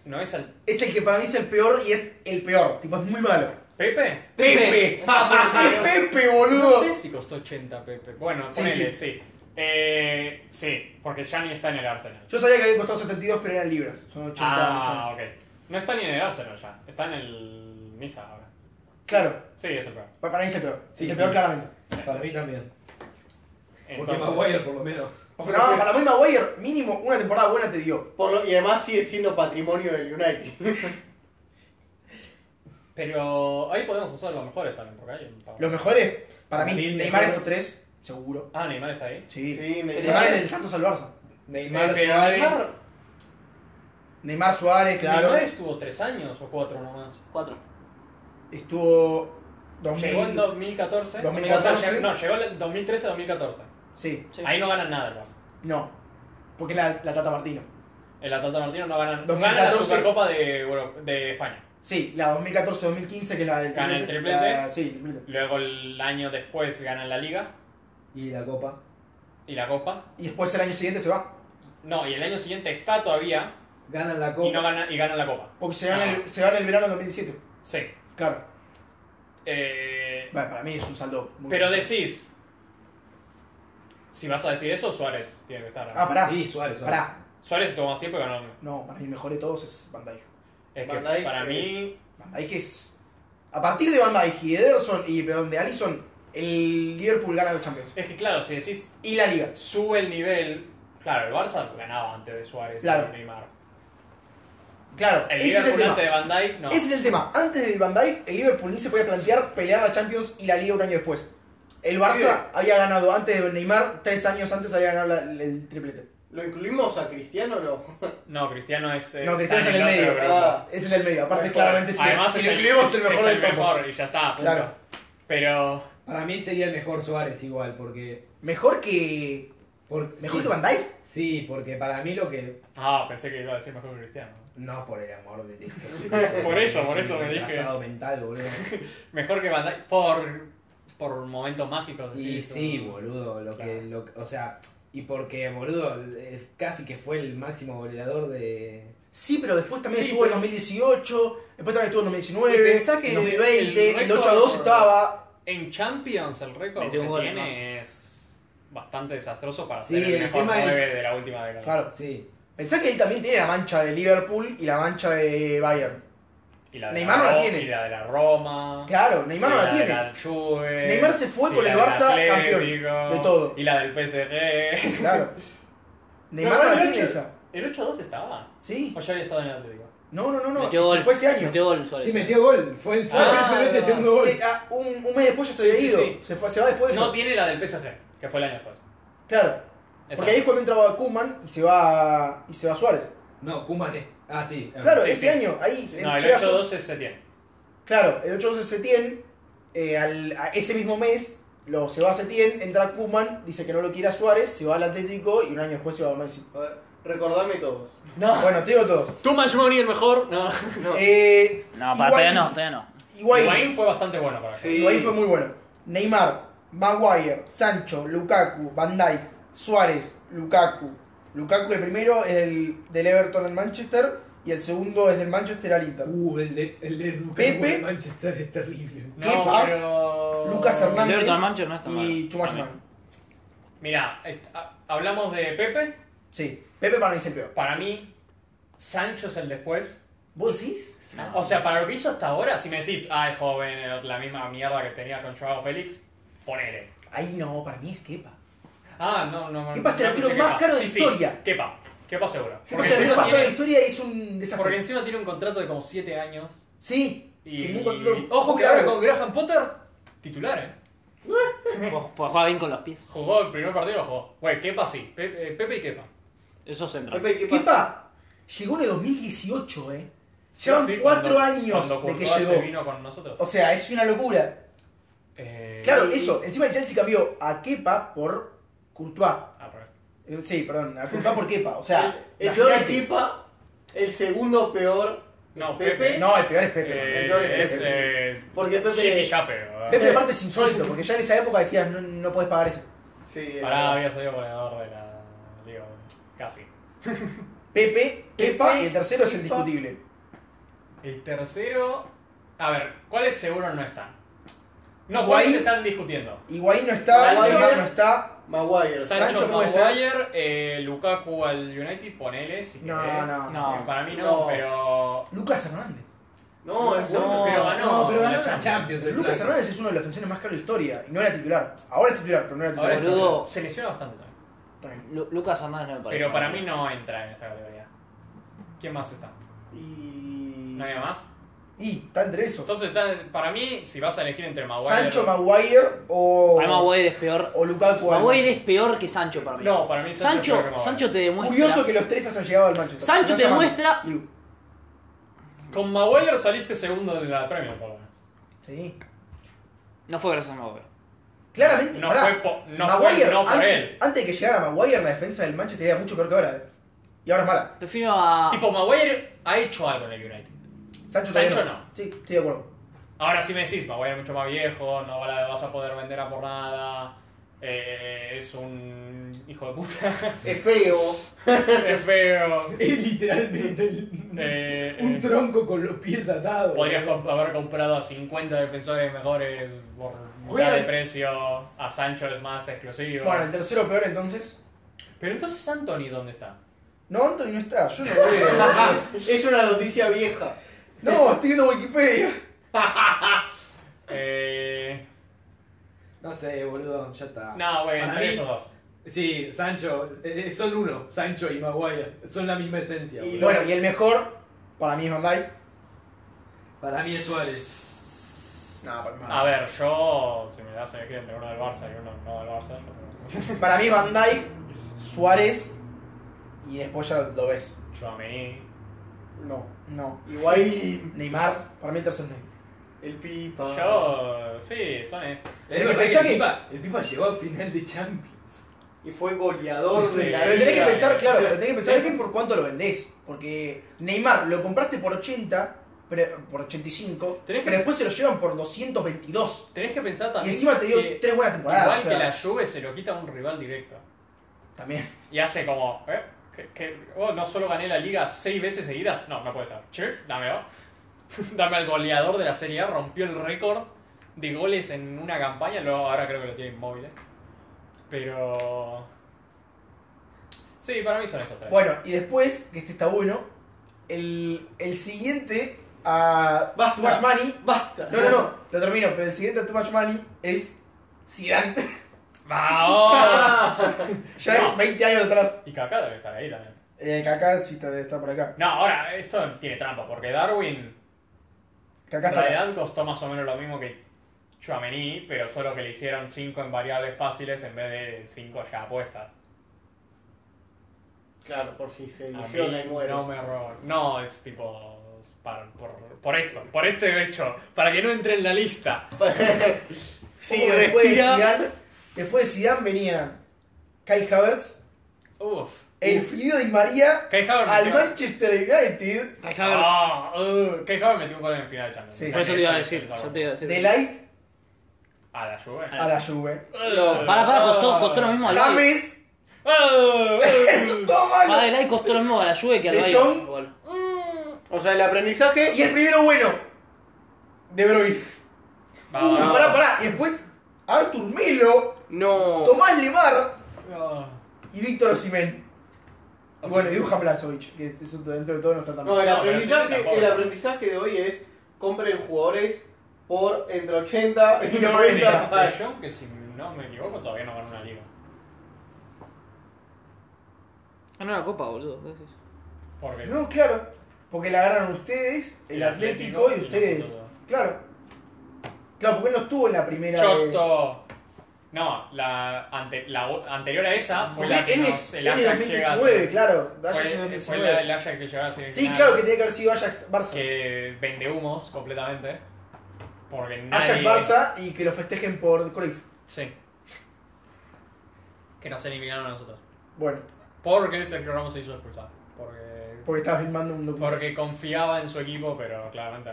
[SPEAKER 4] No es al.
[SPEAKER 3] Es el que para mí es el peor y es el peor. Tipo, es muy malo.
[SPEAKER 4] ¿Pepe?
[SPEAKER 3] Pepe.
[SPEAKER 2] Ah,
[SPEAKER 3] ah,
[SPEAKER 4] Pepe.
[SPEAKER 3] Pepe,
[SPEAKER 4] No
[SPEAKER 3] boludo.
[SPEAKER 4] sé si costó 80, Pepe. Bueno,
[SPEAKER 3] Sí,
[SPEAKER 4] ponele, sí. Eh, sí, porque ya ni está en el Arsenal.
[SPEAKER 3] Yo sabía que había costado 72, pero eran libras. Son 80
[SPEAKER 4] ah,
[SPEAKER 3] millones.
[SPEAKER 4] ok. No está ni en el Arsenal ya. Está en el Niza ahora.
[SPEAKER 3] Claro,
[SPEAKER 4] Sí, es el peor.
[SPEAKER 3] pa- para mí es el peor.
[SPEAKER 6] Sí,
[SPEAKER 3] es el
[SPEAKER 6] sí.
[SPEAKER 3] peor claramente.
[SPEAKER 6] Para mí también. Porque
[SPEAKER 4] Entonces- Eh,
[SPEAKER 6] Maguire, por lo menos.
[SPEAKER 3] No, para mí Maguire, mínimo una temporada buena te dio.
[SPEAKER 2] Por lo- y además sigue siendo patrimonio del United.
[SPEAKER 4] Pero ahí podemos usar los mejores también, porque hay un par.
[SPEAKER 3] Los mejores, para mí,
[SPEAKER 6] Para mí el
[SPEAKER 3] Neymar
[SPEAKER 6] mejor-
[SPEAKER 3] estos tres, seguro.
[SPEAKER 4] Ah, Neymar está ahí.
[SPEAKER 3] Sí. Neymar
[SPEAKER 2] Neymar.
[SPEAKER 3] es del Santos al Barça.
[SPEAKER 6] Neymar,
[SPEAKER 4] Eh, pero
[SPEAKER 6] Suárez.
[SPEAKER 4] Neymar-
[SPEAKER 3] Neymar Suárez, claro.
[SPEAKER 4] Neymar estuvo 3 años o 4 nomás.
[SPEAKER 5] Cuatro.
[SPEAKER 3] Estuvo 2000.
[SPEAKER 4] Llegó en 2014.
[SPEAKER 3] 2014.
[SPEAKER 4] No, llegó en 2013-2014.
[SPEAKER 3] Sí,
[SPEAKER 5] Sí.
[SPEAKER 4] Ahí no ganan nada el Barça.
[SPEAKER 3] no. Porque es la, la Tata Martino.
[SPEAKER 4] El Atlanta Martino no gana, gana la
[SPEAKER 3] 2014.
[SPEAKER 4] Supercopa de, Euro- de España.
[SPEAKER 3] Sí, la 2014-2015, que es la del
[SPEAKER 4] Gana el
[SPEAKER 3] la-
[SPEAKER 4] triplete.
[SPEAKER 3] sí, el triplete.
[SPEAKER 4] Luego el año después ganan la Liga
[SPEAKER 6] Y la copa.
[SPEAKER 4] y la Copa.
[SPEAKER 3] Y después el año siguiente se va.
[SPEAKER 4] No, y el año siguiente está todavía
[SPEAKER 6] Ganan la copa.
[SPEAKER 4] y, no gana, y ganan la Copa.
[SPEAKER 3] Porque se gana,
[SPEAKER 4] Ajá.
[SPEAKER 3] el, se gana el verano del 2017.
[SPEAKER 4] Sí.
[SPEAKER 3] Claro.
[SPEAKER 4] Eh,
[SPEAKER 3] Bueno, para mí es un saldo muy
[SPEAKER 4] pero decís, si vas a decir eso, Suárez tiene que estar.
[SPEAKER 3] Ah, pará.
[SPEAKER 6] Sí, Suárez. Suárez.
[SPEAKER 3] Pará.
[SPEAKER 4] Suárez tuvo más tiempo y ganó.
[SPEAKER 3] No, para mí el mejor de todos es Van Dijk.
[SPEAKER 4] Es que
[SPEAKER 2] Van Dijk
[SPEAKER 4] para
[SPEAKER 2] es-
[SPEAKER 4] mí,
[SPEAKER 3] Van Dijk es... A partir de Van Dijk y de Ederson, y perdón, de Alisson, el Liverpool gana los Champions.
[SPEAKER 4] es que claro, si decís
[SPEAKER 3] Y la Liga.
[SPEAKER 4] sube el nivel, claro, el Barça ganaba antes de Suárez
[SPEAKER 3] Claro.
[SPEAKER 4] y Neymar.
[SPEAKER 3] Claro,
[SPEAKER 4] El
[SPEAKER 3] ese es el tema.
[SPEAKER 4] Liverpool antes de Van Dijk, no.
[SPEAKER 3] Ese es el tema. Antes de Van Dijk, el Liverpool ni se podía plantear pelear la Champions y la Liga un año después. El Barça había ganado antes de Neymar, tres años antes había ganado la- el triplete.
[SPEAKER 2] ¿Lo incluimos a Cristiano o no?
[SPEAKER 4] No, Cristiano es. eh,
[SPEAKER 3] No, Cristiano
[SPEAKER 4] está
[SPEAKER 3] es en el
[SPEAKER 4] otro
[SPEAKER 3] medio.
[SPEAKER 4] grupo.
[SPEAKER 2] Ah,
[SPEAKER 3] Es el del medio. Aparte,
[SPEAKER 2] Mejor.
[SPEAKER 3] claramente, si,
[SPEAKER 4] Además,
[SPEAKER 3] si
[SPEAKER 4] es
[SPEAKER 3] lo incluimos es el mejor
[SPEAKER 4] es
[SPEAKER 3] de todos.
[SPEAKER 4] mejor y ya está, punto.
[SPEAKER 3] Claro.
[SPEAKER 4] Pero.
[SPEAKER 6] Para mí sería el mejor Suárez igual, porque.
[SPEAKER 3] Mejor que.
[SPEAKER 6] por-
[SPEAKER 3] Mejor
[SPEAKER 6] sí,
[SPEAKER 3] que Van Dijk.
[SPEAKER 6] sí, porque para mí lo que.
[SPEAKER 4] Ah, pensé que iba a decir mejor que Cristiano.
[SPEAKER 6] No, por el amor de
[SPEAKER 4] [LAUGHS]
[SPEAKER 6] Dios.
[SPEAKER 4] Por eso, por eso me
[SPEAKER 6] Es un
[SPEAKER 4] dije.
[SPEAKER 6] retrasado mental, boludo.
[SPEAKER 4] Mejor que Van Dijk por, por momentos mágicos.
[SPEAKER 6] Y
[SPEAKER 4] decís,
[SPEAKER 6] sí,
[SPEAKER 4] o-
[SPEAKER 6] boludo, lo que,
[SPEAKER 4] Claro.
[SPEAKER 6] lo, que- o sea, y porque, boludo, eh, casi que fue el máximo goleador de...
[SPEAKER 3] Sí, pero después también
[SPEAKER 4] Sí,
[SPEAKER 3] estuvo
[SPEAKER 4] pero-
[SPEAKER 3] en 2018, después también estuvo en 2019,
[SPEAKER 4] Y pensá que
[SPEAKER 3] en 2020,
[SPEAKER 4] el
[SPEAKER 3] el,
[SPEAKER 4] récord-
[SPEAKER 3] 8 a 2 estaba.
[SPEAKER 4] En Champions el récord que
[SPEAKER 5] Metió un gol,
[SPEAKER 4] tiene
[SPEAKER 5] además.
[SPEAKER 4] es bastante desastroso para
[SPEAKER 6] Sí,
[SPEAKER 4] ser el,
[SPEAKER 6] el
[SPEAKER 4] mejor
[SPEAKER 6] tema es-
[SPEAKER 4] 9 de la última década.
[SPEAKER 3] Claro.
[SPEAKER 6] Sí.
[SPEAKER 3] Pensá que él también tiene la mancha de Liverpool y la mancha de Bayern.
[SPEAKER 4] Y la de
[SPEAKER 3] Neymar no la
[SPEAKER 4] Ro-
[SPEAKER 3] tiene.
[SPEAKER 4] Y la de la Roma.
[SPEAKER 3] Claro, Neymar
[SPEAKER 4] y
[SPEAKER 3] no la
[SPEAKER 4] de
[SPEAKER 3] tiene.
[SPEAKER 4] la Juve,
[SPEAKER 3] Neymar se fue
[SPEAKER 4] y
[SPEAKER 3] con
[SPEAKER 4] la
[SPEAKER 3] el
[SPEAKER 4] del
[SPEAKER 3] Barça
[SPEAKER 4] Atlético, [LAUGHS]
[SPEAKER 3] campeón de todo.
[SPEAKER 4] Y la
[SPEAKER 3] [LAUGHS]
[SPEAKER 4] del PSG.
[SPEAKER 3] Claro. Neymar
[SPEAKER 4] Pero
[SPEAKER 3] no la
[SPEAKER 4] bueno,
[SPEAKER 3] tiene
[SPEAKER 4] yo-
[SPEAKER 3] esa.
[SPEAKER 4] ¿El 8-2 estaba?
[SPEAKER 3] Sí.
[SPEAKER 4] ¿O ya había estado en el Atlético?
[SPEAKER 3] No, no, no, no.
[SPEAKER 5] metió
[SPEAKER 3] se
[SPEAKER 5] gol.
[SPEAKER 3] fue ese año.
[SPEAKER 5] Metió gol Suárez. eh.
[SPEAKER 6] Sí, metió gol. Fue el Suárez
[SPEAKER 4] Ah,
[SPEAKER 6] precisamente el
[SPEAKER 4] no.
[SPEAKER 6] segundo gol.
[SPEAKER 3] Sí, ah, un, un mes después ya se
[SPEAKER 4] Sí,
[SPEAKER 3] había
[SPEAKER 4] sí,
[SPEAKER 3] ido.
[SPEAKER 4] sí.
[SPEAKER 3] Se, fue, se va después de
[SPEAKER 4] No
[SPEAKER 3] eso.
[SPEAKER 4] tiene la del PSG, que fue el año después.
[SPEAKER 3] Claro.
[SPEAKER 4] Exacto.
[SPEAKER 3] Porque ahí es cuando entraba Kuman y se va y se va Suárez.
[SPEAKER 6] No, Koeman es... Ah, sí.
[SPEAKER 3] Claro,
[SPEAKER 6] Sí,
[SPEAKER 3] ese
[SPEAKER 6] sí.
[SPEAKER 3] año, ahí se-
[SPEAKER 4] No, el
[SPEAKER 3] llega su-
[SPEAKER 4] 8-2 es Setién.
[SPEAKER 3] Claro, el 8 de Setién, eh, al- a ese mismo mes, lo, se va a Setién, entra Kuman, dice que no lo quiere a Suárez, se va al Atlético y un año después se va a Messi.
[SPEAKER 2] a ver, recordame todos.
[SPEAKER 3] No. Bueno, te digo todo.
[SPEAKER 4] Too much money el mejor. No.
[SPEAKER 3] Eh,
[SPEAKER 5] No, para, todavía
[SPEAKER 3] Higuaín-
[SPEAKER 5] no, todavía no.
[SPEAKER 3] Higuaín-
[SPEAKER 4] Higuaín fue bastante bueno para acá.
[SPEAKER 1] Sí.
[SPEAKER 3] Higuaín fue muy bueno. Neymar, Maguire, Sancho, Lukaku, Van Dijk, Suárez, Lukaku. Lukaku el primero es del, del Everton al Manchester y el segundo es del Manchester al Inter.
[SPEAKER 6] Uh, el de, el de Lucas
[SPEAKER 3] Pepe.
[SPEAKER 6] Moura de Manchester es terrible.
[SPEAKER 4] No,
[SPEAKER 3] ¿Qué, pa?
[SPEAKER 4] pero...
[SPEAKER 3] Lucas
[SPEAKER 5] El
[SPEAKER 3] Hernández
[SPEAKER 5] Everton Manchester no está
[SPEAKER 3] y
[SPEAKER 5] mal.
[SPEAKER 3] Chumashman.
[SPEAKER 4] Mira, est- ha- hablamos de Pepe.
[SPEAKER 3] Sí, Pepe para mí es el peor.
[SPEAKER 4] Para mí, Sancho es el después.
[SPEAKER 3] ¿Vos decís?
[SPEAKER 5] No.
[SPEAKER 4] O sea, para lo que hizo hasta ahora, si me decís, ah, es joven, eh, la misma mierda que tenía con Joao Félix, ponele.
[SPEAKER 3] Ahí no, para mí es Kepa.
[SPEAKER 4] Ah, no, no, no.
[SPEAKER 3] Kepa es el
[SPEAKER 4] no
[SPEAKER 3] arquero
[SPEAKER 4] escuché
[SPEAKER 3] más
[SPEAKER 4] Kepa.
[SPEAKER 3] caro de
[SPEAKER 4] Sí, sí,
[SPEAKER 3] historia.
[SPEAKER 4] Kepa. Kepa seguro.
[SPEAKER 3] Kepa
[SPEAKER 4] Porque
[SPEAKER 3] es el
[SPEAKER 4] encima
[SPEAKER 3] más caro de la
[SPEAKER 4] tiene-
[SPEAKER 3] historia y es un desastre.
[SPEAKER 4] Porque encima tiene un contrato de como 7 años.
[SPEAKER 3] Sí.
[SPEAKER 4] Y,
[SPEAKER 3] firmó un contrato-
[SPEAKER 4] ojo que
[SPEAKER 3] Claro.
[SPEAKER 4] ahora con Graham Potter, titular, ¿eh?
[SPEAKER 5] Pues juega bien con los pies.
[SPEAKER 4] Jugó el primer partido, lo jugó. Güey, Kepa sí. Pe- eh, Pepe y Kepa.
[SPEAKER 5] Eso es central.
[SPEAKER 2] Pepe, ¿qué pasa?
[SPEAKER 3] Kepa llegó en el 2018, eh.
[SPEAKER 4] Sí,
[SPEAKER 3] Llevan
[SPEAKER 4] sí,
[SPEAKER 3] cuatro
[SPEAKER 4] cuando-
[SPEAKER 3] años
[SPEAKER 4] cuando
[SPEAKER 3] de que
[SPEAKER 4] Courtois se
[SPEAKER 3] llegó.
[SPEAKER 4] vino con nosotros.
[SPEAKER 3] O sea, es una locura.
[SPEAKER 4] Eh,
[SPEAKER 3] Claro,
[SPEAKER 2] Y-
[SPEAKER 3] eso. Encima el Chelsea cambió a Kepa por Courtois.
[SPEAKER 4] ah, perdón.
[SPEAKER 3] Eh, Sí, perdón, a Courtois por Kepa. O sea,
[SPEAKER 2] el, el peor
[SPEAKER 3] imagínate.
[SPEAKER 2] es Kepa, el segundo peor
[SPEAKER 4] No,
[SPEAKER 2] Pepe.
[SPEAKER 4] Pepe.
[SPEAKER 3] No, el peor es Pepe.
[SPEAKER 4] Eh, ah.
[SPEAKER 3] man.
[SPEAKER 2] el peor es
[SPEAKER 4] es. eh,
[SPEAKER 2] Porque Pepe-
[SPEAKER 4] Chiqui Chape. ¿verdad? Eh,
[SPEAKER 3] Pepe aparte es insólito, porque ya en esa época decías, no, no podés pagar eso.
[SPEAKER 2] Sí,
[SPEAKER 4] Pará,
[SPEAKER 2] eh,
[SPEAKER 4] había salido goleador de la liga. güey. Casi.
[SPEAKER 3] Pepe, Kepa,
[SPEAKER 2] Pepe,
[SPEAKER 3] y el tercero es el
[SPEAKER 2] Kepa.
[SPEAKER 3] discutible.
[SPEAKER 4] El tercero. A ver, ¿cuáles seguro no están? No,
[SPEAKER 3] Guay.
[SPEAKER 4] ¿cuáles están discutiendo?
[SPEAKER 3] Higuaín no está,
[SPEAKER 4] Sancho.
[SPEAKER 3] Neymar no está.
[SPEAKER 2] Maguire.
[SPEAKER 4] Sancho,
[SPEAKER 3] Sancho puede
[SPEAKER 4] Maguire, eh, Lukaku al United, ponele si
[SPEAKER 3] No,
[SPEAKER 4] querés.
[SPEAKER 3] no.
[SPEAKER 5] No.
[SPEAKER 4] Para mí no,
[SPEAKER 2] No.
[SPEAKER 4] pero.
[SPEAKER 3] Lucas Hernández.
[SPEAKER 2] No, es bueno.
[SPEAKER 4] pero ganó
[SPEAKER 6] No, pero ganó
[SPEAKER 4] la
[SPEAKER 6] la Champions.
[SPEAKER 4] Champions,
[SPEAKER 6] el
[SPEAKER 3] Lucas
[SPEAKER 6] flaco.
[SPEAKER 3] Hernández es una de las funciones más caras de la historia. Y no era titular. Ahora es titular, pero no era titular.
[SPEAKER 4] Ahora
[SPEAKER 5] Boludo.
[SPEAKER 4] se lesiona bastante también.
[SPEAKER 3] También.
[SPEAKER 5] Lu- Lucas Hernández no me parece.
[SPEAKER 4] Pero para mí no entra en esa categoría. ¿Quién más está?
[SPEAKER 2] Y...
[SPEAKER 4] ¿No hay más?
[SPEAKER 3] Y está entre eso.
[SPEAKER 4] Entonces, está- para mí, si vas a elegir entre Maguire.
[SPEAKER 3] Sancho, Maguire o,
[SPEAKER 5] Para mí Maguire es peor.
[SPEAKER 3] o Lukaku. al
[SPEAKER 5] Maguire
[SPEAKER 3] Manchester.
[SPEAKER 5] es peor que Sancho para mí.
[SPEAKER 4] No, para mí Sancho es peor que
[SPEAKER 5] Sancho,
[SPEAKER 4] Maguire.
[SPEAKER 5] Sancho te demuestra.
[SPEAKER 3] Curioso que los tres hayan llegado al Manchester.
[SPEAKER 5] Sancho
[SPEAKER 3] No
[SPEAKER 5] te
[SPEAKER 3] llaman-
[SPEAKER 5] muestra-
[SPEAKER 3] Liu.
[SPEAKER 4] Con Maguire saliste segundo de la Premier, por lo menos.
[SPEAKER 3] Sí.
[SPEAKER 5] No fue gracias a Maguire.
[SPEAKER 3] Claramente,
[SPEAKER 4] No
[SPEAKER 3] pará.
[SPEAKER 4] fue po- no fue
[SPEAKER 3] Maguire,
[SPEAKER 4] no por
[SPEAKER 3] antes,
[SPEAKER 4] él.
[SPEAKER 3] antes de que llegara Maguire, la defensa del Manchester era mucho peor que ahora. eh. Y ahora es mala.
[SPEAKER 5] Prefiero a.
[SPEAKER 4] Tipo, Maguire ha hecho algo en el United.
[SPEAKER 3] Sancho, todavía
[SPEAKER 4] Sancho no.
[SPEAKER 3] Sí, estoy de acuerdo.
[SPEAKER 4] Ahora sí me decís, Maguire es mucho más viejo, no la vas a poder vender a por nada, eh, es un hijo de puta, [LAUGHS]
[SPEAKER 2] Es feo.
[SPEAKER 4] es feo.
[SPEAKER 6] [LAUGHS] Es literalmente el-
[SPEAKER 4] eh,
[SPEAKER 6] [LAUGHS] un
[SPEAKER 4] eh,
[SPEAKER 6] tronco con los pies atados.
[SPEAKER 4] podrías comp- haber comprado a 50 defensores mejores por mitad
[SPEAKER 1] Juegan-
[SPEAKER 4] de precio, a Sancho es más exclusivo.
[SPEAKER 3] Bueno, el tercero peor entonces.
[SPEAKER 4] Pero entonces Anthony, ¿dónde está?
[SPEAKER 3] Ah. No, Anthony no está. Yo
[SPEAKER 4] [LAUGHS]
[SPEAKER 3] no lo veo.
[SPEAKER 2] es una noticia vieja.
[SPEAKER 3] no, estoy viendo Wikipedia.
[SPEAKER 4] Eh,
[SPEAKER 1] No sé, boludo, ya
[SPEAKER 3] Ah,
[SPEAKER 1] está.
[SPEAKER 4] no, güey,
[SPEAKER 6] Para
[SPEAKER 4] entre
[SPEAKER 6] mí-
[SPEAKER 4] esos dos.
[SPEAKER 6] Sí, Sancho, eh, son uno, Sancho y Maguire, son la misma esencia.
[SPEAKER 2] Y-
[SPEAKER 6] boludo.
[SPEAKER 3] Bueno, y el mejor, para mí es Van Dijk.
[SPEAKER 6] Para mí es Suárez.
[SPEAKER 3] No, para mí es Van
[SPEAKER 4] A ver, yo, si me das a elegir entre uno del Barça y uno no del Barça, yo tengo...
[SPEAKER 3] Dijk. Para mí es Van Dijk, Suárez y después ya lo ves.
[SPEAKER 4] Chouameni.
[SPEAKER 2] No.
[SPEAKER 3] No.
[SPEAKER 2] Igual
[SPEAKER 3] Neymar, para mí el tercer Neymar.
[SPEAKER 2] el
[SPEAKER 3] Ah.
[SPEAKER 2] pipa.
[SPEAKER 4] Yo, sí, son esos.
[SPEAKER 3] Pero
[SPEAKER 6] verdad
[SPEAKER 3] pensá
[SPEAKER 6] el,
[SPEAKER 3] que-
[SPEAKER 6] Pipa, el Pipa llegó a final de Champions.
[SPEAKER 2] Y fue goleador de la
[SPEAKER 3] Pero tenés que
[SPEAKER 2] liga.
[SPEAKER 3] pensar, claro, pero tenés que pensar también por cuánto lo vendés. Porque Neymar lo compraste por 80, pero- por 85,
[SPEAKER 4] Tenés que-
[SPEAKER 3] pero después se lo llevan por 222.
[SPEAKER 4] Tenés que pensar
[SPEAKER 3] Y
[SPEAKER 4] también.
[SPEAKER 3] encima te dio
[SPEAKER 4] que-
[SPEAKER 3] tres buenas temporadas.
[SPEAKER 4] eh, Igual
[SPEAKER 3] o
[SPEAKER 4] que
[SPEAKER 3] sea,
[SPEAKER 4] la Juve se lo quita a un rival directo.
[SPEAKER 3] También.
[SPEAKER 4] Y hace como, ¿eh? ¿Qué, qué? Oh, no solo gané la liga seis veces seguidas. No, no puede ser. Che, dámelo. [LAUGHS] Dame al goleador de la Serie A. Rompió el récord de goles en una campaña. Luego ahora creo que lo tiene inmóvil. ¿eh? Pero. Sí, para mí son esos tres.
[SPEAKER 3] Bueno, y después, que este está bueno, el, el siguiente a
[SPEAKER 2] Basta.
[SPEAKER 3] Too Much Money.
[SPEAKER 2] Basta.
[SPEAKER 3] No, no, no, lo termino, pero el siguiente a Too Much Money es Zidane. [LAUGHS]
[SPEAKER 4] ¡Vamos! [LAUGHS]
[SPEAKER 3] ya
[SPEAKER 4] No.
[SPEAKER 3] es 20 años atrás.
[SPEAKER 4] y Kaká debe estar ahí también.
[SPEAKER 3] Eh, Kaká sí está, está por acá.
[SPEAKER 4] No, ahora, esto tiene trampa porque Darwin.
[SPEAKER 3] Kaká
[SPEAKER 4] En
[SPEAKER 3] está acá.
[SPEAKER 4] realidad costó más o menos lo mismo que Chuamení, pero solo que le hicieron 5 en variables fáciles en vez de 5 ya apuestas.
[SPEAKER 2] Claro, por si se
[SPEAKER 4] A mí
[SPEAKER 2] lesiona y muere.
[SPEAKER 4] no me error. No, es tipo. para- por, por esto, por este hecho, para que no entre en la lista.
[SPEAKER 3] Poco
[SPEAKER 2] sí,
[SPEAKER 3] después, de
[SPEAKER 2] respira.
[SPEAKER 3] Zidane, después de Zidane venían Kai Havertz,
[SPEAKER 4] Uf.
[SPEAKER 3] el
[SPEAKER 4] Uf.
[SPEAKER 3] Frido Di María
[SPEAKER 4] Kai Havertz
[SPEAKER 3] al
[SPEAKER 4] metió-
[SPEAKER 3] Manchester United,
[SPEAKER 5] Kai Havertz.
[SPEAKER 4] Ah, uh, Kai Havertz metió un gol en el final de Champions.
[SPEAKER 3] Sí,
[SPEAKER 5] Por eso te iba a decir.
[SPEAKER 4] Eso es
[SPEAKER 5] Yo
[SPEAKER 4] algo.
[SPEAKER 5] te iba a decir.
[SPEAKER 3] de Light
[SPEAKER 4] A la Juve. Uh.
[SPEAKER 3] a la Juve,
[SPEAKER 5] No, Para, para, costó, costó lo mismo a la Juve.
[SPEAKER 3] James,
[SPEAKER 4] Ah,
[SPEAKER 3] eso todo malo.
[SPEAKER 5] Para el Lai costó lo mismo a la Juve que al
[SPEAKER 3] De
[SPEAKER 5] Bayern.
[SPEAKER 3] Jong.
[SPEAKER 5] igual.
[SPEAKER 2] O sea, el aprendizaje.
[SPEAKER 3] Y el primero bueno, De Bruyne.
[SPEAKER 4] ah,
[SPEAKER 3] Y pará, pará, y después Artur Melo,
[SPEAKER 2] No.
[SPEAKER 3] Tomás Lemar
[SPEAKER 4] ah.
[SPEAKER 3] y Víctor Osimén. Y bueno, y Dujan Blazovic, que eso dentro de todo no está tan
[SPEAKER 2] No,
[SPEAKER 3] mal.
[SPEAKER 2] el
[SPEAKER 4] No, pero sí,
[SPEAKER 2] aprendizaje, el
[SPEAKER 4] tampoco.
[SPEAKER 2] aprendizaje de hoy es compren jugadores por entre 80 [LAUGHS] y
[SPEAKER 3] Y
[SPEAKER 4] De-
[SPEAKER 2] 90.
[SPEAKER 4] de Jong, que si no me equivoco, todavía no ganó una liga.
[SPEAKER 5] Ganó Ah, la copa, boludo. ¿qué decís?
[SPEAKER 4] Porque
[SPEAKER 3] eh, No, claro, porque la agarraron ustedes, el,
[SPEAKER 4] El
[SPEAKER 3] Atlético,
[SPEAKER 4] Atlético
[SPEAKER 3] y
[SPEAKER 4] y
[SPEAKER 3] ustedes.
[SPEAKER 4] nosotros.
[SPEAKER 3] Claro. Claro, porque él no estuvo en la primera. de-
[SPEAKER 4] Choto. No, la, ante- la o- anterior a esa fue
[SPEAKER 3] Porque
[SPEAKER 4] la que
[SPEAKER 3] él
[SPEAKER 4] nos-
[SPEAKER 3] es
[SPEAKER 4] el
[SPEAKER 3] él es de
[SPEAKER 4] Ajax llega a
[SPEAKER 3] 2019, claro. Ajax
[SPEAKER 4] ser-
[SPEAKER 3] es
[SPEAKER 4] fue- Fue
[SPEAKER 3] 2019.
[SPEAKER 4] la- el Ajax que llegó a ser
[SPEAKER 3] Sí, claro que tenía que haber sido Ajax Barça.
[SPEAKER 4] que vende humos completamente. Porque nadie.
[SPEAKER 3] Ajax Barça y que lo festejen por Cruyff.
[SPEAKER 4] Sí. Que nos eliminaron a nosotros.
[SPEAKER 3] Bueno,
[SPEAKER 4] Porque Sergio Ramos se hizo expulsar. Porque,
[SPEAKER 3] porque estaba filmando un documental.
[SPEAKER 4] porque confiaba en su equipo, pero claramente.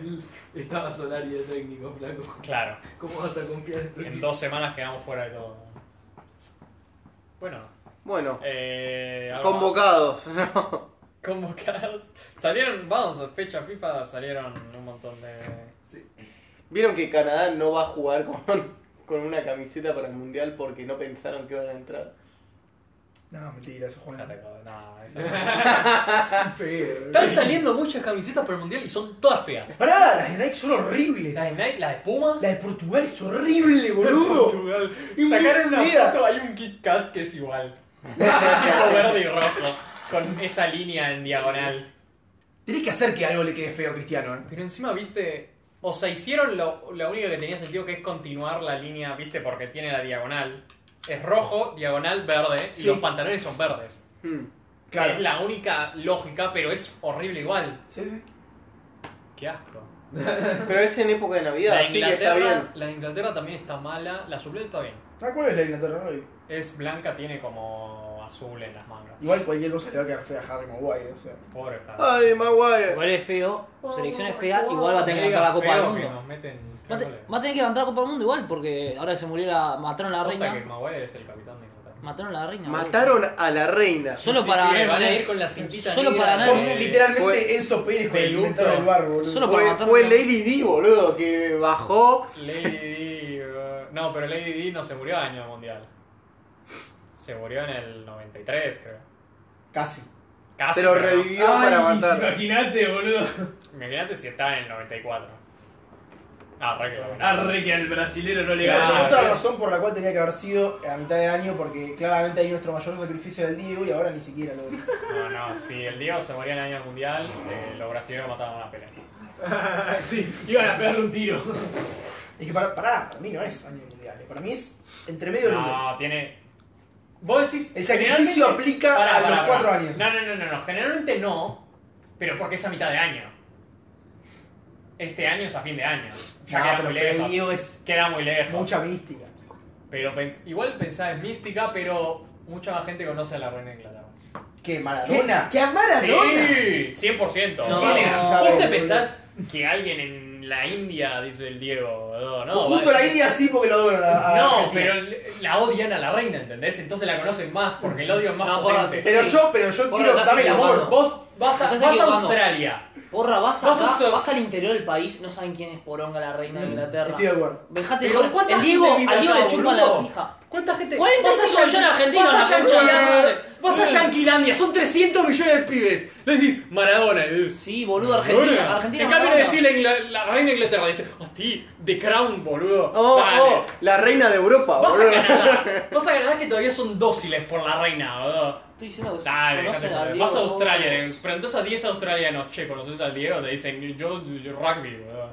[SPEAKER 4] mm,
[SPEAKER 6] [LAUGHS] Estaba Solari de técnico, flaco.
[SPEAKER 4] Claro.
[SPEAKER 6] ¿Cómo vas a confiar en tu
[SPEAKER 4] En
[SPEAKER 6] equipo?
[SPEAKER 4] dos semanas quedamos fuera de todo. Bueno,
[SPEAKER 2] Bueno,
[SPEAKER 4] eh. algo más.
[SPEAKER 2] convocados, ¿no?
[SPEAKER 4] [LAUGHS] convocados. Salieron, vamos, a fecha FIFA salieron un montón de.
[SPEAKER 2] Vieron que Canadá no va a jugar con, [LAUGHS] con una camiseta para el mundial porque no pensaron que iban a entrar.
[SPEAKER 3] No, mentira, eso
[SPEAKER 4] Ya
[SPEAKER 3] juega.
[SPEAKER 4] te acabo de- no, eso-
[SPEAKER 3] Están
[SPEAKER 4] Están saliendo muchas camisetas para el mundial y son todas feas.
[SPEAKER 3] Pará, las de Nike son horribles.
[SPEAKER 4] La
[SPEAKER 3] La
[SPEAKER 4] de Nike, la de Puma.
[SPEAKER 3] de Portugal es horrible, boludo.
[SPEAKER 4] Portugal.
[SPEAKER 3] Y muy
[SPEAKER 4] Sacaron una
[SPEAKER 3] fea.
[SPEAKER 4] foto, hay un Kit Kat que es igual.
[SPEAKER 3] [LAUGHS]
[SPEAKER 4] tipo verde y rojo. Con esa línea en diagonal.
[SPEAKER 3] Tenés que hacer que algo le quede feo a Cristiano, eh.
[SPEAKER 4] Pero encima, viste. O sea, hicieron lo, la única que tenía sentido que es continuar la línea, viste, porque tiene la diagonal. Es rojo, diagonal, verde.
[SPEAKER 3] Sí.
[SPEAKER 4] Y los pantalones son verdes.
[SPEAKER 2] Hmm.
[SPEAKER 3] Claro.
[SPEAKER 4] Es la única lógica, pero es horrible igual.
[SPEAKER 3] Sí, sí.
[SPEAKER 4] Qué asco.
[SPEAKER 2] Pero es en época de Navidad,
[SPEAKER 4] La de,
[SPEAKER 2] así que está bien.
[SPEAKER 4] Inglaterra, la de Inglaterra también está mala. La suplente está bien.
[SPEAKER 3] Ah, ¿cuál es la Inglaterra? No?
[SPEAKER 4] Es blanca, tiene como azul en las mangas.
[SPEAKER 3] Igual cualquier cosa le va a quedar fea a Harry Maguire, o sea.
[SPEAKER 4] Pobre Harry.
[SPEAKER 2] Ay, Maguire.
[SPEAKER 5] Igual es feo, selección es fea,
[SPEAKER 2] Oh,
[SPEAKER 5] igual va a tener que
[SPEAKER 4] Diga
[SPEAKER 5] levantar la Copa del
[SPEAKER 4] feo que
[SPEAKER 5] Mundo.
[SPEAKER 4] nos meten
[SPEAKER 5] Va a,
[SPEAKER 4] tres
[SPEAKER 5] te-
[SPEAKER 4] goles.
[SPEAKER 5] va a tener que levantar la Copa del Mundo igual, porque ahora se murió la. Mataron a la
[SPEAKER 4] Posta que
[SPEAKER 5] reina.
[SPEAKER 4] Maguire es el capitán de Inglaterra.
[SPEAKER 5] Mataron a la reina. boludo.
[SPEAKER 2] Mataron a la reina.
[SPEAKER 5] Solo
[SPEAKER 4] Sí,
[SPEAKER 5] para
[SPEAKER 4] que
[SPEAKER 5] ganar el
[SPEAKER 4] Van a
[SPEAKER 5] mundial.
[SPEAKER 4] ir con la cintita
[SPEAKER 5] Solo
[SPEAKER 4] negra.
[SPEAKER 5] para ganar
[SPEAKER 3] Son
[SPEAKER 5] el-
[SPEAKER 4] Eh,
[SPEAKER 3] literalmente
[SPEAKER 2] fue-
[SPEAKER 3] esos peines con
[SPEAKER 4] de
[SPEAKER 3] el que inventaron
[SPEAKER 4] luto.
[SPEAKER 3] el bar, boludo.
[SPEAKER 5] Solo-
[SPEAKER 2] Fue,
[SPEAKER 5] mataron
[SPEAKER 2] fue
[SPEAKER 5] a-
[SPEAKER 2] Lady Di, boludo, que bajó.
[SPEAKER 4] Lady Di. eh, No, pero Lady Di no se murió año mundial. Se murió en el 93, creo.
[SPEAKER 3] Casi.
[SPEAKER 4] Casi.
[SPEAKER 2] Pero
[SPEAKER 4] pero no.
[SPEAKER 2] revivió para matar.
[SPEAKER 6] Imagínate, boludo.
[SPEAKER 4] Imagínate si estaba en el 94. Ah, re que lo ganaron.
[SPEAKER 6] Arre que al brasilero no le
[SPEAKER 3] Esa es
[SPEAKER 4] Ah,
[SPEAKER 3] otra
[SPEAKER 4] claro.
[SPEAKER 3] razón por la cual tenía que haber sido a mitad de año, porque claramente ahí nuestro mayor sacrificio era el Diego y ahora ni siquiera lo es.
[SPEAKER 4] No, no, si el Diego se moría en el año mundial, eh, los brasileños mataban a Pelé.
[SPEAKER 6] gana. [LAUGHS] sí, iban a pegarle un tiro.
[SPEAKER 3] Es que para, pará, para mí no es año mundial, eh. para mí es entre medio del mundial.
[SPEAKER 4] No, tiene. Vos decís.
[SPEAKER 3] El sacrificio
[SPEAKER 4] generalmente-
[SPEAKER 3] aplica
[SPEAKER 4] Pará,
[SPEAKER 3] Ah, a
[SPEAKER 4] pará,
[SPEAKER 3] los
[SPEAKER 4] pará.
[SPEAKER 3] cuatro años.
[SPEAKER 4] No, no, no, no, no, generalmente no, pero porque es a mitad de año. Este año es a fin de año. Ya
[SPEAKER 3] No,
[SPEAKER 4] queda
[SPEAKER 3] pero,
[SPEAKER 4] muy
[SPEAKER 3] pero el
[SPEAKER 4] lejos.
[SPEAKER 3] Diego es
[SPEAKER 4] Queda muy lejos.
[SPEAKER 3] mucha mística.
[SPEAKER 4] Pero pens- igual pensaba en mística, pero mucha más gente conoce a la reina de Inglaterra.
[SPEAKER 3] ¿Qué? ¿Maradona?
[SPEAKER 6] ¿Qué a Maradona?
[SPEAKER 4] Sí, 100%.
[SPEAKER 5] No.
[SPEAKER 3] ¿Quién es esa
[SPEAKER 4] Vos te
[SPEAKER 3] boluda?
[SPEAKER 4] pensás que alguien en la India, dice el Diego, no, no.
[SPEAKER 3] O justo
[SPEAKER 4] vale.
[SPEAKER 3] la India sí porque lo adoran a, a
[SPEAKER 4] No,
[SPEAKER 3] Argentina.
[SPEAKER 4] pero la odian a la reina, ¿entendés? Entonces la conocen más porque el odio es más
[SPEAKER 5] No, porra,
[SPEAKER 4] potente.
[SPEAKER 3] Pero yo, pero yo
[SPEAKER 5] Bueno,
[SPEAKER 3] quiero
[SPEAKER 5] estás
[SPEAKER 3] dame el amor.
[SPEAKER 5] equivocando.
[SPEAKER 4] Vos vas a,
[SPEAKER 5] Estás
[SPEAKER 4] vas a
[SPEAKER 5] equivocando.
[SPEAKER 4] Australia.
[SPEAKER 5] Porra, vas,
[SPEAKER 4] Vas
[SPEAKER 5] acá,
[SPEAKER 4] a-
[SPEAKER 5] vas al interior del país, no saben quién es Poronga, la reina de Inglaterra.
[SPEAKER 3] Estoy de acuerdo.
[SPEAKER 5] Dejate de
[SPEAKER 4] Pero
[SPEAKER 5] joder.
[SPEAKER 4] ¿cuánta
[SPEAKER 5] El
[SPEAKER 4] gente
[SPEAKER 5] Diego,
[SPEAKER 4] vive
[SPEAKER 5] al Diego
[SPEAKER 4] acá,
[SPEAKER 5] le chupa la
[SPEAKER 4] boludo?
[SPEAKER 5] pija.
[SPEAKER 4] ¿Cuánta gente?
[SPEAKER 5] 45
[SPEAKER 4] vas a
[SPEAKER 5] millones de argentinos,
[SPEAKER 4] Vas a
[SPEAKER 5] la concha de la
[SPEAKER 4] Yanquilandia.
[SPEAKER 5] madre.
[SPEAKER 4] Vas a Yanquilandia. Son 300 millones de pibes. Le decís Maradona. eh,
[SPEAKER 5] Sí, boludo, Argentina.
[SPEAKER 4] Maradona.
[SPEAKER 5] Argentina
[SPEAKER 4] en cambio, le
[SPEAKER 5] Maradona.
[SPEAKER 4] decís la, Ingla- la reina de Inglaterra. Dice, hostia, The Crown, boludo.
[SPEAKER 2] Oh,
[SPEAKER 4] Dale.
[SPEAKER 2] oh, la reina de Europa,
[SPEAKER 4] Vas a
[SPEAKER 2] boludo.
[SPEAKER 4] Canadá. Vas a Canadá que todavía son dóciles por la reina, boludo.
[SPEAKER 5] Estoy diciendo que
[SPEAKER 4] Dale,
[SPEAKER 5] conocen
[SPEAKER 4] dejate
[SPEAKER 5] al
[SPEAKER 4] joder.
[SPEAKER 5] Diego,
[SPEAKER 4] vas a
[SPEAKER 5] boludo.
[SPEAKER 4] Australia, eh. le preguntás a 10 australianos, che, ¿conoces al Diego? Te dicen, yo, yo rugby, boludo.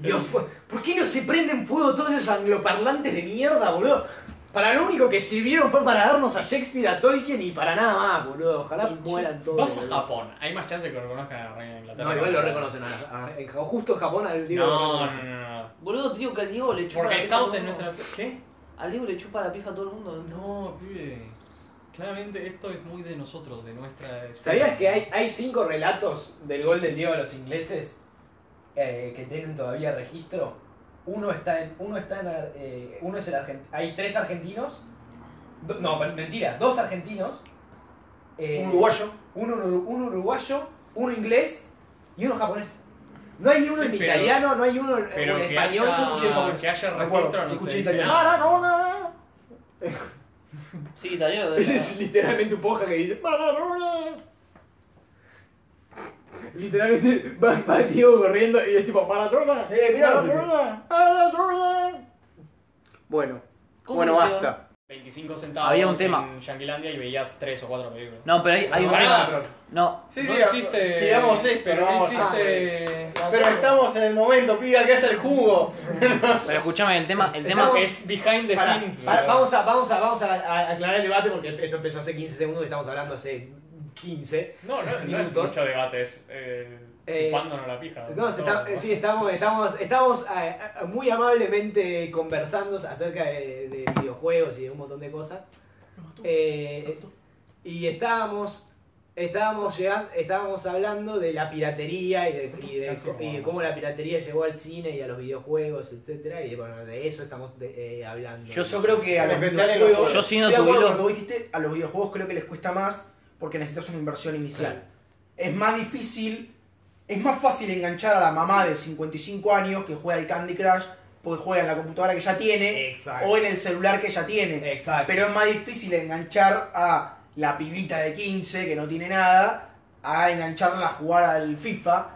[SPEAKER 6] Dios, ¿por- ¿por qué no se prenden fuego todos esos angloparlantes de mierda, boludo? Para lo único que sirvieron fue para darnos a Shakespeare, a Tolkien y para nada más, boludo. Ojalá mueran todos.
[SPEAKER 4] Vas a
[SPEAKER 6] boludo.
[SPEAKER 4] Japón, hay más chance que lo reconozcan a la reina de Inglaterra.
[SPEAKER 6] No, igual lo reconocen. a- a- en Ja- justo en Japón al Diego. lo
[SPEAKER 4] No, no,
[SPEAKER 6] reconocen.
[SPEAKER 4] no, no.
[SPEAKER 5] Boludo, te digo que al Diego le chupa la
[SPEAKER 4] Porque
[SPEAKER 5] pija
[SPEAKER 4] estamos
[SPEAKER 5] todo el
[SPEAKER 4] en
[SPEAKER 5] mundo.
[SPEAKER 4] nuestra. ¿Qué?
[SPEAKER 5] Al Diego le chupa la pija a todo el mundo. ¿no?
[SPEAKER 4] No, pibe. Claramente esto es muy de nosotros, de nuestra. esfera.
[SPEAKER 6] ¿Sabías que hay, hay cinco relatos del gol del Diego a los ingleses eh, que tienen todavía registro? Uno está en. Uno está en. Ar- eh, uno es el argentino. Hay tres argentinos. do- no, men- mentira, dos argentinos. eh,
[SPEAKER 3] Un uruguayo.
[SPEAKER 6] un, uru- un uruguayo, uno inglés y uno japonés. No hay uno
[SPEAKER 4] Sí,
[SPEAKER 6] en
[SPEAKER 4] pero-
[SPEAKER 6] italiano, no hay uno en,
[SPEAKER 4] Pero
[SPEAKER 6] en
[SPEAKER 4] que
[SPEAKER 6] eh, español.
[SPEAKER 4] haya,
[SPEAKER 6] yo escuché japonés.
[SPEAKER 4] que haya
[SPEAKER 3] Me acuerdo,
[SPEAKER 4] registro no
[SPEAKER 3] escuché
[SPEAKER 4] te dice
[SPEAKER 3] italiano.
[SPEAKER 4] nada.
[SPEAKER 6] Maradona.
[SPEAKER 5] Sí, italiano.
[SPEAKER 6] [LAUGHS] Ese es literalmente un poja que dice Maradona. Literalmente va, va Diego corriendo y es tipo Maradona.
[SPEAKER 3] Eh, mirá,
[SPEAKER 6] Maradona. Maradona.
[SPEAKER 2] [LAUGHS] Bueno,
[SPEAKER 5] ¿Cómo
[SPEAKER 2] bueno,
[SPEAKER 5] hicieron?
[SPEAKER 2] basta.
[SPEAKER 4] 25 centavos
[SPEAKER 5] Había un tema.
[SPEAKER 4] en Yanquilandia y veías 3 o 4 películas.
[SPEAKER 5] No, pero hay, hay un
[SPEAKER 4] Pará,
[SPEAKER 5] tema.
[SPEAKER 4] pero-
[SPEAKER 5] No,
[SPEAKER 2] Sí,
[SPEAKER 4] no
[SPEAKER 2] sí, ah,
[SPEAKER 4] existe.
[SPEAKER 2] sigamos esto, no
[SPEAKER 4] pero no
[SPEAKER 2] vamos Ah,
[SPEAKER 5] a-
[SPEAKER 6] Ah,
[SPEAKER 4] existe.
[SPEAKER 2] Pero estamos en el momento, pibe, acá está el jugo.
[SPEAKER 5] pero escúchame, el tema, el tema
[SPEAKER 6] Estamos-
[SPEAKER 4] Es behind the
[SPEAKER 6] Pará,
[SPEAKER 4] scenes.
[SPEAKER 6] pará,
[SPEAKER 4] boludo.
[SPEAKER 6] vamos a, vamos a, vamos a, a aclarar el debate porque esto empezó hace 15 segundos y estamos hablando hace 15.
[SPEAKER 4] No, no, no es
[SPEAKER 6] Minutos.
[SPEAKER 4] mucho debate, es eh,
[SPEAKER 6] Eh,
[SPEAKER 4] chupándonos la pija.
[SPEAKER 6] No, se está-
[SPEAKER 4] Todo.
[SPEAKER 6] sí, estamos, estamos, estamos eh, muy amablemente conversando acerca de, de videojuegos y de un montón de cosas. Eh, y estábamos, estábamos, llegando, estábamos hablando de la piratería y de, y de-
[SPEAKER 4] Casi
[SPEAKER 6] y de cómo la piratería llegó al cine y a los videojuegos, etcétera Y bueno, de eso estamos de- eh, hablando.
[SPEAKER 5] Yo
[SPEAKER 3] Yo creo que a
[SPEAKER 2] En
[SPEAKER 3] los
[SPEAKER 2] especial en los
[SPEAKER 3] videojuegos.
[SPEAKER 2] juegos.
[SPEAKER 5] Yo siendo
[SPEAKER 3] estoy de acuerdo
[SPEAKER 5] tu
[SPEAKER 3] con lo
[SPEAKER 5] hilo.
[SPEAKER 3] que vos dijiste, a los videojuegos creo que les cuesta más porque necesitas una inversión inicial. Es más difícil, es más fácil enganchar a la mamá de 55 años que juega el Candy Crush porque juega en la computadora que ya tiene
[SPEAKER 6] Exacto.
[SPEAKER 3] o en el celular que ya tiene.
[SPEAKER 6] Exacto.
[SPEAKER 3] Pero es más difícil enganchar a la pibita de 15 que no tiene nada a engancharla a jugar al FIFA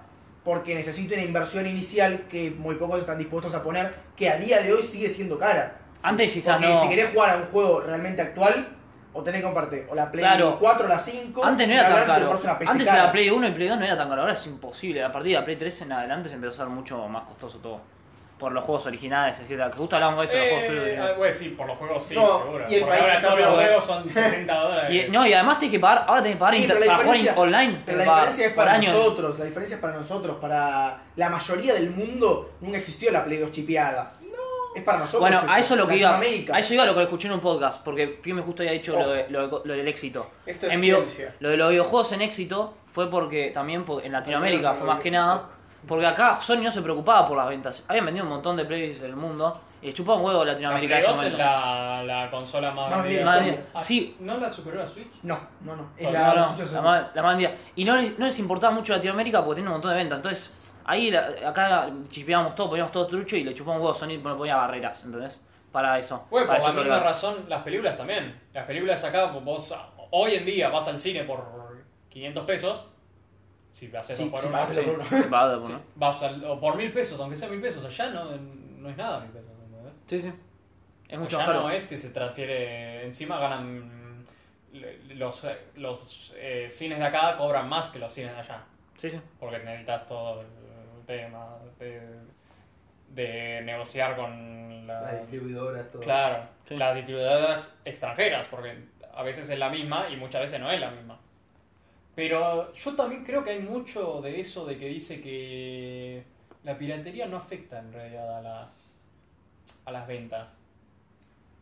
[SPEAKER 3] porque necesita una inversión inicial que muy pocos están dispuestos a poner, que a día de hoy sigue siendo cara.
[SPEAKER 5] antes quizás
[SPEAKER 3] Porque
[SPEAKER 5] no.
[SPEAKER 3] si querés jugar a un juego realmente actual, o tenés que comprarte o la Play
[SPEAKER 5] Claro.
[SPEAKER 3] 4 o la 5.
[SPEAKER 5] Antes no
[SPEAKER 3] y
[SPEAKER 5] era
[SPEAKER 3] ahora
[SPEAKER 5] tan
[SPEAKER 3] si te
[SPEAKER 5] caro.
[SPEAKER 3] compras una PC
[SPEAKER 5] Antes era
[SPEAKER 3] cara.
[SPEAKER 5] Play 1 y Play 2 no era tan caro. Ahora es imposible. A partir de la Play 3 en adelante se empezó a ser mucho más costoso todo. por los juegos originales, etcétera. Que justo hablamos de eso de los juegos
[SPEAKER 4] Eh,
[SPEAKER 5] premium.
[SPEAKER 4] ah, bueno, sí, por los juegos sí,
[SPEAKER 2] No,
[SPEAKER 4] seguro.
[SPEAKER 2] y el
[SPEAKER 4] Porque
[SPEAKER 2] país
[SPEAKER 4] ahora
[SPEAKER 2] está
[SPEAKER 4] todos los
[SPEAKER 2] peor.
[SPEAKER 4] juegos
[SPEAKER 2] [LAUGHS]
[SPEAKER 4] son 60 dólares.
[SPEAKER 5] Y, no, y además tenés que pagar, ahora tenés que pagar
[SPEAKER 3] Sí,
[SPEAKER 5] inter-
[SPEAKER 3] pero la
[SPEAKER 5] para jugar
[SPEAKER 3] diferencia-
[SPEAKER 5] online.
[SPEAKER 3] Pero la
[SPEAKER 5] por-
[SPEAKER 3] diferencia es
[SPEAKER 5] por
[SPEAKER 3] para
[SPEAKER 5] años.
[SPEAKER 3] nosotros, la diferencia es para nosotros, para la mayoría del mundo nunca existió la Play 2 chipeada. No. Es para nosotros.
[SPEAKER 5] Bueno, a eso lo que iba.
[SPEAKER 3] Latinoamérica. Oh.
[SPEAKER 5] A eso iba lo que escuché en un podcast, porque Pyme justo había dicho lo, de- lo de- lo del éxito.
[SPEAKER 2] Esto es
[SPEAKER 5] En video-
[SPEAKER 2] ciencia.
[SPEAKER 5] lo de los videojuegos en éxito fue porque también por- en Latinoamérica
[SPEAKER 2] También
[SPEAKER 5] fue
[SPEAKER 2] lo
[SPEAKER 5] más que nada. Porque acá Sony no se preocupaba por las ventas. Habían vendido un montón de plays del mundo y le chupaba un huevo a
[SPEAKER 4] La
[SPEAKER 5] Latinoamérica.
[SPEAKER 4] Play
[SPEAKER 5] en ese
[SPEAKER 4] 2 es
[SPEAKER 5] momento.
[SPEAKER 4] la, la consola más
[SPEAKER 3] Más
[SPEAKER 4] vendida.
[SPEAKER 3] vendida.
[SPEAKER 5] Madre mía.
[SPEAKER 4] Ah,
[SPEAKER 5] Sí,
[SPEAKER 4] ¿No la superó la Switch?
[SPEAKER 3] No, no, no. Es
[SPEAKER 4] No,
[SPEAKER 3] la,
[SPEAKER 5] no,
[SPEAKER 3] los
[SPEAKER 5] no,
[SPEAKER 3] hechos
[SPEAKER 5] la
[SPEAKER 3] son-
[SPEAKER 5] ma- la más vendida. Y no les, no les importaba mucho Latinoamérica porque tenía un montón de ventas. Entonces, ahí la- acá chipeábamos todo, poníamos todo trucho y le chupaba un huevo a Sony no ponía barreras, ¿entendés? Para eso.
[SPEAKER 4] Güey,
[SPEAKER 5] para
[SPEAKER 4] por la
[SPEAKER 5] ese
[SPEAKER 4] misma
[SPEAKER 5] problema.
[SPEAKER 4] razón, las películas también. Las películas acá, vos ah, hoy en día vas al cine por 500 pesos. Si haces
[SPEAKER 3] Sí,
[SPEAKER 4] eso por
[SPEAKER 3] si
[SPEAKER 4] una,
[SPEAKER 3] pagas el
[SPEAKER 5] Sí,
[SPEAKER 3] Bruno.
[SPEAKER 5] sí, [LAUGHS] para Apple, ¿no?
[SPEAKER 4] vas al- o por mil pesos, aunque sea mil pesos. Allá no, no es nada mil pesos. ¿entendés?
[SPEAKER 5] Sí, sí. Es mucho
[SPEAKER 4] ya
[SPEAKER 5] más caro.
[SPEAKER 4] no es que se transfiere. Encima ganan. le- Los, eh, los eh, cines de acá cobran más que los cines de allá.
[SPEAKER 5] Sí, sí.
[SPEAKER 4] Porque necesitas todo el tema de, de negociar con la,
[SPEAKER 6] Las distribuidoras, todo.
[SPEAKER 4] claro,
[SPEAKER 5] Sí.
[SPEAKER 4] las distribuidoras extranjeras. Porque a veces es la misma y muchas veces no es la misma. Pero yo también creo que hay mucho de eso de que dice que la piratería no afecta en realidad a las, a las ventas.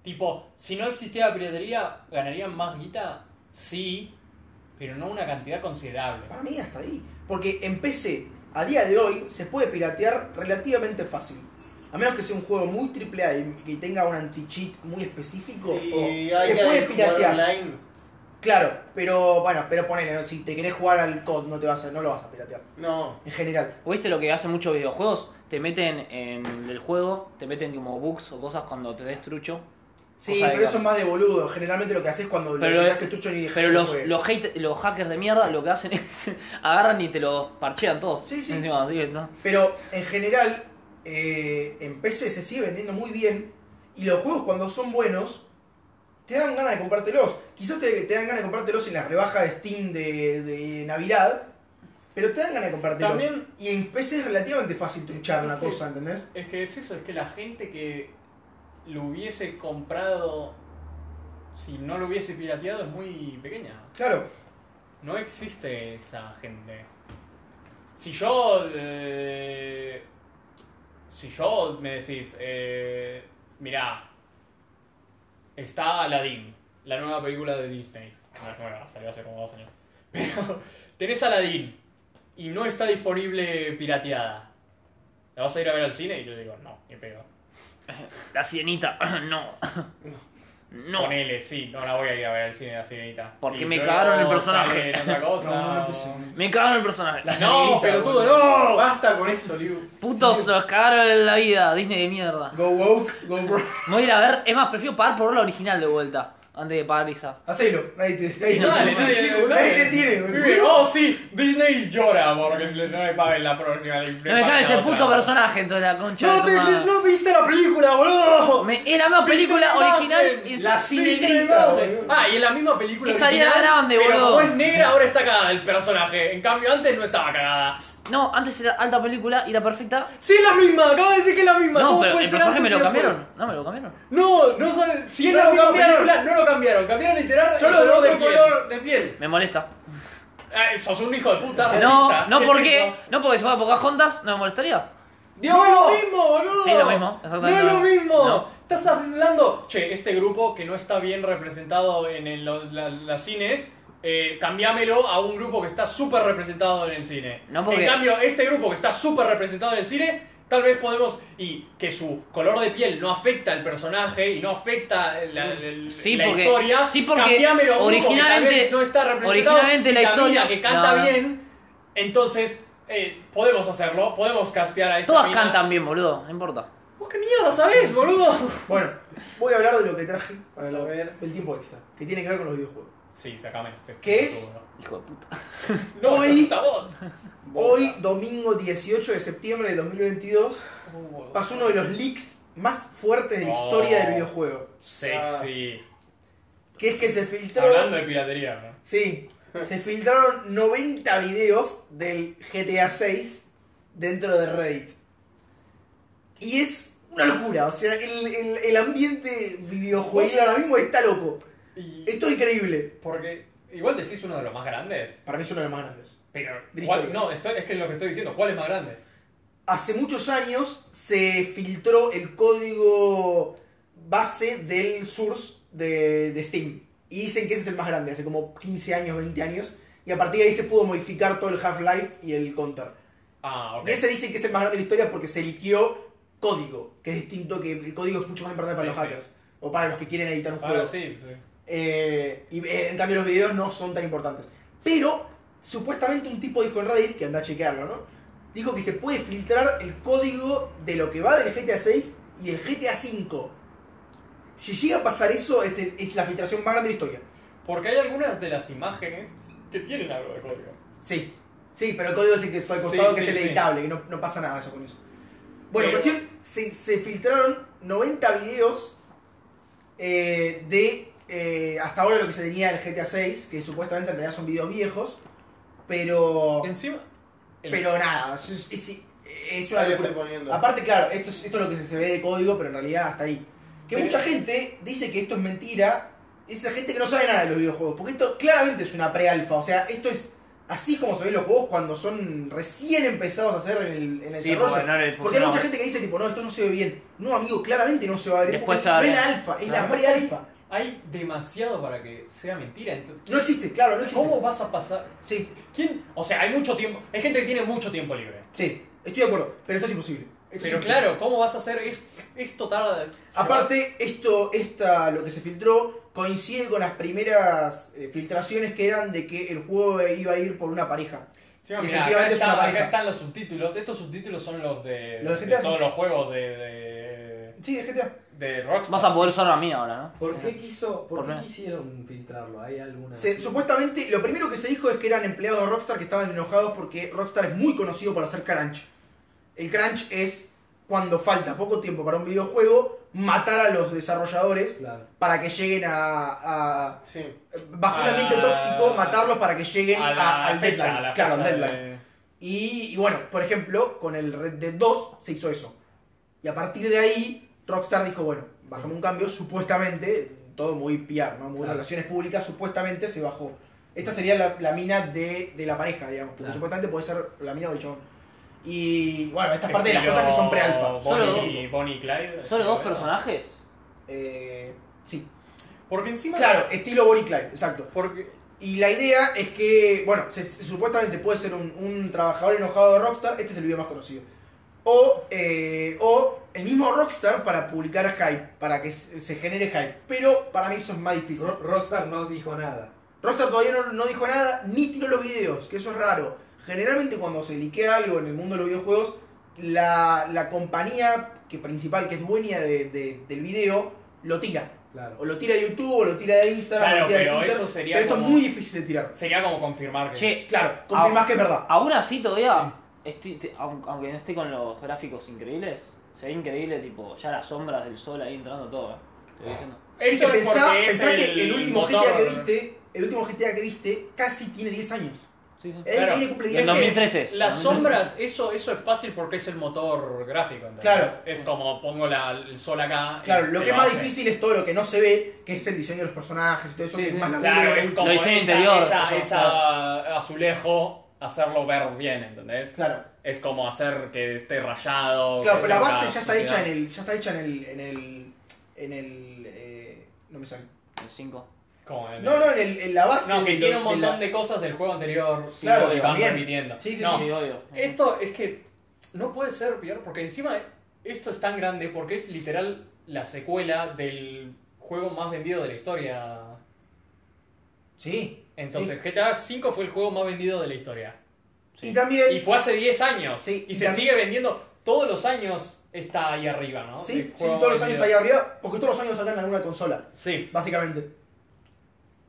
[SPEAKER 4] Tipo, si no existiera piratería, ganarían más guita, sí, pero no una cantidad considerable.
[SPEAKER 3] Para mí hasta ahí. Porque en PC, a día de hoy, se puede piratear relativamente fácil. A menos que sea un juego muy triple A y que tenga un anti-cheat muy específico.
[SPEAKER 2] Y
[SPEAKER 3] o-
[SPEAKER 2] hay
[SPEAKER 3] se
[SPEAKER 2] que
[SPEAKER 3] puede
[SPEAKER 2] jugar
[SPEAKER 3] piratear.
[SPEAKER 2] online.
[SPEAKER 3] Claro, pero bueno, pero ponele, ¿no? si te querés jugar al COD no te vas a, no lo vas a piratear.
[SPEAKER 2] No.
[SPEAKER 3] En general.
[SPEAKER 5] ¿O ¿Viste lo que hacen muchos videojuegos? Te meten en el juego, te meten como bugs o cosas cuando te des trucho.
[SPEAKER 3] Sí,
[SPEAKER 5] Cosa de
[SPEAKER 3] pero eso
[SPEAKER 5] gato.
[SPEAKER 3] es más de boludo. Generalmente lo que haces cuando
[SPEAKER 5] Pero
[SPEAKER 3] lo
[SPEAKER 5] lo-
[SPEAKER 3] tenés que trucho ni
[SPEAKER 5] Pero
[SPEAKER 3] ni
[SPEAKER 5] los,
[SPEAKER 3] juegue.
[SPEAKER 5] los, hate- los hackers de mierda lo que hacen [LAUGHS] es agarran y te los parchean todos.
[SPEAKER 3] Sí, sí.
[SPEAKER 5] Encima, así que, ¿no?
[SPEAKER 3] Pero en general, eh, en PC se sigue vendiendo muy bien. Y los juegos cuando son buenos, te dan ganas de comprártelos. Quizás te, te dan ganas de comprártelos en las rebajas de Steam de, de Navidad. Pero te dan ganas de comprártelos.
[SPEAKER 4] También-
[SPEAKER 3] Y en PC es relativamente fácil truchar una
[SPEAKER 4] Sí.
[SPEAKER 3] cosa, ¿entendés?
[SPEAKER 4] Es que es eso, es que la gente que lo hubiese comprado si no lo hubiese pirateado es muy pequeña.
[SPEAKER 3] Claro.
[SPEAKER 4] No existe esa gente. Si yo. eh, si yo me decís. Eh, mirá. Está Aladdin, la nueva película de Disney. No es nueva, salió hace como dos años. [LAUGHS] Pero tenés Aladdin y no está disponible pirateada. ¿La vas a ir a ver al cine? Y yo digo, no, ni pedo.
[SPEAKER 5] La sirenita, [CLEARS THROAT] no. No.
[SPEAKER 4] Ponele, sí, no la voy a ir a ver al cine, la sirenita.
[SPEAKER 5] Porque
[SPEAKER 4] Sí,
[SPEAKER 5] me
[SPEAKER 4] luego
[SPEAKER 5] cagaron el personaje.
[SPEAKER 4] sale en otra
[SPEAKER 3] [LAUGHS]
[SPEAKER 4] cosa.
[SPEAKER 3] No, no empecemos.
[SPEAKER 5] Me cagaron el personaje.
[SPEAKER 3] La
[SPEAKER 4] No,
[SPEAKER 3] sirenita,
[SPEAKER 4] pelotudo,
[SPEAKER 3] boludo.
[SPEAKER 4] no.
[SPEAKER 2] Basta con eso, Liu.
[SPEAKER 5] Putos, se los cagaron en la vida. Disney de mierda.
[SPEAKER 3] Go woke, go broke.
[SPEAKER 5] [LAUGHS] Me voy a ir a ver, es más, prefiero pagar por ver la original de vuelta. Antes de pagar esa.
[SPEAKER 3] Hacelo. Nadie te, nadie te-
[SPEAKER 5] no,
[SPEAKER 4] Dale,
[SPEAKER 5] sí,
[SPEAKER 4] nadie-
[SPEAKER 5] sí,
[SPEAKER 4] nadie-
[SPEAKER 3] nadie te tiene,
[SPEAKER 4] Pibe,
[SPEAKER 3] boludo.
[SPEAKER 4] Oh, sí, Disney llora porque le- no le paguen la próxima. le- le
[SPEAKER 5] No me
[SPEAKER 4] paguen
[SPEAKER 5] cabe ese
[SPEAKER 4] otra.
[SPEAKER 5] puto personaje, entonces la concha. de
[SPEAKER 4] No,
[SPEAKER 5] tu
[SPEAKER 4] te-
[SPEAKER 5] madre.
[SPEAKER 4] no viste la película, boludo.
[SPEAKER 5] Me- es la misma película
[SPEAKER 4] la
[SPEAKER 5] original.
[SPEAKER 4] imagen.
[SPEAKER 5] y-
[SPEAKER 3] La
[SPEAKER 4] Viste la
[SPEAKER 3] sirenita,
[SPEAKER 4] imagen.
[SPEAKER 3] boludo.
[SPEAKER 4] Ah, y en la misma película.
[SPEAKER 5] Que salía
[SPEAKER 4] original,
[SPEAKER 5] grande,
[SPEAKER 4] pero
[SPEAKER 5] boludo.
[SPEAKER 4] Como es negra, ahora está cagada el personaje. En cambio, antes no estaba cagada.
[SPEAKER 5] No, antes era alta película y la perfecta.
[SPEAKER 4] Sí, es la misma, acabo de decir que es la misma.
[SPEAKER 5] No,
[SPEAKER 4] ¿Cómo
[SPEAKER 5] pero
[SPEAKER 4] puede
[SPEAKER 5] el
[SPEAKER 4] ser
[SPEAKER 5] personaje me
[SPEAKER 4] antes
[SPEAKER 5] lo
[SPEAKER 4] y después?
[SPEAKER 5] cambiaron. No, me lo cambiaron.
[SPEAKER 4] No, no sabe- Si es
[SPEAKER 2] No
[SPEAKER 4] la
[SPEAKER 2] lo
[SPEAKER 4] misma
[SPEAKER 2] cambiaron.
[SPEAKER 4] película, no lo cambiaron. Cambiaron literal. el
[SPEAKER 2] Solo de
[SPEAKER 4] color
[SPEAKER 2] otro
[SPEAKER 4] piel.
[SPEAKER 2] color de piel.
[SPEAKER 5] Me molesta.
[SPEAKER 4] Ah, sos un hijo de puta
[SPEAKER 5] No,
[SPEAKER 4] racista.
[SPEAKER 5] no
[SPEAKER 4] Es
[SPEAKER 5] porque,
[SPEAKER 4] eso.
[SPEAKER 5] no porque se fuera Pocahontas, no me molestaría.
[SPEAKER 4] Dios, no es lo mismo, boludo.
[SPEAKER 5] Sí, lo mismo, exactamente.
[SPEAKER 4] No es lo mismo.
[SPEAKER 5] No.
[SPEAKER 4] Estás hablando, che, este grupo que no está bien representado en el- los- la- las cines, eh, cambiámelo a un grupo que está súper representado en el cine.
[SPEAKER 5] No, porque-
[SPEAKER 4] En cambio, este grupo que está súper representado en el cine, tal vez podemos... Y que su color de piel no afecta al personaje y no afecta la, la-
[SPEAKER 5] Sí,
[SPEAKER 4] la
[SPEAKER 5] porque-
[SPEAKER 4] historia,
[SPEAKER 5] sí, porque
[SPEAKER 4] cambiámelo a un grupo que tal
[SPEAKER 5] originalmente-
[SPEAKER 4] vez no está representado.
[SPEAKER 5] originalmente
[SPEAKER 4] y
[SPEAKER 5] la
[SPEAKER 4] mina
[SPEAKER 5] historia-
[SPEAKER 4] que canta
[SPEAKER 5] No, no.
[SPEAKER 4] bien, entonces... eh, podemos hacerlo, podemos castear a esta
[SPEAKER 5] Todas
[SPEAKER 4] mina.
[SPEAKER 5] cantan bien, boludo, no importa.
[SPEAKER 4] ¿Vos qué mierda sabés, boludo?
[SPEAKER 3] Bueno, voy a hablar de lo que traje para
[SPEAKER 2] A
[SPEAKER 3] la-
[SPEAKER 2] ver.
[SPEAKER 3] el tiempo extra. Que tiene que ver con los videojuegos.
[SPEAKER 4] Sí, sacame este.
[SPEAKER 3] ¿Qué es?
[SPEAKER 5] Hijo de puta.
[SPEAKER 4] No,
[SPEAKER 3] Hoy-
[SPEAKER 4] esta voz.
[SPEAKER 3] Hoy, domingo 18 de septiembre de 2022, pasó uno de los leaks más fuertes de la
[SPEAKER 4] Oh.
[SPEAKER 3] historia del videojuego.
[SPEAKER 4] Sexy.
[SPEAKER 3] Ah. Que es que se filtró.
[SPEAKER 4] Hablando de piratería, ¿no?
[SPEAKER 3] Sí, se filtraron 90 videos del GTA 6 dentro de Reddit. Y es una locura. O sea, el, el, el ambiente videojuego ahora mismo está loco.
[SPEAKER 4] Y-
[SPEAKER 3] Esto es increíble.
[SPEAKER 4] Porque igual decís uno de los más grandes,
[SPEAKER 3] Para mí es uno de los más grandes.
[SPEAKER 4] pero
[SPEAKER 3] De la
[SPEAKER 4] ¿cuál-
[SPEAKER 3] historia.
[SPEAKER 4] no, estoy- es que es lo que estoy diciendo, ¿cuál es más grande?
[SPEAKER 3] Hace muchos años se filtró el código base del source de, de Steam. Y dicen que ese es el más grande, hace como 15 años, 20 años. Y a partir de ahí se pudo modificar todo el Half-Life y el Counter.
[SPEAKER 4] Ah, ok.
[SPEAKER 3] Y ese dicen que es el más grande de la historia porque se liqueó código, que es distinto, que el código es mucho más importante para
[SPEAKER 4] Sí,
[SPEAKER 3] los
[SPEAKER 4] sí.
[SPEAKER 3] hackers. O para los que quieren editar un juego.
[SPEAKER 4] Ahora Ah, sí, sí.
[SPEAKER 3] Eh, y eh, en cambio los videos no son tan importantes. Pero, supuestamente un tipo dijo en Reddit, que anda a chequearlo, ¿no? Dijo que se puede filtrar el código de lo que va del GTA 6 y del GTA 5. Si llega a pasar eso, es, el- es la filtración más grande de la historia.
[SPEAKER 4] Porque hay algunas de las imágenes que tienen algo de código.
[SPEAKER 3] Sí, sí, pero el código es el que está al costado,
[SPEAKER 4] Sí,
[SPEAKER 3] que
[SPEAKER 4] sí, Eh,
[SPEAKER 3] es el
[SPEAKER 4] sí.
[SPEAKER 3] editable, que no, no pasa nada eso con eso. Bueno,
[SPEAKER 4] Pero-
[SPEAKER 3] cuestión, se, se filtraron 90 videos eh, de eh, hasta ahora lo que se tenía el GTA 6, que supuestamente en realidad son videos viejos, pero
[SPEAKER 4] Encima, el-
[SPEAKER 3] pero nada, es, es- es una
[SPEAKER 2] Ahí Ah, lo estoy
[SPEAKER 3] locura.
[SPEAKER 2] poniendo.
[SPEAKER 3] Aparte, claro, esto es, esto es lo que se- se ve de código, pero en realidad hasta ahí. Que
[SPEAKER 4] Pero-
[SPEAKER 3] mucha gente dice que esto es mentira, esa gente que no sabe nada de los videojuegos, porque esto claramente es una pre-alfa, o sea, esto es así como se ven los juegos cuando son recién empezados a hacer en el, en el
[SPEAKER 5] Sí,
[SPEAKER 3] desarrollo.
[SPEAKER 5] porque no le
[SPEAKER 3] Porque hay
[SPEAKER 5] no.
[SPEAKER 3] mucha gente que dice, tipo, no, esto no se ve bien. No, amigo, claramente no se va a ver bien,
[SPEAKER 5] Después
[SPEAKER 3] porque no es
[SPEAKER 5] sale.
[SPEAKER 3] la alfa, es la
[SPEAKER 4] Además,
[SPEAKER 3] pre-alfa.
[SPEAKER 4] hay demasiado para que sea mentira. Entonces,
[SPEAKER 3] No existe, claro, no existe.
[SPEAKER 4] ¿Cómo vas a pasar?
[SPEAKER 3] Sí,
[SPEAKER 4] ¿Quién? O sea, hay mucho tiempo. Hay gente que tiene mucho tiempo libre.
[SPEAKER 3] sí, estoy de acuerdo, pero esto es imposible. Esto es
[SPEAKER 4] Pero
[SPEAKER 3] imposible.
[SPEAKER 4] claro, ¿cómo vas a hacer esto, esto tarde?
[SPEAKER 3] Aparte, esto, esta, lo que se filtró coincide con las primeras eh, filtraciones que eran de que el juego iba a ir por una pareja.
[SPEAKER 4] Sí, mira, acá,
[SPEAKER 3] efectivamente es
[SPEAKER 4] está-
[SPEAKER 3] una
[SPEAKER 4] acá
[SPEAKER 3] pareja.
[SPEAKER 4] están los subtítulos. Estos subtítulos son los de,
[SPEAKER 3] Los de
[SPEAKER 4] de
[SPEAKER 3] GTA.
[SPEAKER 4] todos los juegos de,
[SPEAKER 3] Sí, de GTA.
[SPEAKER 4] de, de Rockstar.
[SPEAKER 5] Vas a poder usar a mí ahora, ¿no?
[SPEAKER 6] ¿Por qué quiso, por
[SPEAKER 5] Por
[SPEAKER 6] qué
[SPEAKER 5] nada.
[SPEAKER 6] quisieron filtrarlo? ¿Hay alguna?
[SPEAKER 3] Se- supuestamente, lo primero que se dijo es que eran empleados de Rockstar que estaban enojados porque Rockstar es muy conocido por hacer crunch. El crunch es cuando falta poco tiempo para un videojuego, matar a los desarrolladores
[SPEAKER 6] Claro.
[SPEAKER 3] para que lleguen a... a-
[SPEAKER 2] Sí.
[SPEAKER 3] bajo un
[SPEAKER 4] A
[SPEAKER 3] ambiente
[SPEAKER 4] la-
[SPEAKER 3] tóxico, matarlos para que lleguen
[SPEAKER 4] a la
[SPEAKER 3] a- al
[SPEAKER 4] fecha,
[SPEAKER 3] deadline.
[SPEAKER 4] a la
[SPEAKER 3] claro, al
[SPEAKER 4] fecha
[SPEAKER 3] deadline.
[SPEAKER 4] de-
[SPEAKER 3] Y, y bueno, por ejemplo, con el Red Dead 2 se hizo eso. Y a partir de ahí, Rockstar dijo, bueno, bajame un cambio, supuestamente, todo muy PR, ¿no? Muy
[SPEAKER 6] Claro.
[SPEAKER 3] relaciones públicas, supuestamente se bajó. Esta sería la, la mina de, de la pareja, digamos, porque
[SPEAKER 6] Claro.
[SPEAKER 3] supuestamente puede ser la mina o el chabón. Y bueno, esta es
[SPEAKER 4] estilo
[SPEAKER 3] parte de las cosas que son pre-alfa.
[SPEAKER 5] Solo
[SPEAKER 4] Bonnie, Bonnie y Clyde.
[SPEAKER 5] Solo dos
[SPEAKER 4] eso.
[SPEAKER 5] personajes.
[SPEAKER 3] Eh, sí,
[SPEAKER 4] Porque encima.
[SPEAKER 3] claro, estilo Bonnie y Clyde, exacto.
[SPEAKER 4] Porque
[SPEAKER 3] Y la idea es que, bueno, se- se- supuestamente puede ser un, un trabajador enojado de Rockstar, este es el video más conocido. O, eh, o el mismo Rockstar para publicar hype, para que se se genere hype. Pero para mí eso es más difícil.
[SPEAKER 6] Ro- Rockstar no dijo nada.
[SPEAKER 3] Rockstar todavía no, no dijo nada, ni tiró los videos, que eso es raro. Generalmente cuando se liquea algo en el mundo de los videojuegos, la, la compañía que principal, que es dueña de- de- del video, lo tira.
[SPEAKER 6] Claro.
[SPEAKER 3] O lo tira de YouTube, o lo tira de Instagram, o
[SPEAKER 4] Claro,
[SPEAKER 3] lo tira de
[SPEAKER 4] pero
[SPEAKER 3] Twitter.
[SPEAKER 4] eso sería
[SPEAKER 3] pero esto
[SPEAKER 4] como-
[SPEAKER 3] es muy difícil de tirar.
[SPEAKER 4] sería como confirmar que.
[SPEAKER 5] Che,
[SPEAKER 3] Claro, confirmás
[SPEAKER 5] Ah.
[SPEAKER 3] que es verdad.
[SPEAKER 5] Aún así todavía, estoy, te- aun- aunque no esté con los gráficos increíbles, se ve increíble, tipo, ya las sombras del sol ahí entrando todo, ¿eh? Estoy diciendo.
[SPEAKER 4] Eso
[SPEAKER 3] que
[SPEAKER 4] es
[SPEAKER 3] pensá-
[SPEAKER 4] porque es
[SPEAKER 3] pensá que el último
[SPEAKER 4] motor.
[SPEAKER 3] GTA que viste, el último GTA que viste, casi tiene 10 años.
[SPEAKER 5] Sí, sí.
[SPEAKER 3] Él
[SPEAKER 4] Claro,
[SPEAKER 3] viene y cumple
[SPEAKER 4] y
[SPEAKER 3] 10
[SPEAKER 5] En
[SPEAKER 4] es que-
[SPEAKER 3] años.
[SPEAKER 5] 2013. es,
[SPEAKER 4] Las
[SPEAKER 5] 2013.
[SPEAKER 4] sombras, eso, eso es fácil porque es el motor gráfico. ¿entendés?
[SPEAKER 3] Claro.
[SPEAKER 4] Es como pongo la- el sol acá. y
[SPEAKER 3] Claro, lo
[SPEAKER 4] te
[SPEAKER 3] que es más
[SPEAKER 4] hace.
[SPEAKER 3] difícil es todo lo que no se ve, que es el diseño de los personajes y todo eso,
[SPEAKER 5] Sí,
[SPEAKER 3] que
[SPEAKER 5] sí.
[SPEAKER 3] es más laburo.
[SPEAKER 4] Claro, es como
[SPEAKER 5] Lo hice en
[SPEAKER 4] esa,
[SPEAKER 5] interior,
[SPEAKER 4] esa-
[SPEAKER 5] eso,
[SPEAKER 4] esa azulejo, hacerlo ver bien, ¿entendés?
[SPEAKER 3] Claro,
[SPEAKER 4] Es como hacer que esté rayado.
[SPEAKER 3] claro,
[SPEAKER 4] que
[SPEAKER 3] pero la
[SPEAKER 4] tenga
[SPEAKER 3] base ya está
[SPEAKER 4] suciedad.
[SPEAKER 3] hecha en el. Ya está hecha en el. en el. en el. eh, no me sale.
[SPEAKER 5] El 5.
[SPEAKER 4] Como en
[SPEAKER 3] No,
[SPEAKER 4] el-
[SPEAKER 3] no, en, el- en la base.
[SPEAKER 4] No, que
[SPEAKER 3] de lo-
[SPEAKER 4] tiene un
[SPEAKER 3] de la-
[SPEAKER 4] montón de cosas del juego anterior
[SPEAKER 3] Claro,
[SPEAKER 4] que están
[SPEAKER 3] también.
[SPEAKER 4] repitiendo.
[SPEAKER 3] Sí, sí,
[SPEAKER 4] No,
[SPEAKER 5] Sí, obvio.
[SPEAKER 4] Esto es que no puede ser peor porque encima esto es tan grande porque es literal la secuela del juego más vendido de la historia.
[SPEAKER 3] Sí.
[SPEAKER 4] Entonces, GTA V fue el juego más vendido de la historia.
[SPEAKER 3] Y también.
[SPEAKER 4] Y fue hace 10 años.
[SPEAKER 3] Sí,
[SPEAKER 4] y
[SPEAKER 3] y
[SPEAKER 4] se
[SPEAKER 3] tam-
[SPEAKER 4] sigue vendiendo. Todos los años está ahí arriba, ¿no?
[SPEAKER 3] sí, sí,
[SPEAKER 4] El Ah, juego
[SPEAKER 3] todos los
[SPEAKER 4] más
[SPEAKER 3] años está
[SPEAKER 4] vendido.
[SPEAKER 3] ahí arriba, porque todos los años sacan alguna consola,
[SPEAKER 4] Sí.
[SPEAKER 3] básicamente.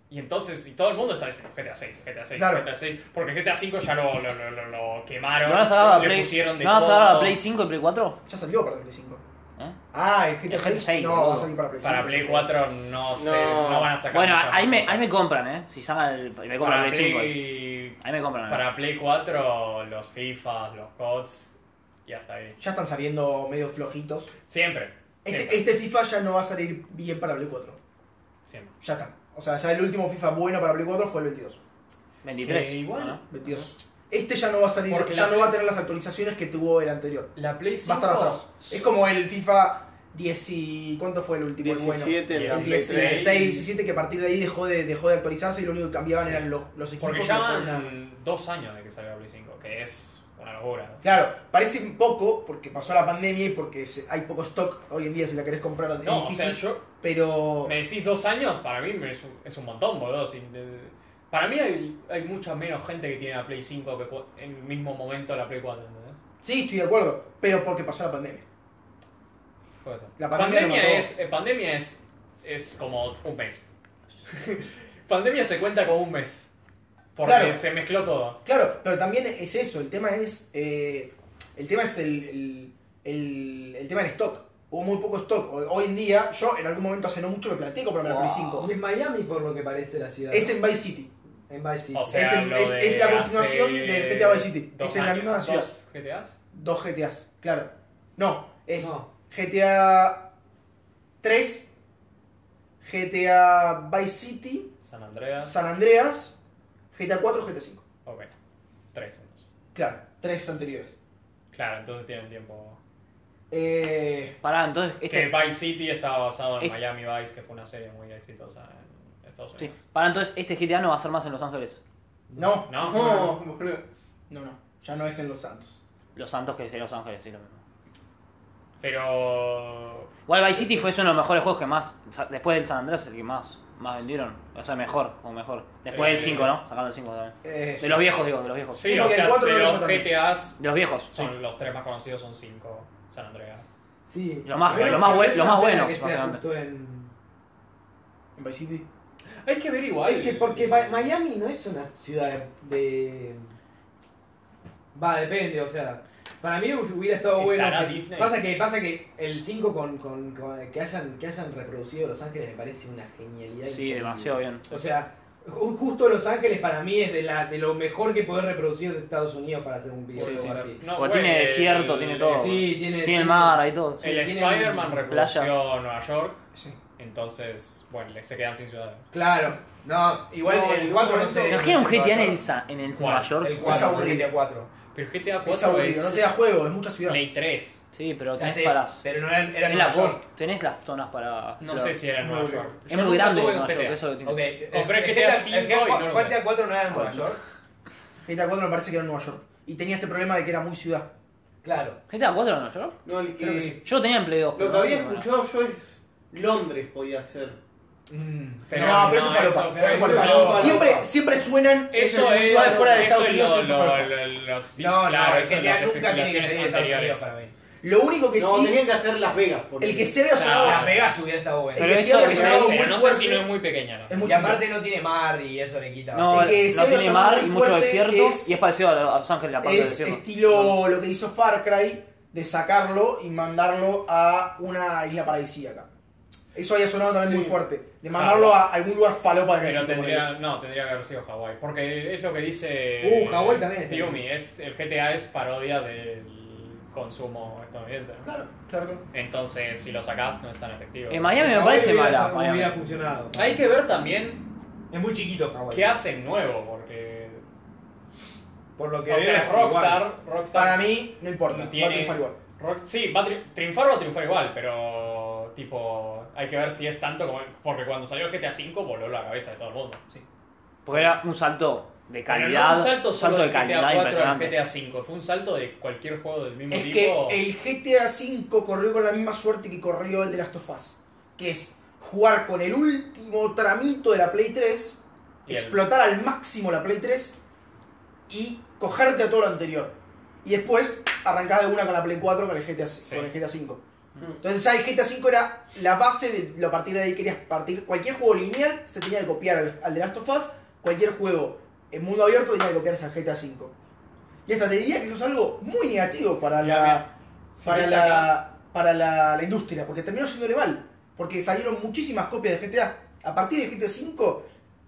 [SPEAKER 4] Y entonces, y todo el mundo está diciendo GTA 6, GTA 6,
[SPEAKER 3] Claro.
[SPEAKER 4] GTA 6. Porque GTA 5 ya lo, lo, lo, lo- lo
[SPEAKER 5] ¿No
[SPEAKER 4] quemaron.
[SPEAKER 5] van a sacar a
[SPEAKER 4] le
[SPEAKER 5] Play,
[SPEAKER 4] pusieron de
[SPEAKER 5] ¿no van a sacar a
[SPEAKER 4] todo.
[SPEAKER 5] Play 5 y Play 4?
[SPEAKER 3] Ya salió para Play 5.
[SPEAKER 5] ¿Eh?
[SPEAKER 3] Ah, el GTA
[SPEAKER 5] El GTA
[SPEAKER 3] 6
[SPEAKER 5] 6,
[SPEAKER 3] no
[SPEAKER 5] boludo.
[SPEAKER 3] va a salir para Play 5.
[SPEAKER 4] Para Play 4 no sé,
[SPEAKER 2] No.
[SPEAKER 4] no, van a sacar.
[SPEAKER 5] Bueno,
[SPEAKER 4] muchas
[SPEAKER 5] ahí
[SPEAKER 4] más
[SPEAKER 5] me,
[SPEAKER 4] cosas.
[SPEAKER 5] ahí me compran, ¿eh? Si sacan el. Me compran
[SPEAKER 4] para
[SPEAKER 5] el Play eh. 5.
[SPEAKER 4] Play,
[SPEAKER 5] eh. Ahí me compran. ¿eh?
[SPEAKER 4] para Play 4, los FIFA, los CODs y y hasta ahí.
[SPEAKER 3] Ya están saliendo medio flojitos.
[SPEAKER 4] Siempre.
[SPEAKER 3] Este,
[SPEAKER 4] Siempre.
[SPEAKER 3] este FIFA ya no va a salir bien para Play 4.
[SPEAKER 4] siempre.
[SPEAKER 3] Ya está. O sea, ya el último FIFA bueno para Play 4 fue el 22.
[SPEAKER 5] 23.
[SPEAKER 4] Que igual,
[SPEAKER 5] ¿no?
[SPEAKER 3] 22. Este ya no va a salir,
[SPEAKER 4] Porque
[SPEAKER 3] ya
[SPEAKER 4] la-
[SPEAKER 3] no va a tener las actualizaciones que tuvo el anterior.
[SPEAKER 4] La Play
[SPEAKER 3] Va a estar
[SPEAKER 4] 5
[SPEAKER 3] atrás. Es como el FIFA 10 y... ¿Cuánto fue el último? El bueno.
[SPEAKER 2] 17 en la Play 3.
[SPEAKER 3] 16, 17, que a partir de ahí dejó de, dejó de actualizarse y lo único que cambiaban eran los, los equipos.
[SPEAKER 4] Porque
[SPEAKER 3] y
[SPEAKER 4] ya
[SPEAKER 3] no fue nada.
[SPEAKER 4] van dos años de que salió la Play 5, que es una locura.
[SPEAKER 3] Claro, parece un poco, porque pasó la pandemia y porque se- hay poco stock hoy en día si la querés comprar es
[SPEAKER 4] No, o
[SPEAKER 3] difícil,
[SPEAKER 4] sea, yo
[SPEAKER 3] pero...
[SPEAKER 4] me decís dos años, para mí es un, es un montón, boludo. Si- de- para mí hay, hay mucha menos gente que tiene la Play 5 que cu- en el mismo momento la Play 4, ¿entendés?
[SPEAKER 3] Sí, estoy de acuerdo, pero porque pasó la pandemia.
[SPEAKER 4] Puede ser.
[SPEAKER 3] La pandemia
[SPEAKER 4] pandemia
[SPEAKER 3] lo mató.
[SPEAKER 4] es, eh, pandemia es, es como un mes. [LAUGHS] pandemia se cuenta como un mes. Porque
[SPEAKER 3] Claro.
[SPEAKER 4] se mezcló todo.
[SPEAKER 3] Claro, pero también es eso, el tema es. eh, el tema es el, el, el- el tema del stock. Hubo muy poco stock. Hoy, hoy en día, yo en algún momento hace no mucho me planteé comprar la Play 5.
[SPEAKER 6] Y es Miami por lo que parece la ciudad.
[SPEAKER 3] Es en Vice City.
[SPEAKER 6] En Vice City.
[SPEAKER 4] O sea,
[SPEAKER 3] Es el-
[SPEAKER 4] lo
[SPEAKER 3] es-
[SPEAKER 4] de
[SPEAKER 3] es la continuación
[SPEAKER 4] hace
[SPEAKER 3] del GTA Vice City.
[SPEAKER 4] dos
[SPEAKER 3] Es en la
[SPEAKER 4] años.
[SPEAKER 3] misma
[SPEAKER 4] ¿Dos
[SPEAKER 3] ciudad.
[SPEAKER 4] GTAs?
[SPEAKER 3] Dos GTAs, claro. No, es
[SPEAKER 6] No.
[SPEAKER 3] GTA 3, GTA Vice City,
[SPEAKER 4] San Andreas.
[SPEAKER 3] San Andreas, GTA 4, GTA 5.
[SPEAKER 4] Ok. Tres entonces.
[SPEAKER 3] Claro, tres anteriores.
[SPEAKER 4] Claro, entonces tienen tiempo.
[SPEAKER 3] Eh,
[SPEAKER 5] Pará, entonces.
[SPEAKER 4] Que
[SPEAKER 5] Este,
[SPEAKER 4] Vice City estaba basado en
[SPEAKER 5] Este-
[SPEAKER 4] Miami Vice, que fue una serie muy exitosa en Estados
[SPEAKER 5] sí.
[SPEAKER 4] Unidos.
[SPEAKER 5] Pará, entonces este GTA no va a ser más en Los Ángeles.
[SPEAKER 3] no,
[SPEAKER 4] No,
[SPEAKER 2] No, Ah, boludo.
[SPEAKER 3] no, no. Ya no es en Los Santos.
[SPEAKER 5] Los Santos que es en Los Ángeles, sí, lo mismo.
[SPEAKER 4] pero.
[SPEAKER 5] Igual Vice City fue uno de los mejores juegos que más. sa- Después del San Andrés, el que más, más vendieron. O sea, mejor, como mejor. Después
[SPEAKER 4] Sí.
[SPEAKER 5] del 5, ¿no? Sacando el 5 también.
[SPEAKER 3] Eh,
[SPEAKER 5] De los viejos, digo, de los viejos.
[SPEAKER 4] Sí,
[SPEAKER 3] Sí,
[SPEAKER 4] o
[SPEAKER 3] porque
[SPEAKER 4] sea,
[SPEAKER 3] el cuatro
[SPEAKER 4] de
[SPEAKER 3] lo
[SPEAKER 4] los
[SPEAKER 3] hizo también.
[SPEAKER 4] GTAs,
[SPEAKER 5] De los viejos, sí.
[SPEAKER 4] son los tres más conocidos son cinco: San Andreas.
[SPEAKER 6] Sí.
[SPEAKER 5] Lo más-
[SPEAKER 6] Pero
[SPEAKER 5] lo
[SPEAKER 6] es-
[SPEAKER 5] más bue-
[SPEAKER 6] es
[SPEAKER 5] lo
[SPEAKER 6] una
[SPEAKER 5] más
[SPEAKER 6] pena
[SPEAKER 5] bueno,
[SPEAKER 6] Que sea
[SPEAKER 5] básicamente.
[SPEAKER 6] justo en...
[SPEAKER 3] En Vice City.
[SPEAKER 4] Hay que ver igual.
[SPEAKER 6] Es que porque Ma- Miami no es una ciudad de. Va, depende, o sea. Para mí hubiera estado bueno.
[SPEAKER 4] ¿Estará
[SPEAKER 6] que-
[SPEAKER 4] Disney?
[SPEAKER 6] pasa que pasa que el 5 con, con- con- que hayan que hayan reproducido Los Ángeles me parece una genialidad.
[SPEAKER 5] Sí,
[SPEAKER 6] increíble.
[SPEAKER 5] demasiado bien.
[SPEAKER 6] O sea, ju- justo Los Ángeles para mí es de la de lo mejor que poder reproducir de Estados Unidos para hacer un video
[SPEAKER 4] Porque
[SPEAKER 6] o algo
[SPEAKER 4] la-
[SPEAKER 6] así.
[SPEAKER 4] no,
[SPEAKER 5] Porque
[SPEAKER 4] güey,
[SPEAKER 5] tiene
[SPEAKER 4] el-
[SPEAKER 5] desierto, tiene todo.
[SPEAKER 6] Sí, tiene
[SPEAKER 5] Tiene el mar ahí todo. sí.
[SPEAKER 4] El
[SPEAKER 6] tiene
[SPEAKER 4] Spider-Man
[SPEAKER 5] playas.
[SPEAKER 4] reprodució Nueva York,
[SPEAKER 3] Sí.
[SPEAKER 4] entonces, bueno, le- se quedan sin ciudad.
[SPEAKER 6] Claro. No, igual
[SPEAKER 2] No,
[SPEAKER 6] el
[SPEAKER 2] en
[SPEAKER 6] 4 no
[SPEAKER 2] algún
[SPEAKER 6] sé.
[SPEAKER 5] ¿Se
[SPEAKER 2] momento-
[SPEAKER 5] imagina un
[SPEAKER 2] en Nueva
[SPEAKER 5] GTA en el,
[SPEAKER 2] York.
[SPEAKER 5] Sa- en el
[SPEAKER 4] ¿Cuál?
[SPEAKER 5] Nueva York?
[SPEAKER 6] El 4, el
[SPEAKER 3] aburrido.
[SPEAKER 6] GTA 4.
[SPEAKER 4] Pero GTA 4
[SPEAKER 3] Es
[SPEAKER 4] es,
[SPEAKER 3] aburrido, no te da juego, es mucha ciudad.
[SPEAKER 4] Play 3.
[SPEAKER 5] Sí, pero
[SPEAKER 6] Ya
[SPEAKER 5] tenés
[SPEAKER 6] sé,
[SPEAKER 5] para.
[SPEAKER 6] Pero no era, era
[SPEAKER 5] Tenés,
[SPEAKER 6] Nueva
[SPEAKER 5] la-
[SPEAKER 6] York.
[SPEAKER 5] tenés las zonas para.
[SPEAKER 4] No
[SPEAKER 5] claro.
[SPEAKER 4] sé si era en Nueva
[SPEAKER 3] Muy
[SPEAKER 4] York.
[SPEAKER 5] Es
[SPEAKER 4] Yo
[SPEAKER 5] muy
[SPEAKER 4] nunca
[SPEAKER 5] grande
[SPEAKER 4] tuve
[SPEAKER 5] Nueva
[SPEAKER 4] un
[SPEAKER 5] York,
[SPEAKER 4] GTA.
[SPEAKER 5] eso lo tiene.
[SPEAKER 6] Okay.
[SPEAKER 4] Compré
[SPEAKER 6] el- el
[SPEAKER 4] GTA
[SPEAKER 6] el
[SPEAKER 4] cinco y no lo
[SPEAKER 6] ¿cuál
[SPEAKER 4] usé.
[SPEAKER 6] GTA 4 no era en Nueva York?
[SPEAKER 3] GTA 4 me parece que era en Nueva York. Y tenía este problema de que era muy ciudad.
[SPEAKER 6] Claro.
[SPEAKER 5] ¿GTA 4 en Nueva York?
[SPEAKER 2] No, el
[SPEAKER 3] Creo que
[SPEAKER 2] que-
[SPEAKER 3] sí.
[SPEAKER 5] Yo lo tenía en Play 2.
[SPEAKER 2] Lo
[SPEAKER 5] pero
[SPEAKER 2] que
[SPEAKER 5] no
[SPEAKER 2] había
[SPEAKER 5] sé cómo era.
[SPEAKER 2] escuchado yo es Londres podía ser.
[SPEAKER 6] Mm,
[SPEAKER 4] Pero
[SPEAKER 3] no, pero eso
[SPEAKER 4] no,
[SPEAKER 3] fue
[SPEAKER 4] eso
[SPEAKER 3] falopa.
[SPEAKER 4] fue-
[SPEAKER 3] Eso fue
[SPEAKER 4] eso
[SPEAKER 3] falopa.
[SPEAKER 4] fue
[SPEAKER 3] Siempre, siempre suenan
[SPEAKER 4] Eso es.
[SPEAKER 3] ciudades fuera de Estados
[SPEAKER 4] eso
[SPEAKER 3] Unidos.
[SPEAKER 4] es
[SPEAKER 3] siempre
[SPEAKER 4] lo-
[SPEAKER 3] fue falopa.
[SPEAKER 4] lo- lo- lo-
[SPEAKER 6] No,
[SPEAKER 4] claro,
[SPEAKER 6] no,
[SPEAKER 4] eso
[SPEAKER 6] el
[SPEAKER 4] es las
[SPEAKER 6] GTA nunca tiene que
[SPEAKER 4] especulaciones
[SPEAKER 6] ser en Estados Unidos
[SPEAKER 4] anteriores.
[SPEAKER 6] para mí.
[SPEAKER 3] Lo único que
[SPEAKER 2] No,
[SPEAKER 3] sí,
[SPEAKER 2] tenían que hacer Las Vegas. ponele.
[SPEAKER 3] el que se había sonado,
[SPEAKER 6] Las Vegas hubiera estado bueno.
[SPEAKER 5] Pero
[SPEAKER 3] el que se
[SPEAKER 5] eso-
[SPEAKER 3] había
[SPEAKER 5] eso-
[SPEAKER 3] sonado
[SPEAKER 4] Pero
[SPEAKER 3] muy
[SPEAKER 4] no sé
[SPEAKER 3] fuerte,
[SPEAKER 4] si no es muy pequeña. ¿no?
[SPEAKER 3] es
[SPEAKER 6] Y
[SPEAKER 3] mucho
[SPEAKER 6] aparte no tiene mar y eso le quita.
[SPEAKER 5] No,
[SPEAKER 3] El que
[SPEAKER 5] no
[SPEAKER 3] sí había
[SPEAKER 5] tiene
[SPEAKER 3] sonado
[SPEAKER 5] mar
[SPEAKER 3] muy
[SPEAKER 5] y mucho
[SPEAKER 3] fuerte
[SPEAKER 5] desierto.
[SPEAKER 3] es-
[SPEAKER 5] Y es parecido a Los Ángeles, la parte del
[SPEAKER 3] es
[SPEAKER 5] desierto.
[SPEAKER 3] estilo lo que hizo Far Cry de sacarlo y mandarlo a una isla paradisíaca. Eso había sonado también
[SPEAKER 2] Sí.
[SPEAKER 3] muy fuerte. De mandarlo a algún lugar falopa de México.
[SPEAKER 4] Pero tendría,
[SPEAKER 3] ponele.
[SPEAKER 4] no, tendría que haber sido Hawái. Porque es lo que dice.
[SPEAKER 6] Uh, Hawái también está
[SPEAKER 4] Piumi, es, el GTA es parodia del consumo estadounidense. ¿no?
[SPEAKER 3] Claro, claro. claro.
[SPEAKER 4] Entonces, si lo sacás, no es tan efectivo.
[SPEAKER 5] En Eh, Miami me parece
[SPEAKER 6] No
[SPEAKER 5] mala.
[SPEAKER 6] Ah, hubiera
[SPEAKER 5] Miami.
[SPEAKER 6] funcionado.
[SPEAKER 4] Hay que ver también
[SPEAKER 6] Es muy chiquito
[SPEAKER 4] qué
[SPEAKER 6] Hawái.
[SPEAKER 4] hacen nuevo, porque.
[SPEAKER 6] Por lo que
[SPEAKER 4] O
[SPEAKER 6] veo
[SPEAKER 4] sea,
[SPEAKER 6] es igual.
[SPEAKER 4] Rockstar. Rockstar
[SPEAKER 3] Para mí, no importa.
[SPEAKER 4] Tiene-
[SPEAKER 3] Va a triunfar igual.
[SPEAKER 4] Rock- sí, va a tri- triunfar va a triunfar igual, pero tipo, hay que ver si es tanto como... Porque cuando salió el GTA V voló la cabeza de todo el mundo.
[SPEAKER 5] Porque era un salto de
[SPEAKER 4] Pero
[SPEAKER 5] calidad.
[SPEAKER 4] no un salto solo
[SPEAKER 5] salto de
[SPEAKER 4] del GTA
[SPEAKER 5] calidad
[SPEAKER 4] IV al
[SPEAKER 5] impresionante.
[SPEAKER 4] GTA V, fue un salto de cualquier juego del mismo
[SPEAKER 3] Es que
[SPEAKER 4] tipo.
[SPEAKER 3] el GTA V corrió con la misma suerte que corrió el de Last of Us, que es jugar con el último tramito de la Play 3,
[SPEAKER 4] Y el-
[SPEAKER 3] explotar al máximo la Play 3 y cogerte a todo lo anterior. Y después arrancás de una con la Play 4 con el GTA, con el GTA V.
[SPEAKER 4] Mm.
[SPEAKER 3] Entonces ya el GTA V era la base de lo a partir de ahí querías partir. Cualquier juego lineal se tenía que copiar al, al de Last of Us, cualquier juego en mundo abierto tenía que copiarse al GTA V. Y hasta te diría que eso es algo muy negativo para
[SPEAKER 4] Ya,
[SPEAKER 3] la
[SPEAKER 4] mira, Si
[SPEAKER 3] para,
[SPEAKER 4] me sacan-
[SPEAKER 3] la, para la, la industria, porque terminó yéndole mal. Porque salieron muchísimas copias de GTA. A partir de GTA V